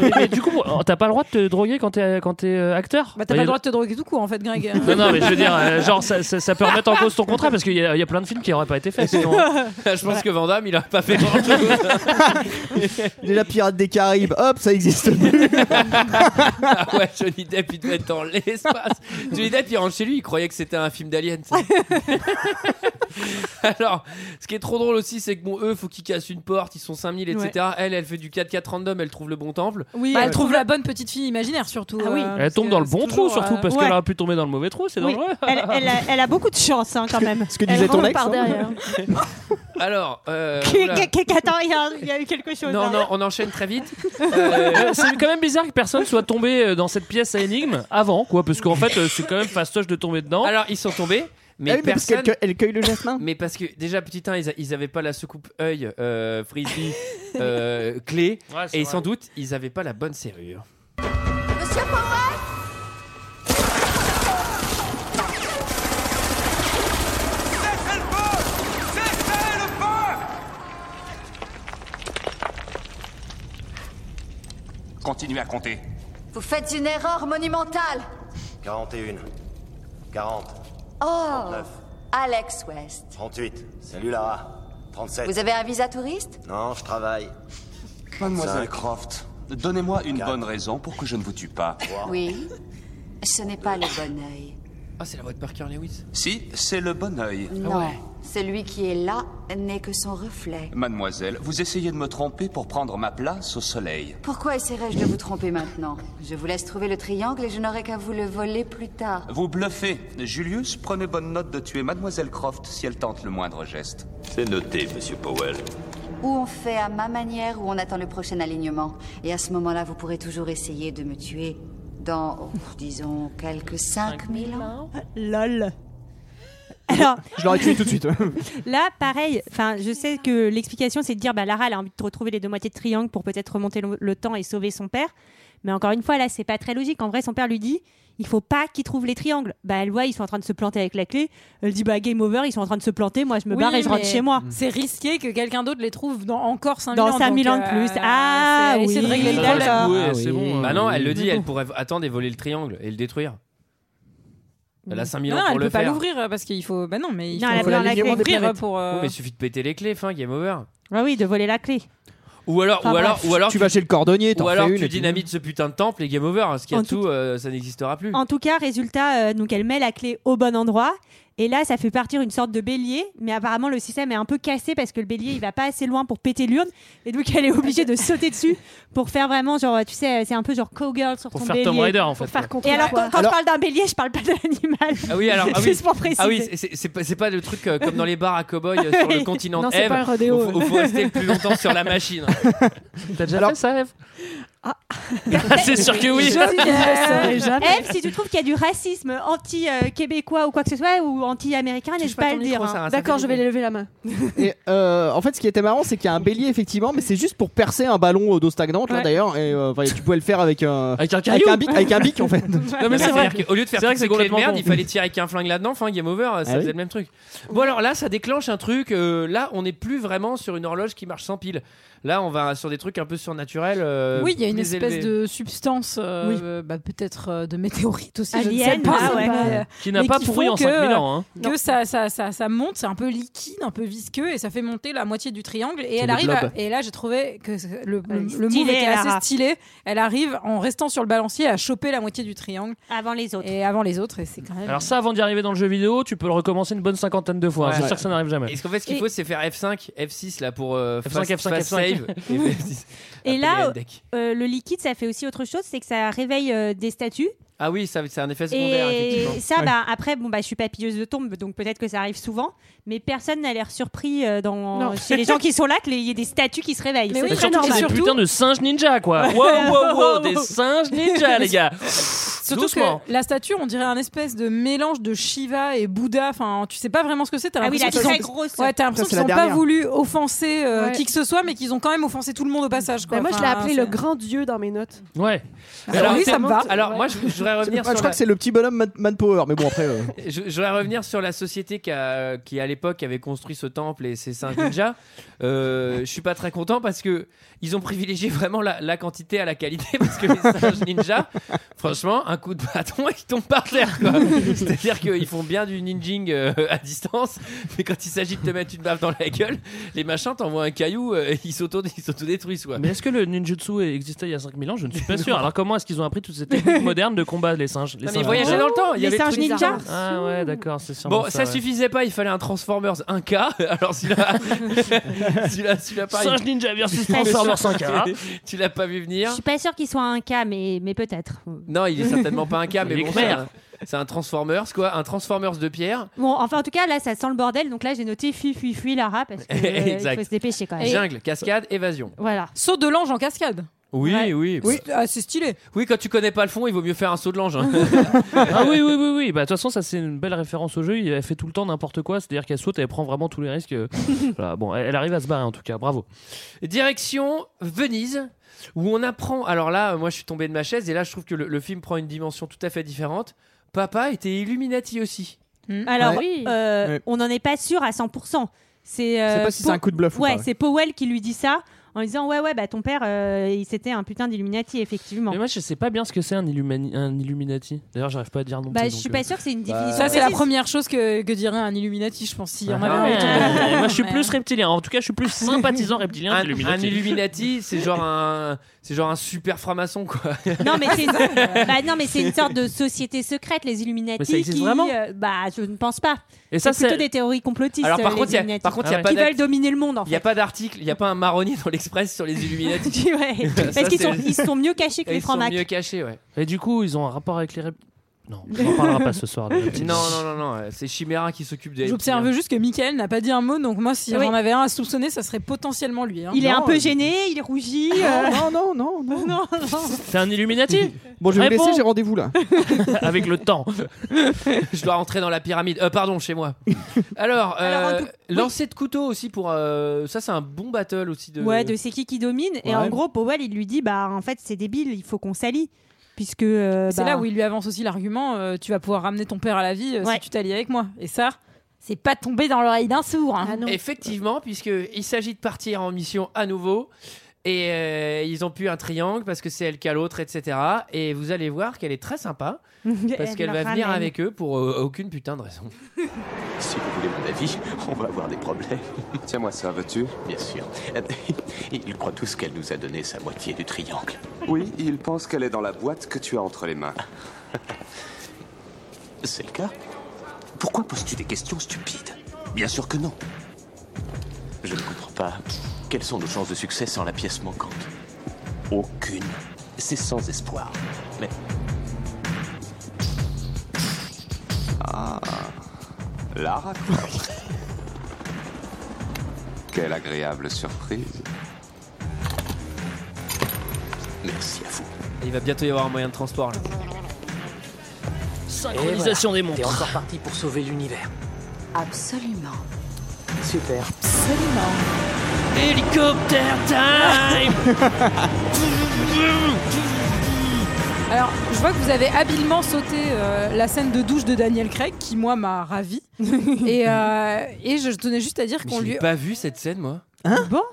Speaker 11: Mais, mais du coup, oh, t'as pas le droit de te droguer quand t'es quand t'es, euh, acteur
Speaker 7: Bah, t'as pas le droit de te droguer tout court en fait, Greg.
Speaker 11: [laughs] Non, non, mais je veux dire, euh, genre, ça, ça- ça peut remettre en cause ton contrat parce qu'il y, a il y a plein de films qui auraient pas été faits. sinon.
Speaker 1: [laughs] je pense que Vandame, il a pas fait grand
Speaker 12: [laughs]
Speaker 1: chose.
Speaker 8: Déjà Pirates des Caraïbes, hop, ça existe plus.
Speaker 1: Ah ouais, Johnny Depp, il devait être dans l'espace. Johnny Depp, il rentre chez lui, il croyait que c'était un film d'Alien. ça. [laughs] Alors, ce qui est trop drôle aussi, c'est que bon, eux, faut qu'ils cassent une porte, ils sont 5000, etc.
Speaker 7: Ouais.
Speaker 1: Elle, elle fait du 4-4 random, elle trouve le bon temple. Euh,
Speaker 7: Oui,
Speaker 11: bah,
Speaker 7: elle trouve la bonne petite fille imaginaire surtout.
Speaker 12: Ah oui.
Speaker 7: euh,
Speaker 11: Elle
Speaker 7: parce
Speaker 11: tombe
Speaker 7: que
Speaker 11: dans le
Speaker 7: c'est
Speaker 11: bon trou
Speaker 7: toujours,
Speaker 11: surtout
Speaker 7: euh,
Speaker 11: parce
Speaker 12: ouais.
Speaker 11: qu'elle aurait pu tomber dans le mauvais trou, c'est
Speaker 12: Oui.
Speaker 11: dangereux.
Speaker 12: Elle, elle a, elle a beaucoup de chance hein, quand même.
Speaker 8: Ce que disait ton ex.
Speaker 12: [laughs]
Speaker 1: Alors, euh, oula.
Speaker 12: Attends, il y a- il y, a eu quelque chose.
Speaker 1: non,
Speaker 12: hein.
Speaker 1: non, on enchaîne très
Speaker 12: [laughs]
Speaker 1: vite.
Speaker 11: Euh, c'est quand même bizarre que personne soit tombé euh, dans cette pièce à énigme avant, quoi, parce qu'en fait, euh, c'est quand même fastoche de tomber dedans.
Speaker 1: Alors, ils sont tombés, mais
Speaker 11: Ah oui, mais parce
Speaker 1: personne.
Speaker 11: qu'elle
Speaker 8: cueille le jasmin.
Speaker 1: [laughs] Mais parce que déjà, petit 1, ils, a- ils avaient pas la soucoupe œil, euh, frisbee,
Speaker 11: [laughs]
Speaker 1: euh, clé,
Speaker 11: Ouais, c'est
Speaker 1: et
Speaker 11: vrai.
Speaker 1: sans doute, ils avaient pas la bonne serrure.
Speaker 15: Monsieur Powell
Speaker 16: Continuez à compter.
Speaker 15: Vous faites une erreur monumentale.
Speaker 16: 41. 40.
Speaker 15: Oh
Speaker 16: 39.
Speaker 15: Alex West.
Speaker 16: 38. Salut Lara. 37.
Speaker 15: Vous avez un visa touriste
Speaker 16: Non, je travaille.
Speaker 15: Mademoiselle
Speaker 16: Croft, donnez-moi une bonne raison pour que je ne vous tue pas.
Speaker 15: Oui. Ce n'est pas le bon œil.
Speaker 1: Ah, c'est la Ah voix de Parker Lewis.
Speaker 16: Si, c'est le bon œil.
Speaker 15: Non. Celui qui est là n'est que son reflet.
Speaker 16: Mademoiselle, vous essayez de me tromper pour prendre ma place au soleil.
Speaker 15: Pourquoi essaierais-je de vous tromper maintenant Je vous laisse trouver le triangle et je n'aurai qu'à vous le voler plus tard.
Speaker 16: Vous bluffez. Julius, prenez bonne note de tuer Mademoiselle Croft si elle tente le moindre geste. C'est noté, Monsieur Powell.
Speaker 15: Ou on fait à ma manière ou on attend le prochain alignement. Et à ce moment-là, vous pourrez toujours essayer de me tuer dans, oh, disons, quelques 5000 ans.
Speaker 12: Lol.
Speaker 8: Je l'aurais tué tout de suite.
Speaker 12: Là, pareil, enfin, je sais que l'explication, c'est de dire bah, Lara, elle a envie de retrouver les deux moitiés de triangle pour peut-être remonter le, le temps et sauver son père. Mais encore une fois, là, c'est pas très logique. En vrai, son père lui dit il faut pas qu'il trouve les triangles. Bah, elle voit, ils sont en train de se planter avec la clé. Elle dit bah, game over, ils sont en train de se planter, moi, je me
Speaker 7: Oui,
Speaker 12: barre et je rentre
Speaker 7: mais Mm.
Speaker 12: chez
Speaker 11: Mm.
Speaker 12: moi.
Speaker 7: C'est risqué que quelqu'un d'autre les trouve dans encore 5000
Speaker 12: Dans
Speaker 7: ans.
Speaker 12: 5000
Speaker 7: donc,
Speaker 12: ans de plus.
Speaker 7: euh,
Speaker 12: Ah,
Speaker 7: c'est essayer de
Speaker 12: oui.
Speaker 7: régler le
Speaker 12: Dans la
Speaker 7: problème.
Speaker 11: Ouais, c'est bon.
Speaker 1: Bah
Speaker 11: euh,
Speaker 1: non, elle le dit,
Speaker 11: mais
Speaker 1: elle
Speaker 11: bon.
Speaker 1: pourrait attendre et voler le triangle et le détruire. Elle a 5000
Speaker 7: Non,
Speaker 1: ans pour
Speaker 7: elle
Speaker 1: le
Speaker 7: peut
Speaker 1: faire.
Speaker 7: pas l'ouvrir euh, parce qu'il faut. Bah non, mais il
Speaker 12: Non,
Speaker 7: faut,
Speaker 12: elle a
Speaker 7: faut
Speaker 12: besoin de la
Speaker 7: l'alignement
Speaker 12: clé.
Speaker 7: des planètes. pour.
Speaker 1: Oh,
Speaker 7: euh,
Speaker 1: mais il suffit de péter les clés, fin, game over.
Speaker 12: Ah oui, de voler la clé.
Speaker 1: Ou alors,
Speaker 12: Enfin,
Speaker 1: ou alors,
Speaker 12: bref.
Speaker 1: ou alors
Speaker 8: Tu vas chez le cordonnier, t'en
Speaker 1: Ou alors
Speaker 8: fais une.
Speaker 1: tu
Speaker 8: et puis-
Speaker 1: dynamites ce putain de temple et game over. hein, Ce qu'il y a
Speaker 12: En
Speaker 1: dessous, euh, ça n'existera plus.
Speaker 12: En tout cas, résultat, euh, donc elle met la clé au bon endroit. Et là, ça fait partir une sorte de bélier, mais apparemment le système est un peu cassé parce que le bélier il va pas assez loin pour péter l'urne, et donc elle est obligée de sauter dessus pour faire vraiment genre, tu sais, c'est un peu genre cowgirl sur
Speaker 11: Pour
Speaker 12: son
Speaker 11: faire
Speaker 12: bélier.
Speaker 11: Tomb Raider, en fait.
Speaker 12: Faire Et alors quand, quand
Speaker 1: Alors-
Speaker 12: je parle d'un bélier, je parle pas de l'animal.
Speaker 1: Ah oui,
Speaker 12: [laughs]
Speaker 1: alors ah oui.
Speaker 12: juste pour préciser.
Speaker 1: Ah oui, c'est- c'est- c'est pas, c'est pas le truc euh, comme dans les bars à cow-boys euh, sur le continent
Speaker 12: Non,
Speaker 1: de
Speaker 12: c'est
Speaker 1: Eve,
Speaker 12: pas un rodéo.
Speaker 1: où faut- où faut rester le plus longtemps sur la machine.
Speaker 11: T'as déjà fait ça, Eve
Speaker 1: Ah.
Speaker 11: [laughs]
Speaker 1: C'est sûr que oui.
Speaker 12: Jamais. Eve, Euh, si tu trouves qu'il y a du racisme anti-québécois ou quoi que ce soit ou anti-américain, n'hésite pas à le dire. hein.
Speaker 6: D'accord, je vais les lever la main.
Speaker 8: Et, euh, en fait, ce qui était marrant, c'est qu'il y a un bélier effectivement, mais c'est juste pour percer un ballon euh, d'eau stagnante là
Speaker 11: Ouais.
Speaker 8: d'ailleurs. Et euh, enfin, tu pouvais le faire avec un
Speaker 11: avec un
Speaker 8: avec
Speaker 11: caillou.
Speaker 8: bic, avec un bic en fait.
Speaker 1: Non, mais c'est
Speaker 11: vrai.
Speaker 1: vrai. Au lieu de faire
Speaker 11: C'est
Speaker 1: toutes
Speaker 11: vrai
Speaker 1: ces clés
Speaker 11: que c'est
Speaker 1: de
Speaker 11: complètement
Speaker 1: merde,
Speaker 11: con.
Speaker 1: il fallait tirer avec un flingue là-dedans. Enfin, game over, euh, ça
Speaker 8: Ah oui.
Speaker 1: faisait le même truc. Bon, alors là, ça déclenche un truc. euh, là, on n'est plus vraiment sur une horloge qui marche sans pile. Là, on va sur des trucs un peu surnaturels. euh,
Speaker 7: oui, il y a une
Speaker 1: plus
Speaker 7: espèce
Speaker 1: élevés.
Speaker 7: de substance, euh, euh, bah, peut-être euh, de météorite aussi, je ne sais
Speaker 12: Alien,
Speaker 7: pas.
Speaker 12: ah ouais.
Speaker 7: mais, euh,
Speaker 11: [laughs] Qui n'a
Speaker 7: mais
Speaker 11: pas
Speaker 7: qui
Speaker 11: pourri
Speaker 7: font
Speaker 11: en
Speaker 7: que,
Speaker 11: 5000 ans, hein.
Speaker 7: Que ça, ça, ça, ça monte, c'est un peu liquide, un peu visqueux, et ça fait monter la moitié du triangle. Et elle
Speaker 12: des
Speaker 7: arrive. à-
Speaker 12: globes.
Speaker 7: et là, j'ai trouvé que c'est- le, le,
Speaker 12: Elle est
Speaker 7: le move
Speaker 12: stylée,
Speaker 7: était assez
Speaker 12: Lara.
Speaker 7: stylé. Elle arrive en restant sur le balancier à choper la moitié du triangle
Speaker 12: avant les autres.
Speaker 7: Et avant les autres, et c'est quand même.
Speaker 11: Eh. Alors ça, avant d'y arriver dans le jeu vidéo, tu peux le recommencer une bonne cinquantaine de fois. hein.
Speaker 1: Ouais.
Speaker 11: C'est sûr que ça n'arrive jamais.
Speaker 1: Est-ce qu'en fait, ce qu'il
Speaker 12: Et-
Speaker 1: faut, c'est faire F5, F6 là pour euh,
Speaker 11: F5,
Speaker 1: fast-
Speaker 11: F5,
Speaker 1: fast save. Et F6.
Speaker 12: Et
Speaker 1: Appeler
Speaker 12: là,
Speaker 1: Helldeck.
Speaker 12: euh, le liquide, ça fait aussi autre chose, c'est que ça réveille euh, des statues.
Speaker 1: Ah oui, ça, c'est un effet secondaire,
Speaker 12: Et
Speaker 1: effectivement.
Speaker 12: ça, bah, après, bon, bah, je suis pas pilleuse de tombe, donc peut-être que ça arrive souvent, mais personne n'a l'air surpris euh, dans...
Speaker 7: Non.
Speaker 12: [laughs] chez les gens qui sont là qu'il y ait des statues qui se réveillent.
Speaker 7: Mais
Speaker 12: C'est
Speaker 7: oui,
Speaker 11: Et
Speaker 12: très
Speaker 11: surtout, c'est
Speaker 12: normal.
Speaker 11: des putains de singes ninja, quoi.
Speaker 12: Ouais.
Speaker 11: Wow, wow,
Speaker 1: [laughs]
Speaker 11: wow, des singes ninja, les gars.
Speaker 7: Surtout
Speaker 11: Doucement.
Speaker 7: que euh, la statue, on dirait un espèce de mélange de Shiva et Bouddha. Enfin, tu sais pas vraiment ce que c'est. T'as
Speaker 12: Ah oui,
Speaker 7: l'impression
Speaker 12: la
Speaker 7: qu'ils
Speaker 12: très
Speaker 7: ont...
Speaker 12: grosse.
Speaker 7: Ouais, t'as l'impression qu'ils
Speaker 12: Ça, c'est la
Speaker 7: n'ont pas
Speaker 12: dernière.
Speaker 7: voulu offenser euh,
Speaker 6: Ouais.
Speaker 7: qui que ce soit, mais qu'ils ont quand même offensé tout le monde au passage. Quoi.
Speaker 6: Bah, moi, je l'ai
Speaker 7: Enfin,
Speaker 6: appelé
Speaker 7: c'est-
Speaker 6: le grand dieu dans mes notes. [laughs]
Speaker 11: Ouais.
Speaker 7: Ah oui,
Speaker 1: c'est-
Speaker 7: ça me va.
Speaker 1: Alors, moi, je, je voudrais
Speaker 8: Je
Speaker 1: revenir
Speaker 8: crois
Speaker 1: sur.
Speaker 8: que c'est le petit bonhomme Man- Manpower, mais bon après. euh,
Speaker 1: la- Je, je voudrais revenir sur la société qui, a- qui à l'époque avait construit ce temple et ses singes ninjas. Euh, je suis pas très content parce que ils ont privilégié vraiment la, la quantité à la qualité parce que les singes ninjas, franchement, hein, un coup de bâton et ils tombent par terre. quoi. C'est-à-dire qu'ils font bien du ninjing euh, à distance, mais quand il s'agit de te mettre une baffe dans la gueule, les machins t'envoient un caillou euh, et ils s'auto- ils s'autodétruisent. quoi.
Speaker 11: Mais est-ce que le ninjutsu existait il y a 5000 ans Je ne
Speaker 1: [laughs]
Speaker 11: suis pas sûr. Alors comment est-ce qu'ils ont appris toutes ces techniques modernes de combat, les singes
Speaker 1: Non,
Speaker 11: les
Speaker 1: mais
Speaker 11: singes
Speaker 1: ils voyageaient dans le temps. Il y avait le truc bizarre.
Speaker 11: Ah ouais, d'accord, c'est sûr.
Speaker 1: Bon, ça suffisait pas, il fallait un Transformers 1K. [laughs] Alors celui-là, celui-là, celui-là, pareil.
Speaker 11: Singe Ninja versus Transformers 1K.
Speaker 1: [laughs] Tu l'as pas vu venir.
Speaker 12: Je suis pas sûr qu'il soit un cas, mais, mais peut-être.
Speaker 1: Non, il est certainement pas un K, mais
Speaker 11: Il est
Speaker 1: bon, c'est
Speaker 11: clair.
Speaker 1: un- c'est un Transformers quoi, un Transformers de pierre.
Speaker 12: Bon, enfin, en tout cas, là, ça sent le bordel. Donc là, j'ai noté fui, fui, fui, Lara,
Speaker 1: [laughs]
Speaker 12: parce que euh, il
Speaker 1: Exact.
Speaker 12: faut se dépêcher quand même.
Speaker 1: Jungle, cascade, évasion.
Speaker 12: Voilà.
Speaker 7: Saut de l'ange en cascade.
Speaker 1: Oui, oui.
Speaker 7: Oui, ah, c'est stylé.
Speaker 1: Oui, quand tu connais pas le fond, il vaut mieux faire un saut de l'ange. hein.
Speaker 11: ah oui, oui, oui, oui. Bah, de toute façon, ça, c'est une belle référence au jeu. Elle fait tout le temps n'importe quoi. C'est-à-dire qu'elle saute, elle prend vraiment tous les risques.
Speaker 1: [laughs]
Speaker 11: euh, voilà, bon, elle elle arrive à se barrer en tout cas. Bravo.
Speaker 1: Direction Venise, où on apprend. Alors là, moi, je suis tombé de ma chaise, et là, je trouve que le, le film prend une dimension tout à fait différente. Papa était Illuminati aussi.
Speaker 12: Alors,
Speaker 1: Oui.
Speaker 12: euh,
Speaker 1: Hmm. Ouais.
Speaker 12: on n'en est pas sûr à 100%. C'est
Speaker 1: Je
Speaker 12: euh,
Speaker 1: sais pas si c'est
Speaker 12: Po-
Speaker 1: un coup de bluff ou
Speaker 12: Ouais,
Speaker 1: pas.
Speaker 12: c'est Powell qui lui dit ça en lui disant Ouais, ouais, bah ton père, euh, il c'était un putain d'Illuminati, effectivement.
Speaker 11: Mais moi, je sais pas bien ce que c'est un, Illumani- un Illuminati. D'ailleurs, j'arrive pas à dire non
Speaker 12: Bah,
Speaker 11: plus,
Speaker 12: je
Speaker 11: donc,
Speaker 12: suis
Speaker 11: euh.
Speaker 12: pas sûr que c'est une
Speaker 11: Bah,
Speaker 12: définition.
Speaker 7: Ça, c'est la
Speaker 12: précise.
Speaker 7: première chose que, que dirait un Illuminati, je pense, s'il y en
Speaker 11: Ah
Speaker 7: avait
Speaker 11: ouais.
Speaker 7: autour de-
Speaker 11: Moi, je suis plus reptilien. En tout cas, je suis
Speaker 12: [laughs]
Speaker 11: plus sympathisant reptilien
Speaker 1: Un, un
Speaker 11: qu'illuminati.
Speaker 1: Illuminati, c'est genre un, c'est genre un super franc-maçon quoi.
Speaker 12: Non mais,
Speaker 1: [laughs]
Speaker 12: c'est une... [laughs] bah, non, mais c'est une sorte de société secrète, les Illuminati.
Speaker 1: Mais ça existe
Speaker 12: qui,
Speaker 1: vraiment
Speaker 12: euh, Bah, je ne pense pas.
Speaker 1: Et ça,
Speaker 12: c'est plutôt
Speaker 1: c'est-
Speaker 12: des théories complotistes.
Speaker 1: Alors, par
Speaker 12: euh,
Speaker 1: contre,
Speaker 12: les
Speaker 1: y a-
Speaker 12: Illuminati,
Speaker 1: par contre, y a pas
Speaker 12: qui
Speaker 1: d'act-
Speaker 12: veulent dominer le monde. En
Speaker 1: Il n'y a pas d'article, il n'y a pas un marronnier dans l'Express sur les Illuminati.
Speaker 12: fait. [laughs] Ouais.
Speaker 1: Ça,
Speaker 12: Parce qu'ils
Speaker 1: c'est-
Speaker 12: sont, ils sont mieux cachés que
Speaker 1: Et
Speaker 12: les
Speaker 1: Ils sont
Speaker 12: francs-macs.
Speaker 1: mieux cachés, ouais.
Speaker 11: Et du coup, ils ont un rapport avec les reptiles. Non,
Speaker 7: [laughs]
Speaker 11: on en parlera pas ce soir.
Speaker 1: [laughs]
Speaker 11: des reptiles.
Speaker 1: Non, non, non, non, euh, c'est Chimera qui s'occupe des.
Speaker 7: J'observe juste que Michael n'a pas dit un mot, donc moi, si
Speaker 12: Oui.
Speaker 7: j'en avais un à soupçonner, ça serait potentiellement lui. hein.
Speaker 12: Il est
Speaker 7: Non,
Speaker 12: un peu
Speaker 7: euh,
Speaker 12: gêné, il rougit. euh.
Speaker 7: Non, non, non, non,
Speaker 12: [laughs] non.
Speaker 11: T'es un Illuminati
Speaker 1: [laughs]
Speaker 8: Bon, je vais vous
Speaker 11: Réponds.
Speaker 8: laisser, j'ai rendez-vous là.
Speaker 11: Avec le temps.
Speaker 1: Je dois rentrer dans la pyramide. Euh, pardon, chez moi. Alors, euh,
Speaker 12: Alors, un tout- oui.
Speaker 1: lancer de couteau aussi pour. euh, ça, c'est un bon battle aussi de.
Speaker 12: Ouais, de c'est qui qui domine. Et
Speaker 1: Ouais.
Speaker 12: en gros, Powell, il lui dit Bah, en fait, c'est débile, il faut qu'on s'allie. Puisque. euh,
Speaker 7: C'est
Speaker 12: bah,
Speaker 7: là où il lui avance aussi l'argument euh, tu vas pouvoir ramener ton père à la vie euh, si tu t'allies avec moi. Et ça, c'est pas tombé dans l'oreille d'un sourd.
Speaker 12: Ah
Speaker 7: hein.
Speaker 1: Effectivement, puisqu'il s'agit de partir en mission à nouveau. Et euh, ils ont pu un triangle parce que c'est elle qui a l'autre, etc. Et vous allez voir qu'elle est très
Speaker 12: [laughs]
Speaker 1: sympa. Parce
Speaker 16: Elle
Speaker 1: qu'elle
Speaker 16: leur
Speaker 1: va venir
Speaker 16: ramène.
Speaker 1: avec eux pour euh, aucune putain de raison.
Speaker 16: Si vous voulez mon avis, [laughs] on va avoir des problèmes. Tiens-moi ça, veux-tu Bien sûr. Euh, [laughs] Ils croient tous qu'elle nous a donné sa moitié du triangle. Oui, ils pensent qu'elle est dans la boîte que tu as entre les mains. [laughs] C'est le cas Pourquoi poses-tu des questions stupides Bien sûr que non. Je ne comprends pas. Quelles sont nos chances de succès sans la pièce manquante Aucune. C'est sans espoir. Mais. Ah. Lara Croft. [laughs] Quelle agréable surprise. Merci à vous.
Speaker 1: Il va bientôt y avoir un moyen de transport là.
Speaker 11: Synchronisation des montres.
Speaker 1: T'es encore
Speaker 3: parti pour sauver l'univers.
Speaker 15: Absolument.
Speaker 3: Super.
Speaker 11: Hélicoptère time
Speaker 7: Alors, je vois que vous avez habilement sauté euh, la scène de douche de Daniel Craig, qui moi m'a
Speaker 12: [laughs]
Speaker 7: ravi. et, euh, et je tenais juste à dire
Speaker 1: Mais
Speaker 7: qu'on
Speaker 1: je l'ai
Speaker 7: lui.
Speaker 1: pas vu [laughs] cette scène moi.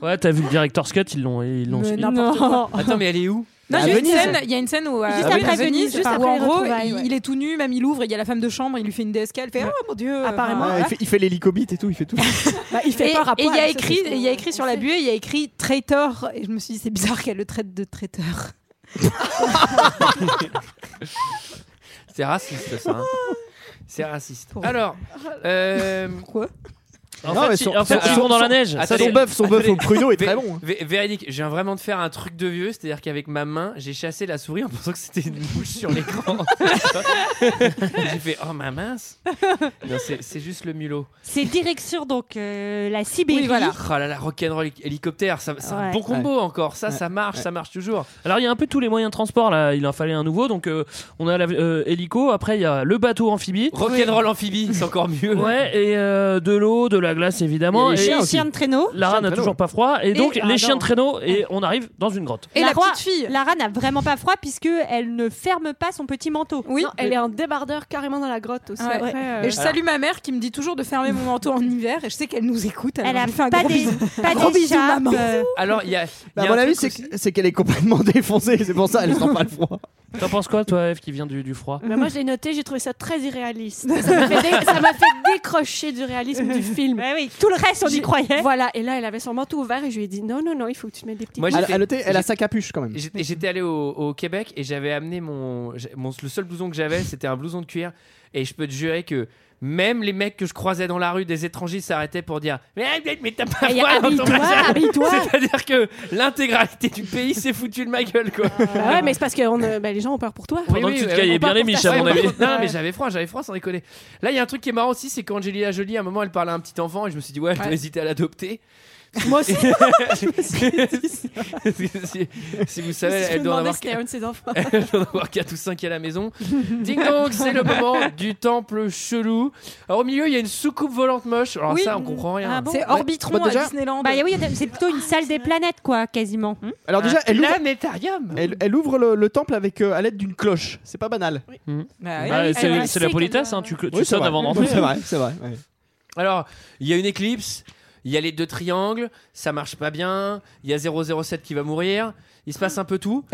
Speaker 11: Ouais, t'as vu le director's cut, ils l'ont ils l'ont
Speaker 7: Mais
Speaker 11: suivi.
Speaker 7: n'importe quoi.
Speaker 1: Attends, mais elle est où
Speaker 7: Non, il y a une scène- il y a une scène
Speaker 1: Ah
Speaker 7: où, euh,
Speaker 12: Juste
Speaker 7: où
Speaker 12: après
Speaker 7: à
Speaker 12: Venise,
Speaker 7: juste
Speaker 12: enfin,
Speaker 7: où, en
Speaker 12: après les
Speaker 7: gros,
Speaker 12: retrouvailles,
Speaker 7: il,
Speaker 12: ouais.
Speaker 7: il est tout nu, même il ouvre, il y a la femme de chambre, il lui fait une DSK, elle fait Oh mon dieu
Speaker 12: Apparemment,
Speaker 7: enfin,
Speaker 8: Ouais, Ah, il, fait, il fait l'hélicobite et tout, il fait tout.
Speaker 7: il
Speaker 12: fait
Speaker 7: et,
Speaker 12: peur à
Speaker 7: et il y
Speaker 12: poil,
Speaker 7: a
Speaker 12: ça,
Speaker 7: écrit,
Speaker 12: c'est ce
Speaker 7: et il y a écrit sur la buée, il y a écrit traitor. Et je me suis dit, c'est bizarre qu'elle le traite de
Speaker 12: [laughs]
Speaker 7: traiteur.
Speaker 1: C'est raciste ça. hein. C'est raciste. Alors, euh,
Speaker 7: Quoi
Speaker 11: En
Speaker 1: Non,
Speaker 11: fait,
Speaker 1: mais
Speaker 11: ils-
Speaker 1: son-
Speaker 11: en fait,
Speaker 1: son-
Speaker 11: ils
Speaker 1: son-
Speaker 11: vont dans la
Speaker 1: son-
Speaker 11: neige.
Speaker 1: attendez,
Speaker 11: Ça, c'est-
Speaker 1: attendez. Vé-
Speaker 11: Vé-
Speaker 1: vé- Véridique, je viens vraiment de faire un truc de vieux, c'est-à-dire qu'avec ma main, j'ai chassé la souris en pensant que c'était une bouche sur [laughs] l'écran. j'ai fait oh ma mince. Non, c'est c'est juste le mulot.
Speaker 12: C'est direction donc euh, la Sibérie.
Speaker 1: Oh là là, rock'n'roll hélic- hélicoptère, ça- c'est un
Speaker 12: Ouais.
Speaker 1: bon combo encore. Ça,
Speaker 11: Ouais.
Speaker 1: ça marche, ça marche toujours.
Speaker 11: Alors il y a un peu tous les moyens de transport là, il en fallait un nouveau donc euh, on a la- euh, hélico, après il y a le bateau amphibie.
Speaker 1: Rock'n'roll amphibie, c'est encore mieux.
Speaker 11: Ouais, et euh, de l'eau, de la glace évidemment.
Speaker 1: Il y a les
Speaker 11: et
Speaker 1: chiens
Speaker 12: aussi. Chiens de traîneau.
Speaker 11: Lara n'a toujours pas froid. Et,
Speaker 12: Et-
Speaker 11: donc
Speaker 12: Ah,
Speaker 11: les chiens
Speaker 12: non.
Speaker 11: de traîneau, et on arrive dans une grotte.
Speaker 12: Et la petite fille. Lara n'a vraiment pas froid puisque elle ne ferme pas son petit manteau.
Speaker 6: Oui. elle est en débardeur carrément dans la grotte aussi.
Speaker 7: Ouais.
Speaker 6: après, euh,
Speaker 7: Et je salue ma mère qui me dit toujours de fermer mon manteau en hiver. Et je sais qu'elle nous écoute.
Speaker 12: Elle
Speaker 7: a
Speaker 12: a
Speaker 7: fait un
Speaker 12: pas
Speaker 7: gros
Speaker 12: des-
Speaker 7: bisou.
Speaker 12: pas
Speaker 7: Gros bisou,
Speaker 12: d'écharpe,
Speaker 7: maman.
Speaker 12: euh,
Speaker 1: Alors il y a. il y a
Speaker 8: Bah, à
Speaker 1: un
Speaker 8: mon avis,
Speaker 1: truc
Speaker 8: [laughs] c'est que- c'est qu'elle est complètement défoncée, c'est pour ça elle sent pas le froid.
Speaker 11: T'en penses quoi, toi, Eve, qui vient du, du froid
Speaker 6: Mais Ben, moi, je l'ai noté, j'ai trouvé ça très irréaliste. Ça m'a fait, dé- ça m'a fait décrocher du réalisme du film.
Speaker 12: oui, tout le reste, on y croyait.
Speaker 6: Voilà, et là, elle avait son manteau ouvert et je lui ai dit non, non, non, il faut que tu te mettes des petits.
Speaker 1: Moi, j'ai
Speaker 6: trucs.
Speaker 1: fait-
Speaker 8: À noter, elle a
Speaker 1: j'ai-
Speaker 8: sa capuche quand même.
Speaker 1: J'étais- J'étais allé au, au Québec et j'avais amené mon, j'ai- mon- Le seul blouson que j'avais, c'était un blouson de cuir. Et je peux te jurer que même les mecs que je croisais dans la rue, des étrangers s'arrêtaient pour dire Mais, mais- mais t'as pas
Speaker 6: Mais
Speaker 1: voix dans ton
Speaker 6: habille-toi,
Speaker 1: machin.
Speaker 6: habille-toi.
Speaker 1: [laughs] C'est-à-dire que l'intégralité du pays s'est foutu de ma gueule, quoi.
Speaker 6: Ah ouais, mais c'est parce que on, euh, bah, les gens ont peur pour toi.
Speaker 1: Oui, oui, euh, on parle pour
Speaker 11: Michel,
Speaker 1: ta-
Speaker 11: à mon
Speaker 1: Ouais,
Speaker 11: avis.
Speaker 1: par contre, Non,
Speaker 11: Ouais.
Speaker 1: mais j'avais froid, j'avais froid sans déconner. Là, il y a un truc qui est marrant aussi, c'est qu'Angelina Jolie, à un moment, elle parlait à un petit enfant et je me suis dit, ouais, je dois
Speaker 11: Ouais.
Speaker 1: hésiter à l'adopter. [laughs]
Speaker 6: Moi aussi.
Speaker 1: si, si vous savez,
Speaker 6: Je me
Speaker 1: elle doit en
Speaker 6: demandais
Speaker 1: avoir
Speaker 6: si c'était
Speaker 1: qu'à-
Speaker 6: un de ses enfants.
Speaker 1: [laughs] elle doit en avoir 4 ou 5 à la maison. Ding dong, c'est le moment du temple chelou. Alors, au milieu, il y a une soucoupe volante moche. Alors,
Speaker 12: Oui.
Speaker 1: ça, on comprend rien.
Speaker 12: Ah bon
Speaker 1: Ouais. Bah, déjà-
Speaker 12: Bah oui, c'est plutôt
Speaker 6: Ah.
Speaker 12: une salle des planètes, quoi, quasiment.
Speaker 1: Hmm
Speaker 8: Alors déjà, elle ouvre,
Speaker 1: planétarium.
Speaker 8: Elle, elle ouvre le, le temple avec euh, à l'aide d'une cloche. C'est pas banal.
Speaker 1: Mmh.
Speaker 11: Bah, c'est c'est la politesse, hein, tu, tu
Speaker 8: Oui, c'est
Speaker 11: sonnes
Speaker 8: vrai.
Speaker 11: avant d'entrer.
Speaker 8: [laughs] C'est vrai, c'est vrai. ouais.
Speaker 1: Alors, il y a une éclipse, il y a les deux triangles, ça marche pas bien, il y a 007 qui va mourir, il se passe un peu tout.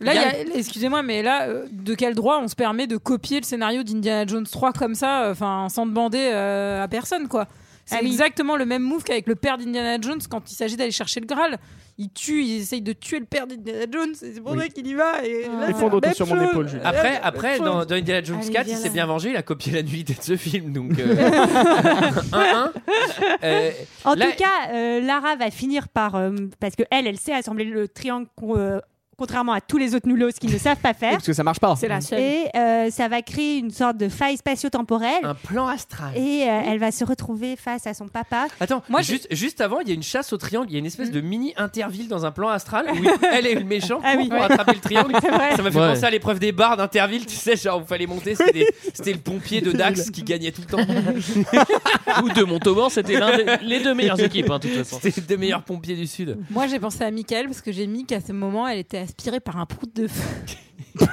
Speaker 7: Là, il y a- excusez-moi, mais là, euh, de quel droit on se permet de copier le scénario d'Indiana Jones 3 comme ça, euh, enfin, sans demander euh, à personne, quoi C'est
Speaker 12: Ah oui.
Speaker 7: exactement le même move qu'avec le père d'Indiana Jones quand il s'agit d'aller chercher le Graal. Il tue, il essaye de tuer le père d'Indiana Jones, et c'est pour
Speaker 1: Oui.
Speaker 7: ça qu'il y va. Et là,
Speaker 8: Ils font
Speaker 7: c'est la
Speaker 8: d'autres
Speaker 7: même
Speaker 8: sur mon
Speaker 7: chose.
Speaker 8: épaule, Jules.
Speaker 1: Après,
Speaker 7: Même
Speaker 1: après
Speaker 7: chose.
Speaker 1: dans, dans Indiana Jones
Speaker 7: Ah. Allez,
Speaker 1: 4, il
Speaker 7: viens
Speaker 1: s'est
Speaker 7: là.
Speaker 1: bien vengé, il a copié la nullité de ce film. Donc, euh, [laughs] un, un. Euh,
Speaker 12: En
Speaker 1: là-
Speaker 12: tout cas, euh, Lara va finir par. euh, parce que elle, elle sait assembler le triangle, con- euh, contrairement à tous les autres nullos qui ne savent
Speaker 1: [laughs]
Speaker 12: pas faire.
Speaker 8: Parce que ça marche pas.
Speaker 12: Et euh, ça va créer une sorte de faille spatio-temporelle.
Speaker 1: Un plan astral.
Speaker 12: Et euh, elle va se retrouver face à son papa.
Speaker 1: Attends, juste, juste avant, il y a une chasse au triangle, il y a une
Speaker 12: Mm.
Speaker 1: espèce de mini interville dans un plan astral
Speaker 12: [laughs]
Speaker 1: où elle est le méchant court
Speaker 12: Ah oui.
Speaker 1: pour attraper
Speaker 12: [laughs]
Speaker 1: le triangle.
Speaker 12: C'est vrai.
Speaker 1: Ça m'a fait
Speaker 11: Ouais.
Speaker 1: penser à l'épreuve des bars d'interville, tu sais, genre où fallait monter, c'était, c'était le pompier de Dax qui gagnait tout le temps.
Speaker 11: [laughs] Ou de Montauban, c'était l'un des- les deux meilleures équipes, hein, de toute façon.
Speaker 1: C'était les deux meilleurs pompiers du Sud.
Speaker 7: Moi, j'ai pensé à Michael parce que j'ai mis qu'à ce moment, elle était aspirée par un prout de feu.
Speaker 8: [laughs]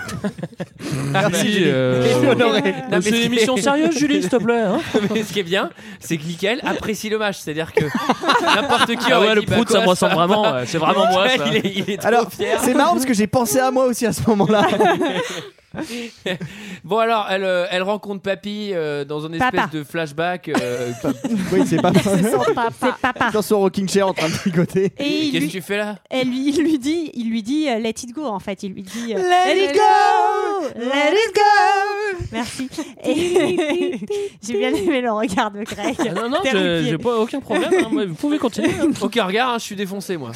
Speaker 11: Merci,
Speaker 1: Ah, Julie.
Speaker 11: euh,
Speaker 1: Et honoré.
Speaker 11: ouais.
Speaker 1: [laughs] Non, mais
Speaker 11: C'est
Speaker 1: ce qui
Speaker 11: une émission
Speaker 1: est-
Speaker 11: sérieuse, Julie, s'il te plaît, hein.
Speaker 1: [laughs] mais ce qui est bien, c'est que Michael apprécie l'hommage. C'est-à-dire que n'importe qui
Speaker 11: Ah
Speaker 1: aurait
Speaker 11: ouais, le
Speaker 1: dit, bah,
Speaker 11: prout,
Speaker 1: quoi,
Speaker 11: ça me ressemble
Speaker 1: va
Speaker 11: vraiment,
Speaker 1: pas.
Speaker 11: ouais,
Speaker 1: [laughs]
Speaker 11: c'est vraiment moi, ça.
Speaker 1: Il est, il est trop
Speaker 8: Alors,
Speaker 1: fier.
Speaker 8: c'est marrant parce que j'ai pensé à moi aussi à ce
Speaker 7: [laughs]
Speaker 8: moment-là.
Speaker 1: [laughs] Bon alors, elle, euh, elle rencontre Papy euh, dans une espèce
Speaker 8: Papa.
Speaker 1: de flashback.
Speaker 8: [laughs]
Speaker 1: euh,
Speaker 8: oui, c'est pas.
Speaker 12: C'est papa.
Speaker 8: Dans son rocking chair en train de picoter.
Speaker 12: Et il
Speaker 1: Qu'est-ce
Speaker 12: lui,
Speaker 1: que tu fais là
Speaker 12: elle lui, il lui dit, il lui dit, euh, let it go en fait. Il lui dit, euh,
Speaker 7: Let it go,
Speaker 12: let it go. Merci. Et- [laughs] J'ai bien aimé le regard de Greg.
Speaker 11: Ah non, non, je-
Speaker 12: Terrifié.
Speaker 11: j'ai pas aucun problème. hein, moi, vous pouvez continuer.
Speaker 1: [laughs]
Speaker 11: hein.
Speaker 1: Ok, regarde, hein, je suis défoncé moi.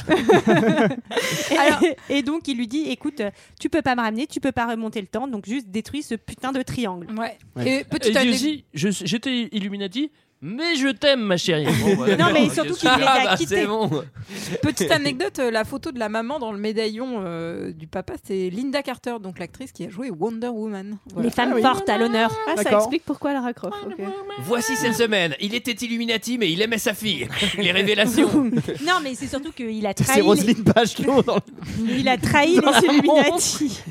Speaker 12: Et- et donc il lui dit, écoute, euh, tu peux pas me ramener, tu peux pas remonter le temps, donc juste détruis ce putain de triangle.
Speaker 7: Ouais.
Speaker 11: Et il dit aussi, je- j'étais Illuminati, mais je t'aime, ma chérie.
Speaker 12: Non, mais surtout qu'il les
Speaker 11: Ah,
Speaker 12: a
Speaker 11: bah,
Speaker 12: quittés.
Speaker 1: C'est bon.
Speaker 7: Petite anecdote, euh, la photo de la maman dans le médaillon euh, du papa, c'est Linda Carter, donc l'actrice qui a joué Wonder Woman. Voilà.
Speaker 12: Les femmes fortes à l'honneur.
Speaker 6: Ah, ça
Speaker 7: D'accord.
Speaker 6: explique pourquoi Lara Croft. ok.
Speaker 1: Voici
Speaker 7: Ah.
Speaker 1: cette semaine. Il était Illuminati, mais il aimait
Speaker 7: [laughs]
Speaker 1: sa fille. Les révélations.
Speaker 11: [laughs]
Speaker 12: Non, mais c'est surtout qu'il a
Speaker 8: C'est
Speaker 12: trahi.
Speaker 8: Roselyne Page qui monte dans le-
Speaker 12: Il a trahi
Speaker 11: Dans
Speaker 12: les
Speaker 11: le monde.
Speaker 12: Illuminati.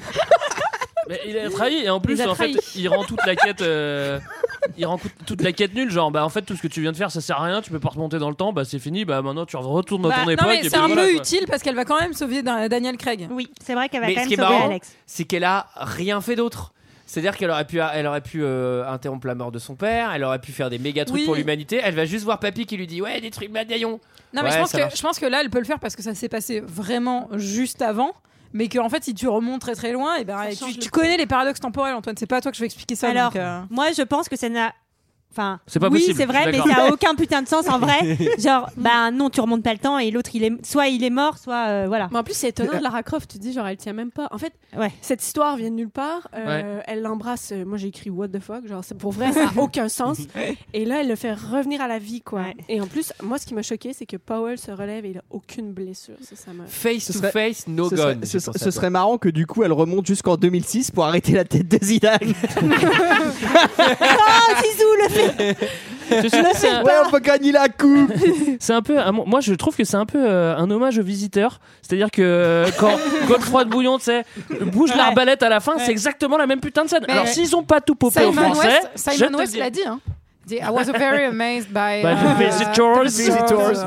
Speaker 11: Mais il a trahi et en plus
Speaker 12: Il a
Speaker 11: en
Speaker 12: trahi.
Speaker 11: fait il rend toute la quête euh, il rend cou- toute la quête nulle genre bah en fait tout ce que tu viens de faire ça sert à rien tu peux pas remonter dans le temps bah c'est fini bah maintenant tu retournes dans
Speaker 7: Bah,
Speaker 11: ton
Speaker 7: non,
Speaker 11: époque
Speaker 7: mais
Speaker 11: et
Speaker 7: c'est
Speaker 11: puis
Speaker 7: un
Speaker 11: voilà,
Speaker 7: peu
Speaker 11: quoi.
Speaker 7: utile parce qu'elle va quand même sauver Dan- Daniel Craig.
Speaker 12: Oui, c'est vrai qu'elle va
Speaker 1: Mais
Speaker 12: quand
Speaker 1: ce
Speaker 12: même
Speaker 1: qui est
Speaker 12: sauver
Speaker 1: marrant,
Speaker 12: Alex.
Speaker 1: c'est qu'elle a rien fait d'autre. C'est-à-dire qu'elle aurait pu, elle aurait pu euh, interrompre la mort de son père. Elle aurait pu faire des méga trucs
Speaker 7: Oui.
Speaker 1: pour l'humanité. Elle va juste voir papy qui lui dit ouais détruis le médaillon.
Speaker 7: Non, mais
Speaker 1: Ouais,
Speaker 7: je, pense
Speaker 1: ça
Speaker 7: que,
Speaker 1: marche.
Speaker 7: je pense que là, elle peut le faire parce que ça s'est passé vraiment juste avant. Mais qu'en en fait, si tu remontes très très loin, et ben,
Speaker 12: change
Speaker 7: tu,
Speaker 12: le
Speaker 7: tu connais les paradoxes temporels, Antoine. C'est pas à toi que je vais expliquer ça.
Speaker 12: Alors,
Speaker 7: donc, euh,
Speaker 12: moi, je pense que ça n'a. Enfin,
Speaker 7: C'est pas
Speaker 12: oui,
Speaker 7: possible,
Speaker 12: c'est
Speaker 7: je suis
Speaker 12: vrai, mais
Speaker 7: d'accord.
Speaker 12: ça a aucun putain
Speaker 7: [laughs]
Speaker 12: de sens en
Speaker 1: [laughs]
Speaker 12: vrai. Genre, bah non, tu remontes pas le temps et l'autre, il est soit il est mort, soit euh, voilà.
Speaker 6: Mais en plus, c'est étonnant de Lara Croft, tu te dis genre elle tient même pas. En fait, cette histoire vient de nulle part. Euh, Elle l'embrasse. euh, Moi, j'ai écrit what the fuck, genre c'est pour vrai, ça
Speaker 12: [laughs]
Speaker 6: a aucun sens. Et là, elle le fait revenir à la vie, quoi. Et en plus, moi, ce qui m'a choqué, c'est que Powell se relève et il a aucune blessure. Ça, ça m'a.
Speaker 1: Face
Speaker 8: Ce
Speaker 1: to
Speaker 8: serait-
Speaker 1: face, no
Speaker 8: ce
Speaker 1: gun.
Speaker 8: serait- ce, ce serait marrant que du coup elle remonte jusqu'en 2006 pour arrêter la tête
Speaker 11: [laughs]
Speaker 8: de Zidane.
Speaker 12: oh, Zizou, le fait.
Speaker 11: Je suis-
Speaker 7: [laughs]
Speaker 11: c'est un-
Speaker 8: ouais, on peut gagner la coupe.
Speaker 11: [laughs] c'est un peu un- moi je trouve que c'est un peu euh, un hommage aux visiteurs c'est-à-dire que euh,
Speaker 7: [laughs]
Speaker 11: quand Godefroy de Bouillon tu sais bouge
Speaker 7: Ouais.
Speaker 11: l'arbalète à la fin
Speaker 7: Ouais.
Speaker 11: c'est exactement la même putain de scène
Speaker 7: Mais-
Speaker 11: alors s'ils ont pas tout popé
Speaker 7: Simon
Speaker 11: au français
Speaker 7: West,
Speaker 11: je
Speaker 7: Simon
Speaker 11: te
Speaker 7: West
Speaker 11: dis-
Speaker 7: l'a dit. Hein. Il dit, I was very amazed by,
Speaker 11: By
Speaker 7: uh,
Speaker 11: the visitors.
Speaker 7: the visitors.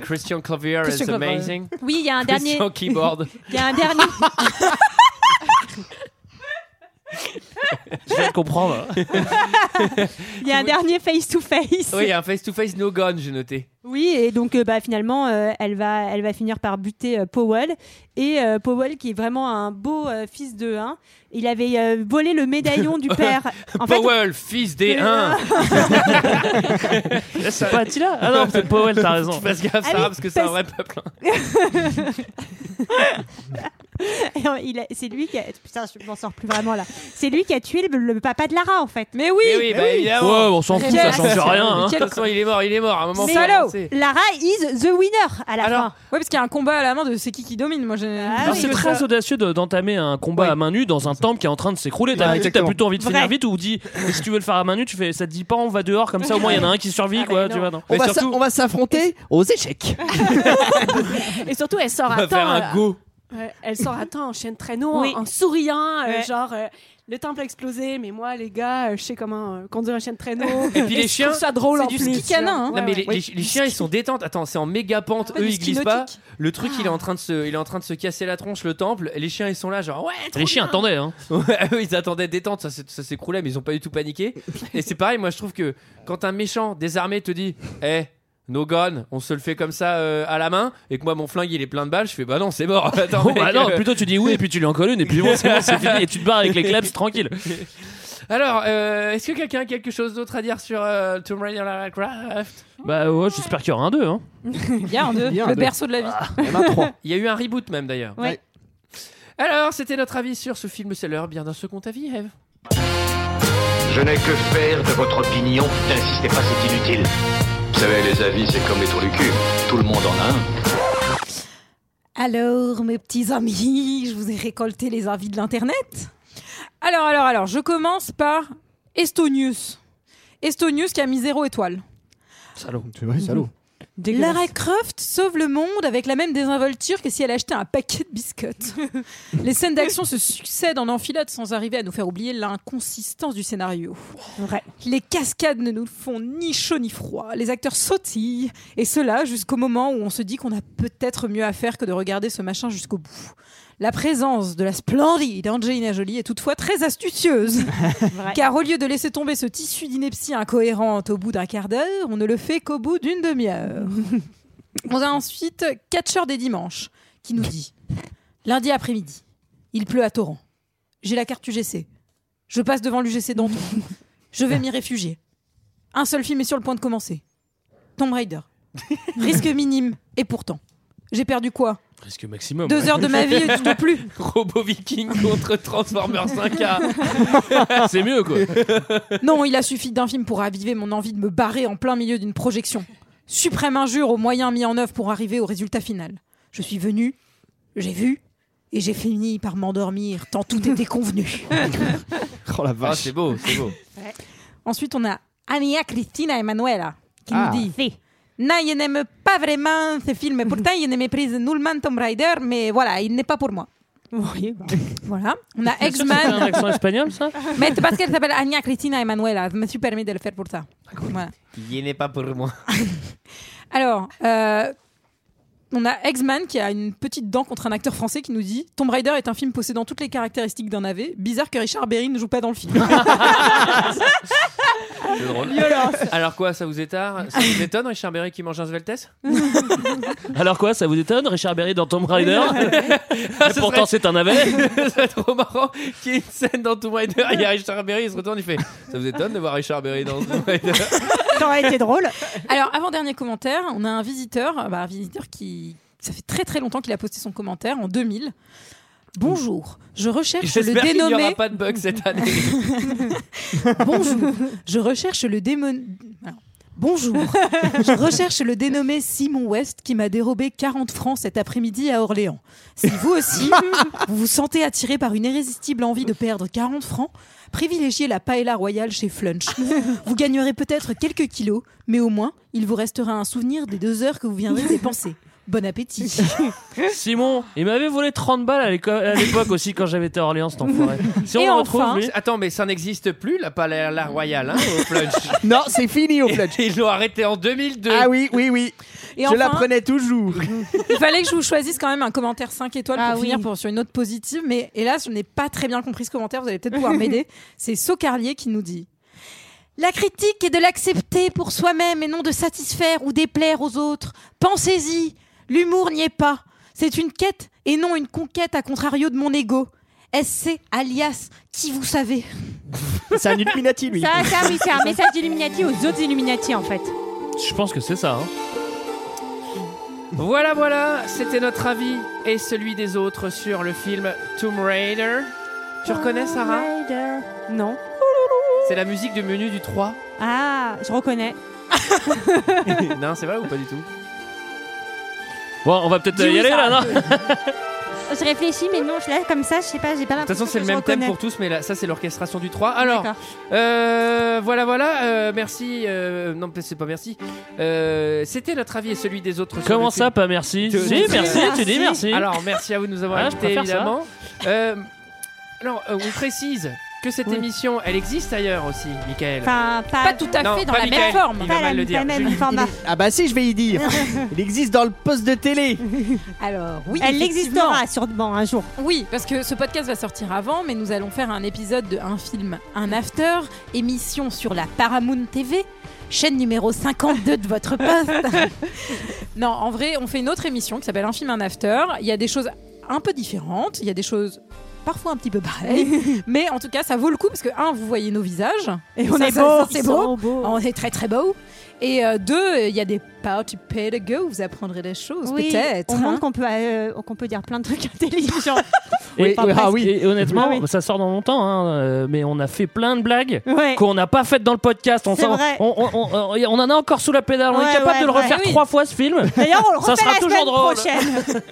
Speaker 1: Christian Clavier
Speaker 7: Christian
Speaker 1: is
Speaker 7: Clavier.
Speaker 1: amazing.
Speaker 12: Oui, il y a un dernier. [laughs]
Speaker 1: Christian keyboard.
Speaker 12: Il y a un dernier.
Speaker 7: [laughs]
Speaker 11: comprendre.
Speaker 12: Il y a un dernier face-to-face.
Speaker 1: Oui, il y a un face-to-face no gone, j'ai noté.
Speaker 12: Oui, et donc euh, bah, finalement, euh, elle, va, elle va finir par buter euh, Powell. Et euh, Powell, qui est vraiment un beau euh, fils de 1, il avait euh, volé le médaillon du père. En fait,
Speaker 1: Powell, fils des 1
Speaker 12: [laughs]
Speaker 11: C'est pas Attila Ah non, c'est Powell,
Speaker 7: [laughs]
Speaker 11: t'as raison.
Speaker 1: Tu fasses gaffe,
Speaker 12: Ah
Speaker 1: Sarah,
Speaker 12: oui,
Speaker 1: parce que c'est un vrai peuple. hein.
Speaker 12: Et, euh, [laughs] il a- c'est lui qui a. Putain, je m'en sors plus vraiment là. C'est lui qui a tué le, le papa de Lara en fait. Mais Eh oui,
Speaker 1: Mais oui, bah, évidemment.
Speaker 11: Ouais, on s'en fout, ça change rien, hein.
Speaker 1: De toute façon, il est mort, il est mort. À un moment, faut
Speaker 12: Salaud
Speaker 1: avancer.
Speaker 12: Lara is the winner à la fin.
Speaker 7: Ouais, parce qu'il y a un combat à la main de c'est qui qui domine. Moi, j'ai.
Speaker 11: Alors, Ah, c'est très audacieux de- d'entamer un combat à main nue dans un temple qui est en train de s'écrouler. T'as
Speaker 7: Ouais,
Speaker 11: l'habitude, t'as
Speaker 7: exactement.
Speaker 11: plutôt envie de finir
Speaker 7: Vrai.
Speaker 11: vite ou dis et si tu veux le faire à main nue, tu fais ça te dit pas on va dehors comme ça au moins il y en a un qui survit quoi, tu vois non.
Speaker 8: On
Speaker 11: Mais
Speaker 8: va
Speaker 11: surtout,
Speaker 8: s'a- on va s'affronter aux échecs.
Speaker 6: Et surtout, elle sort
Speaker 8: On
Speaker 6: à
Speaker 8: va
Speaker 6: temps.
Speaker 8: faire un
Speaker 6: euh,
Speaker 8: go.
Speaker 6: euh, elle sort à temps en chaîne traîneau,
Speaker 12: Oui.
Speaker 6: en, en souriant, euh,
Speaker 12: Ouais.
Speaker 6: genre euh, le temple a explosé, mais moi, les gars, euh, je sais comment euh, conduire un chaîne traîneau.
Speaker 1: Et puis les
Speaker 6: je
Speaker 1: chiens,
Speaker 6: trouve ça drôle
Speaker 7: c'est
Speaker 6: en
Speaker 7: du
Speaker 6: plus.
Speaker 7: ski
Speaker 6: tu vois.
Speaker 7: canin, hein.
Speaker 6: Ouais,
Speaker 1: Non mais
Speaker 6: ouais. Ah
Speaker 1: les, les- les chiens ils sont détentes. Attends, c'est en méga pente,
Speaker 6: Ouais, Ah.
Speaker 1: eux
Speaker 6: du
Speaker 1: ils
Speaker 6: ski
Speaker 1: glissent pas.
Speaker 6: nautique.
Speaker 1: Le truc il est en train de se, il est en train de se casser la tronche le temple. Et les chiens ils sont là genre ouais. trop
Speaker 11: les chiens
Speaker 1: bien.
Speaker 11: attendaient hein.
Speaker 1: [laughs] Ouais, eux, ils attendaient détente, ça, s'est- ça s'écroulait, mais ils ont pas du tout paniqué. Et c'est pareil, moi je trouve que quand un méchant désarmé te dit, eh, no gone, on se le fait comme ça euh, à la main, et que moi mon flingue il est plein de balles, je fais bah non, c'est mort. [laughs]
Speaker 11: [laughs]
Speaker 1: Attends,
Speaker 11: Bon, bah
Speaker 1: mec,
Speaker 11: non,
Speaker 1: euh,
Speaker 11: plutôt tu dis oui et puis tu lui en colles une et puis bon c'est bon, c'est fini et tu te barres avec les claps tranquille.
Speaker 1: Alors, euh, est-ce que quelqu'un a quelque chose d'autre à dire sur euh, Tomb Raider Lara Croft
Speaker 11: Bah ouais, j'espère qu'il y aura un 2 hein.
Speaker 7: [laughs] Il y a un deux.
Speaker 1: Il y a un
Speaker 7: le
Speaker 1: deux. Ah,
Speaker 7: berceau de la vie.
Speaker 11: Ah,
Speaker 7: [laughs]
Speaker 1: Il y a eu un reboot même d'ailleurs.
Speaker 7: Ouais. Ouais.
Speaker 1: Alors, c'était notre avis sur ce film, c'est l'heure bien d'un second avis, Eve.
Speaker 4: Je n'ai que faire de votre opinion. N'insistez pas, c'est inutile.
Speaker 5: Vous savez, les avis, c'est comme les trous du cul. Tout le monde en a un.
Speaker 7: euh, Alors, mes petits amis, je vous ai récolté les avis de l'Internet. Alors, alors, alors, je commence par Estonius. Estonius qui a mis zéro étoile.
Speaker 11: Salaud.
Speaker 8: C'est vrai, salaud.
Speaker 7: Lara Croft sauve le monde avec la même désinvolture que si elle achetait un paquet de biscottes. Les scènes d'action se succèdent en enfilade sans arriver à nous faire oublier l'inconsistance du scénario. Les cascades ne nous font ni chaud ni froid. Les acteurs sautillent. Et cela jusqu'au moment où on se dit qu'on a peut-être mieux à faire que de regarder ce machin jusqu'au bout. La présence de la splendide Angelina Jolie est toutefois très astucieuse. Car au lieu de laisser tomber ce tissu d'ineptie incohérente au bout d'un quart d'heure, on ne le fait qu'au bout d'une demi-heure. [laughs] on a ensuite Catcheur des dimanches qui nous dit Lundi après-midi, il pleut à torrent. J'ai la carte UGC. Je passe devant l'UGC Danton. Je vais m'y réfugier. Un seul film est sur le point de commencer Tomb Raider. Risque minime, et pourtant. J'ai perdu quoi
Speaker 11: Risque maximum.
Speaker 7: Deux
Speaker 11: ouais.
Speaker 7: heures de ma vie
Speaker 1: [laughs]
Speaker 7: et
Speaker 11: [laughs]
Speaker 7: tu ne plus.
Speaker 1: Robo Viking contre Transformers 5K.
Speaker 11: c'est mieux quoi.
Speaker 7: Non, il a suffi d'un film pour raviver mon envie de me barrer en plein milieu d'une projection. Suprême injure aux moyens mis en œuvre pour arriver au résultat final. Je suis venu, j'ai vu, et j'ai fini par m'endormir tant tout était convenu.
Speaker 8: Oh la
Speaker 1: vache. Ah, c'est beau, c'est beau.
Speaker 7: [laughs] Ensuite, on a Ania Cristina Emanuela qui
Speaker 1: Ah.
Speaker 7: nous dit Non, je n'aime pas vraiment ce [laughs] film. Pourtant, je ne méprise nullement Tomb Raider, mais voilà, il n'est pas pour moi. bah. Voilà. On a
Speaker 11: T'es sûr que c'est un
Speaker 7: X-Man.
Speaker 11: accent espagnol ça
Speaker 7: Mais c'est parce qu'elle s'appelle Ania Cristina Emanuela. Je me suis permis de le faire pour ça. Voilà.
Speaker 1: Il n'est pas pour moi.
Speaker 7: Alors, euh, on a X-Man qui a une petite dent contre un acteur français qui nous dit Tomb Raider est un film possédant toutes les caractéristiques d'un AV. Bizarre que Richard Berry ne joue pas dans le film.
Speaker 1: [laughs] C'est drôle.
Speaker 7: Violence.
Speaker 1: Alors quoi, ça vous étonne Ça vous étonne Richard Berry qui mange
Speaker 7: [laughs]
Speaker 1: un Sveltes
Speaker 11: Alors quoi, ça vous étonne Richard Berry dans Tomb
Speaker 7: [laughs]
Speaker 11: Raider
Speaker 1: Ah,
Speaker 11: Et
Speaker 1: ce
Speaker 11: Pourtant
Speaker 1: serait-
Speaker 11: c'est un navet.
Speaker 1: [laughs] Ce serait trop marrant qu'il y ait une scène dans Tomb Raider, il y a Richard Berry, il se retourne, il fait Ça vous étonne de voir Richard Berry dans Tomb Raider
Speaker 7: Ça aurait été drôle. Alors, avant-dernier commentaire, on a un visiteur, bah, un visiteur qui. Ça fait très très longtemps qu'il a posté son commentaire, en 2000. Bonjour, je recherche le
Speaker 1: J'espère qu'il n'y aura
Speaker 7: dénommé.
Speaker 1: pas de bug
Speaker 7: [laughs]
Speaker 1: cette année.
Speaker 7: Bonjour, je recherche le démon. Alors, Bonjour, je recherche le dénommé Simon West qui m'a dérobé 40 francs cet après-midi à Orléans. Si vous aussi, vous vous sentez attiré par une irrésistible envie de perdre 40 francs, privilégiez la paella royale chez Flunch. Vous gagnerez peut-être quelques kilos, mais au moins, il vous restera un souvenir des deux heures que vous viendrez dépenser. Bon appétit.
Speaker 11: Simon, il m'avait volé 30 balles à l'éco- à l'époque aussi quand j'avais été à Orléans, cet enfoiré. Si on le retrouve, lui-
Speaker 1: Attends, mais ça n'existe plus, la palais la royale, hein, au plunge.
Speaker 8: [laughs] Non, c'est fini au plunge.
Speaker 1: Ils l'ont arrêté en 2002.
Speaker 8: Ah oui, oui, oui.
Speaker 7: Et
Speaker 8: je
Speaker 7: enfin-
Speaker 8: la prenais toujours.
Speaker 7: Il fallait que je vous choisisse quand même un commentaire 5 étoiles pour
Speaker 12: Ah oui.
Speaker 7: finir pour, sur une note positive, mais hélas, je n'ai pas très bien compris ce commentaire, vous allez peut-être pouvoir
Speaker 12: [laughs]
Speaker 7: m'aider. C'est Socarlier qui nous dit La critique est de l'accepter pour soi-même et non de satisfaire ou déplaire aux autres. Pensez-y, l'humour n'y est pas. C'est une quête et non une conquête à contrario de mon ego. SC alias qui vous savez.
Speaker 8: C'est un Illuminati, lui.
Speaker 12: Ça, ça, oui, c'est un message d'Illuminati aux autres Illuminati en fait.
Speaker 11: je pense que c'est ça. hein.
Speaker 1: [laughs] Voilà, voilà, c'était notre avis et celui des autres sur le film Tomb Raider. Tu reconnais, Sarah
Speaker 12: Non.
Speaker 1: C'est la musique du menu du
Speaker 8: [laughs]
Speaker 1: 3.
Speaker 12: Ah, je reconnais.
Speaker 1: non, c'est vrai ou pas du tout
Speaker 11: Bon, on va peut-être
Speaker 12: Dis
Speaker 11: euh, y
Speaker 12: oui,
Speaker 11: aller
Speaker 12: Sarah.
Speaker 11: là, non
Speaker 12: Je réfléchis, mais non, je là comme ça, je sais pas, j'ai pas
Speaker 1: De toute façon, c'est le même thème pour tous, mais là, ça, c'est l'orchestration du 3. Alors,
Speaker 12: D'accord.
Speaker 1: euh, voilà, voilà, euh, merci. euh, non, peut-être c'est pas merci. Euh, c'était notre avis et celui des autres. sur
Speaker 11: Comment
Speaker 1: le
Speaker 11: ça,
Speaker 1: film.
Speaker 11: pas merci
Speaker 1: Te-
Speaker 11: Si, merci, tu dis merci.
Speaker 1: Alors, merci à vous de nous avoir
Speaker 11: Ah, je
Speaker 1: invités,
Speaker 11: préfère ça.
Speaker 1: évidemment. Euh, alors, euh, on précise que cette
Speaker 12: Oui.
Speaker 1: émission, elle existe ailleurs aussi, Michael.
Speaker 12: Enfin, pas,
Speaker 7: tout à
Speaker 1: Non,
Speaker 7: fait dans
Speaker 1: pas
Speaker 7: la
Speaker 1: Michael,
Speaker 7: même forme.
Speaker 1: il va Pas mal la- le dire. pas le même
Speaker 12: format.
Speaker 8: Ah bah si, je vais
Speaker 1: [laughs]
Speaker 8: y dire. Il existe dans le poste de télé.
Speaker 7: Alors, oui.
Speaker 12: Elle
Speaker 7: effectivement.
Speaker 12: existera sûrement un jour.
Speaker 7: Oui, parce que ce podcast va sortir avant, mais nous allons faire un épisode de un film, un after, émission sur la Paramount TV, chaîne numéro 52 de votre
Speaker 12: [laughs]
Speaker 7: poste. non, en vrai, on fait une autre émission qui s'appelle Un film, un after. Il y a des choses un peu différentes, il y a des choses parfois un petit peu
Speaker 12: [laughs]
Speaker 7: pareilles, mais en tout cas, ça vaut le coup parce que, un, vous voyez nos visages.
Speaker 12: Et on
Speaker 7: Ça,
Speaker 12: est
Speaker 7: ça,
Speaker 12: beau,
Speaker 7: ça, c'est
Speaker 12: ils
Speaker 7: beau.
Speaker 12: sont beaux.
Speaker 7: On est très très beau. Et euh, deux, il y a des party pédagogues, vous apprendrez des choses
Speaker 12: Oui,
Speaker 7: peut-être.
Speaker 12: on montre
Speaker 7: hein.
Speaker 12: qu'on peut, euh, qu'on peut dire plein de trucs [laughs] intelligents.
Speaker 11: Et,
Speaker 1: ah
Speaker 12: Enfin, presque.
Speaker 11: et honnêtement,
Speaker 12: ah Oui, oui.
Speaker 11: ça sort dans longtemps, hein, euh, mais on a fait plein de blagues
Speaker 12: Ouais.
Speaker 11: qu'on n'a pas faites dans le podcast. On,
Speaker 12: C'est
Speaker 11: s'en-
Speaker 12: vrai.
Speaker 11: on, on- on- on- on en a encore sous la pédale. on
Speaker 12: Ouais,
Speaker 11: est capable
Speaker 12: ouais,
Speaker 11: de le
Speaker 12: ouais.
Speaker 11: refaire
Speaker 12: Oui.
Speaker 11: trois fois ce film.
Speaker 12: D'ailleurs, on le
Speaker 11: ça
Speaker 12: refait
Speaker 11: sera
Speaker 12: la
Speaker 11: toujours
Speaker 12: semaine
Speaker 11: drôle.
Speaker 12: prochaine.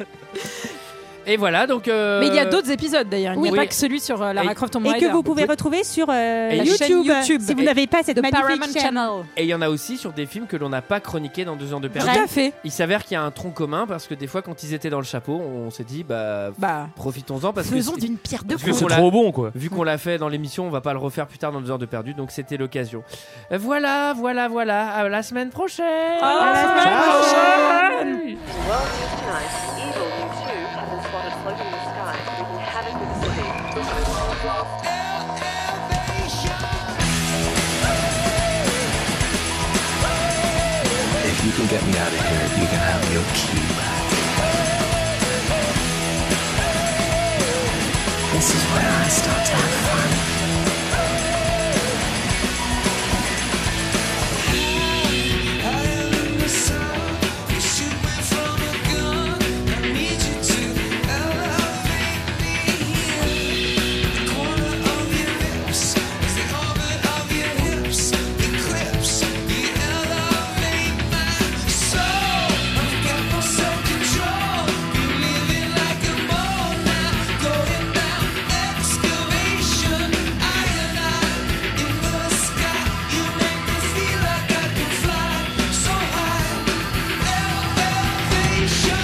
Speaker 1: Et voilà, donc. euh,
Speaker 7: Mais il y a d'autres épisodes d'ailleurs. Il n'y a
Speaker 1: Oui.
Speaker 7: pas que celui sur euh, Lara
Speaker 1: Et-
Speaker 7: Croft Tomb
Speaker 12: Et que
Speaker 7: Raider.
Speaker 12: vous pouvez retrouver sur euh,
Speaker 1: Et la
Speaker 7: chaîne
Speaker 12: YouTube,
Speaker 7: YouTube.
Speaker 12: si vous
Speaker 1: Et-
Speaker 12: n'avez pas cette
Speaker 7: The Paramount
Speaker 12: magnifique chaîne.
Speaker 7: Channel.
Speaker 1: Et il y en a aussi sur des films que l'on n'a pas chroniqué dans deux ans de perdu.
Speaker 7: Tout à fait.
Speaker 1: Il s'avère qu'il y a un tronc commun parce que des fois, quand ils étaient dans le chapeau, on s'est dit, bah,
Speaker 7: Bah,
Speaker 1: profitons-en parce
Speaker 7: Faisons
Speaker 1: que. c'est-
Speaker 7: d'une pierre deux
Speaker 1: parce que
Speaker 7: coups.
Speaker 1: on l'a-
Speaker 11: trop bon, quoi.
Speaker 1: Vu qu'on l'a fait dans l'émission, on va pas le refaire plus tard dans deux heures de perdu, donc c'était l'occasion. Euh, Voilà, voilà, voilà. À la semaine prochaine.
Speaker 7: À la semaine
Speaker 1: Ciao.
Speaker 7: prochaine.
Speaker 4: If you can get me out of here, you can have your key back. This is where I start to have fun.
Speaker 17: So high, elevation.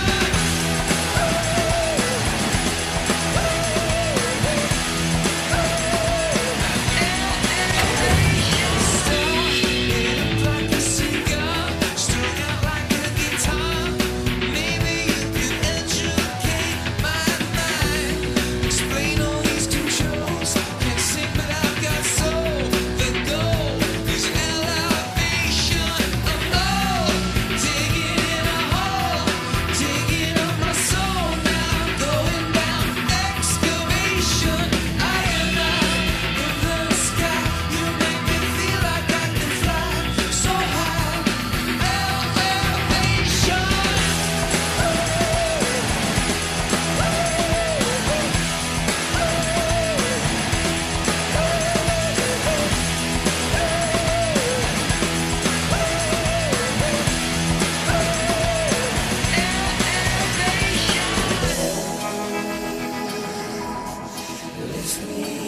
Speaker 17: I am not in the sky. You make me feel like I can fly so high. Elevation. Lift me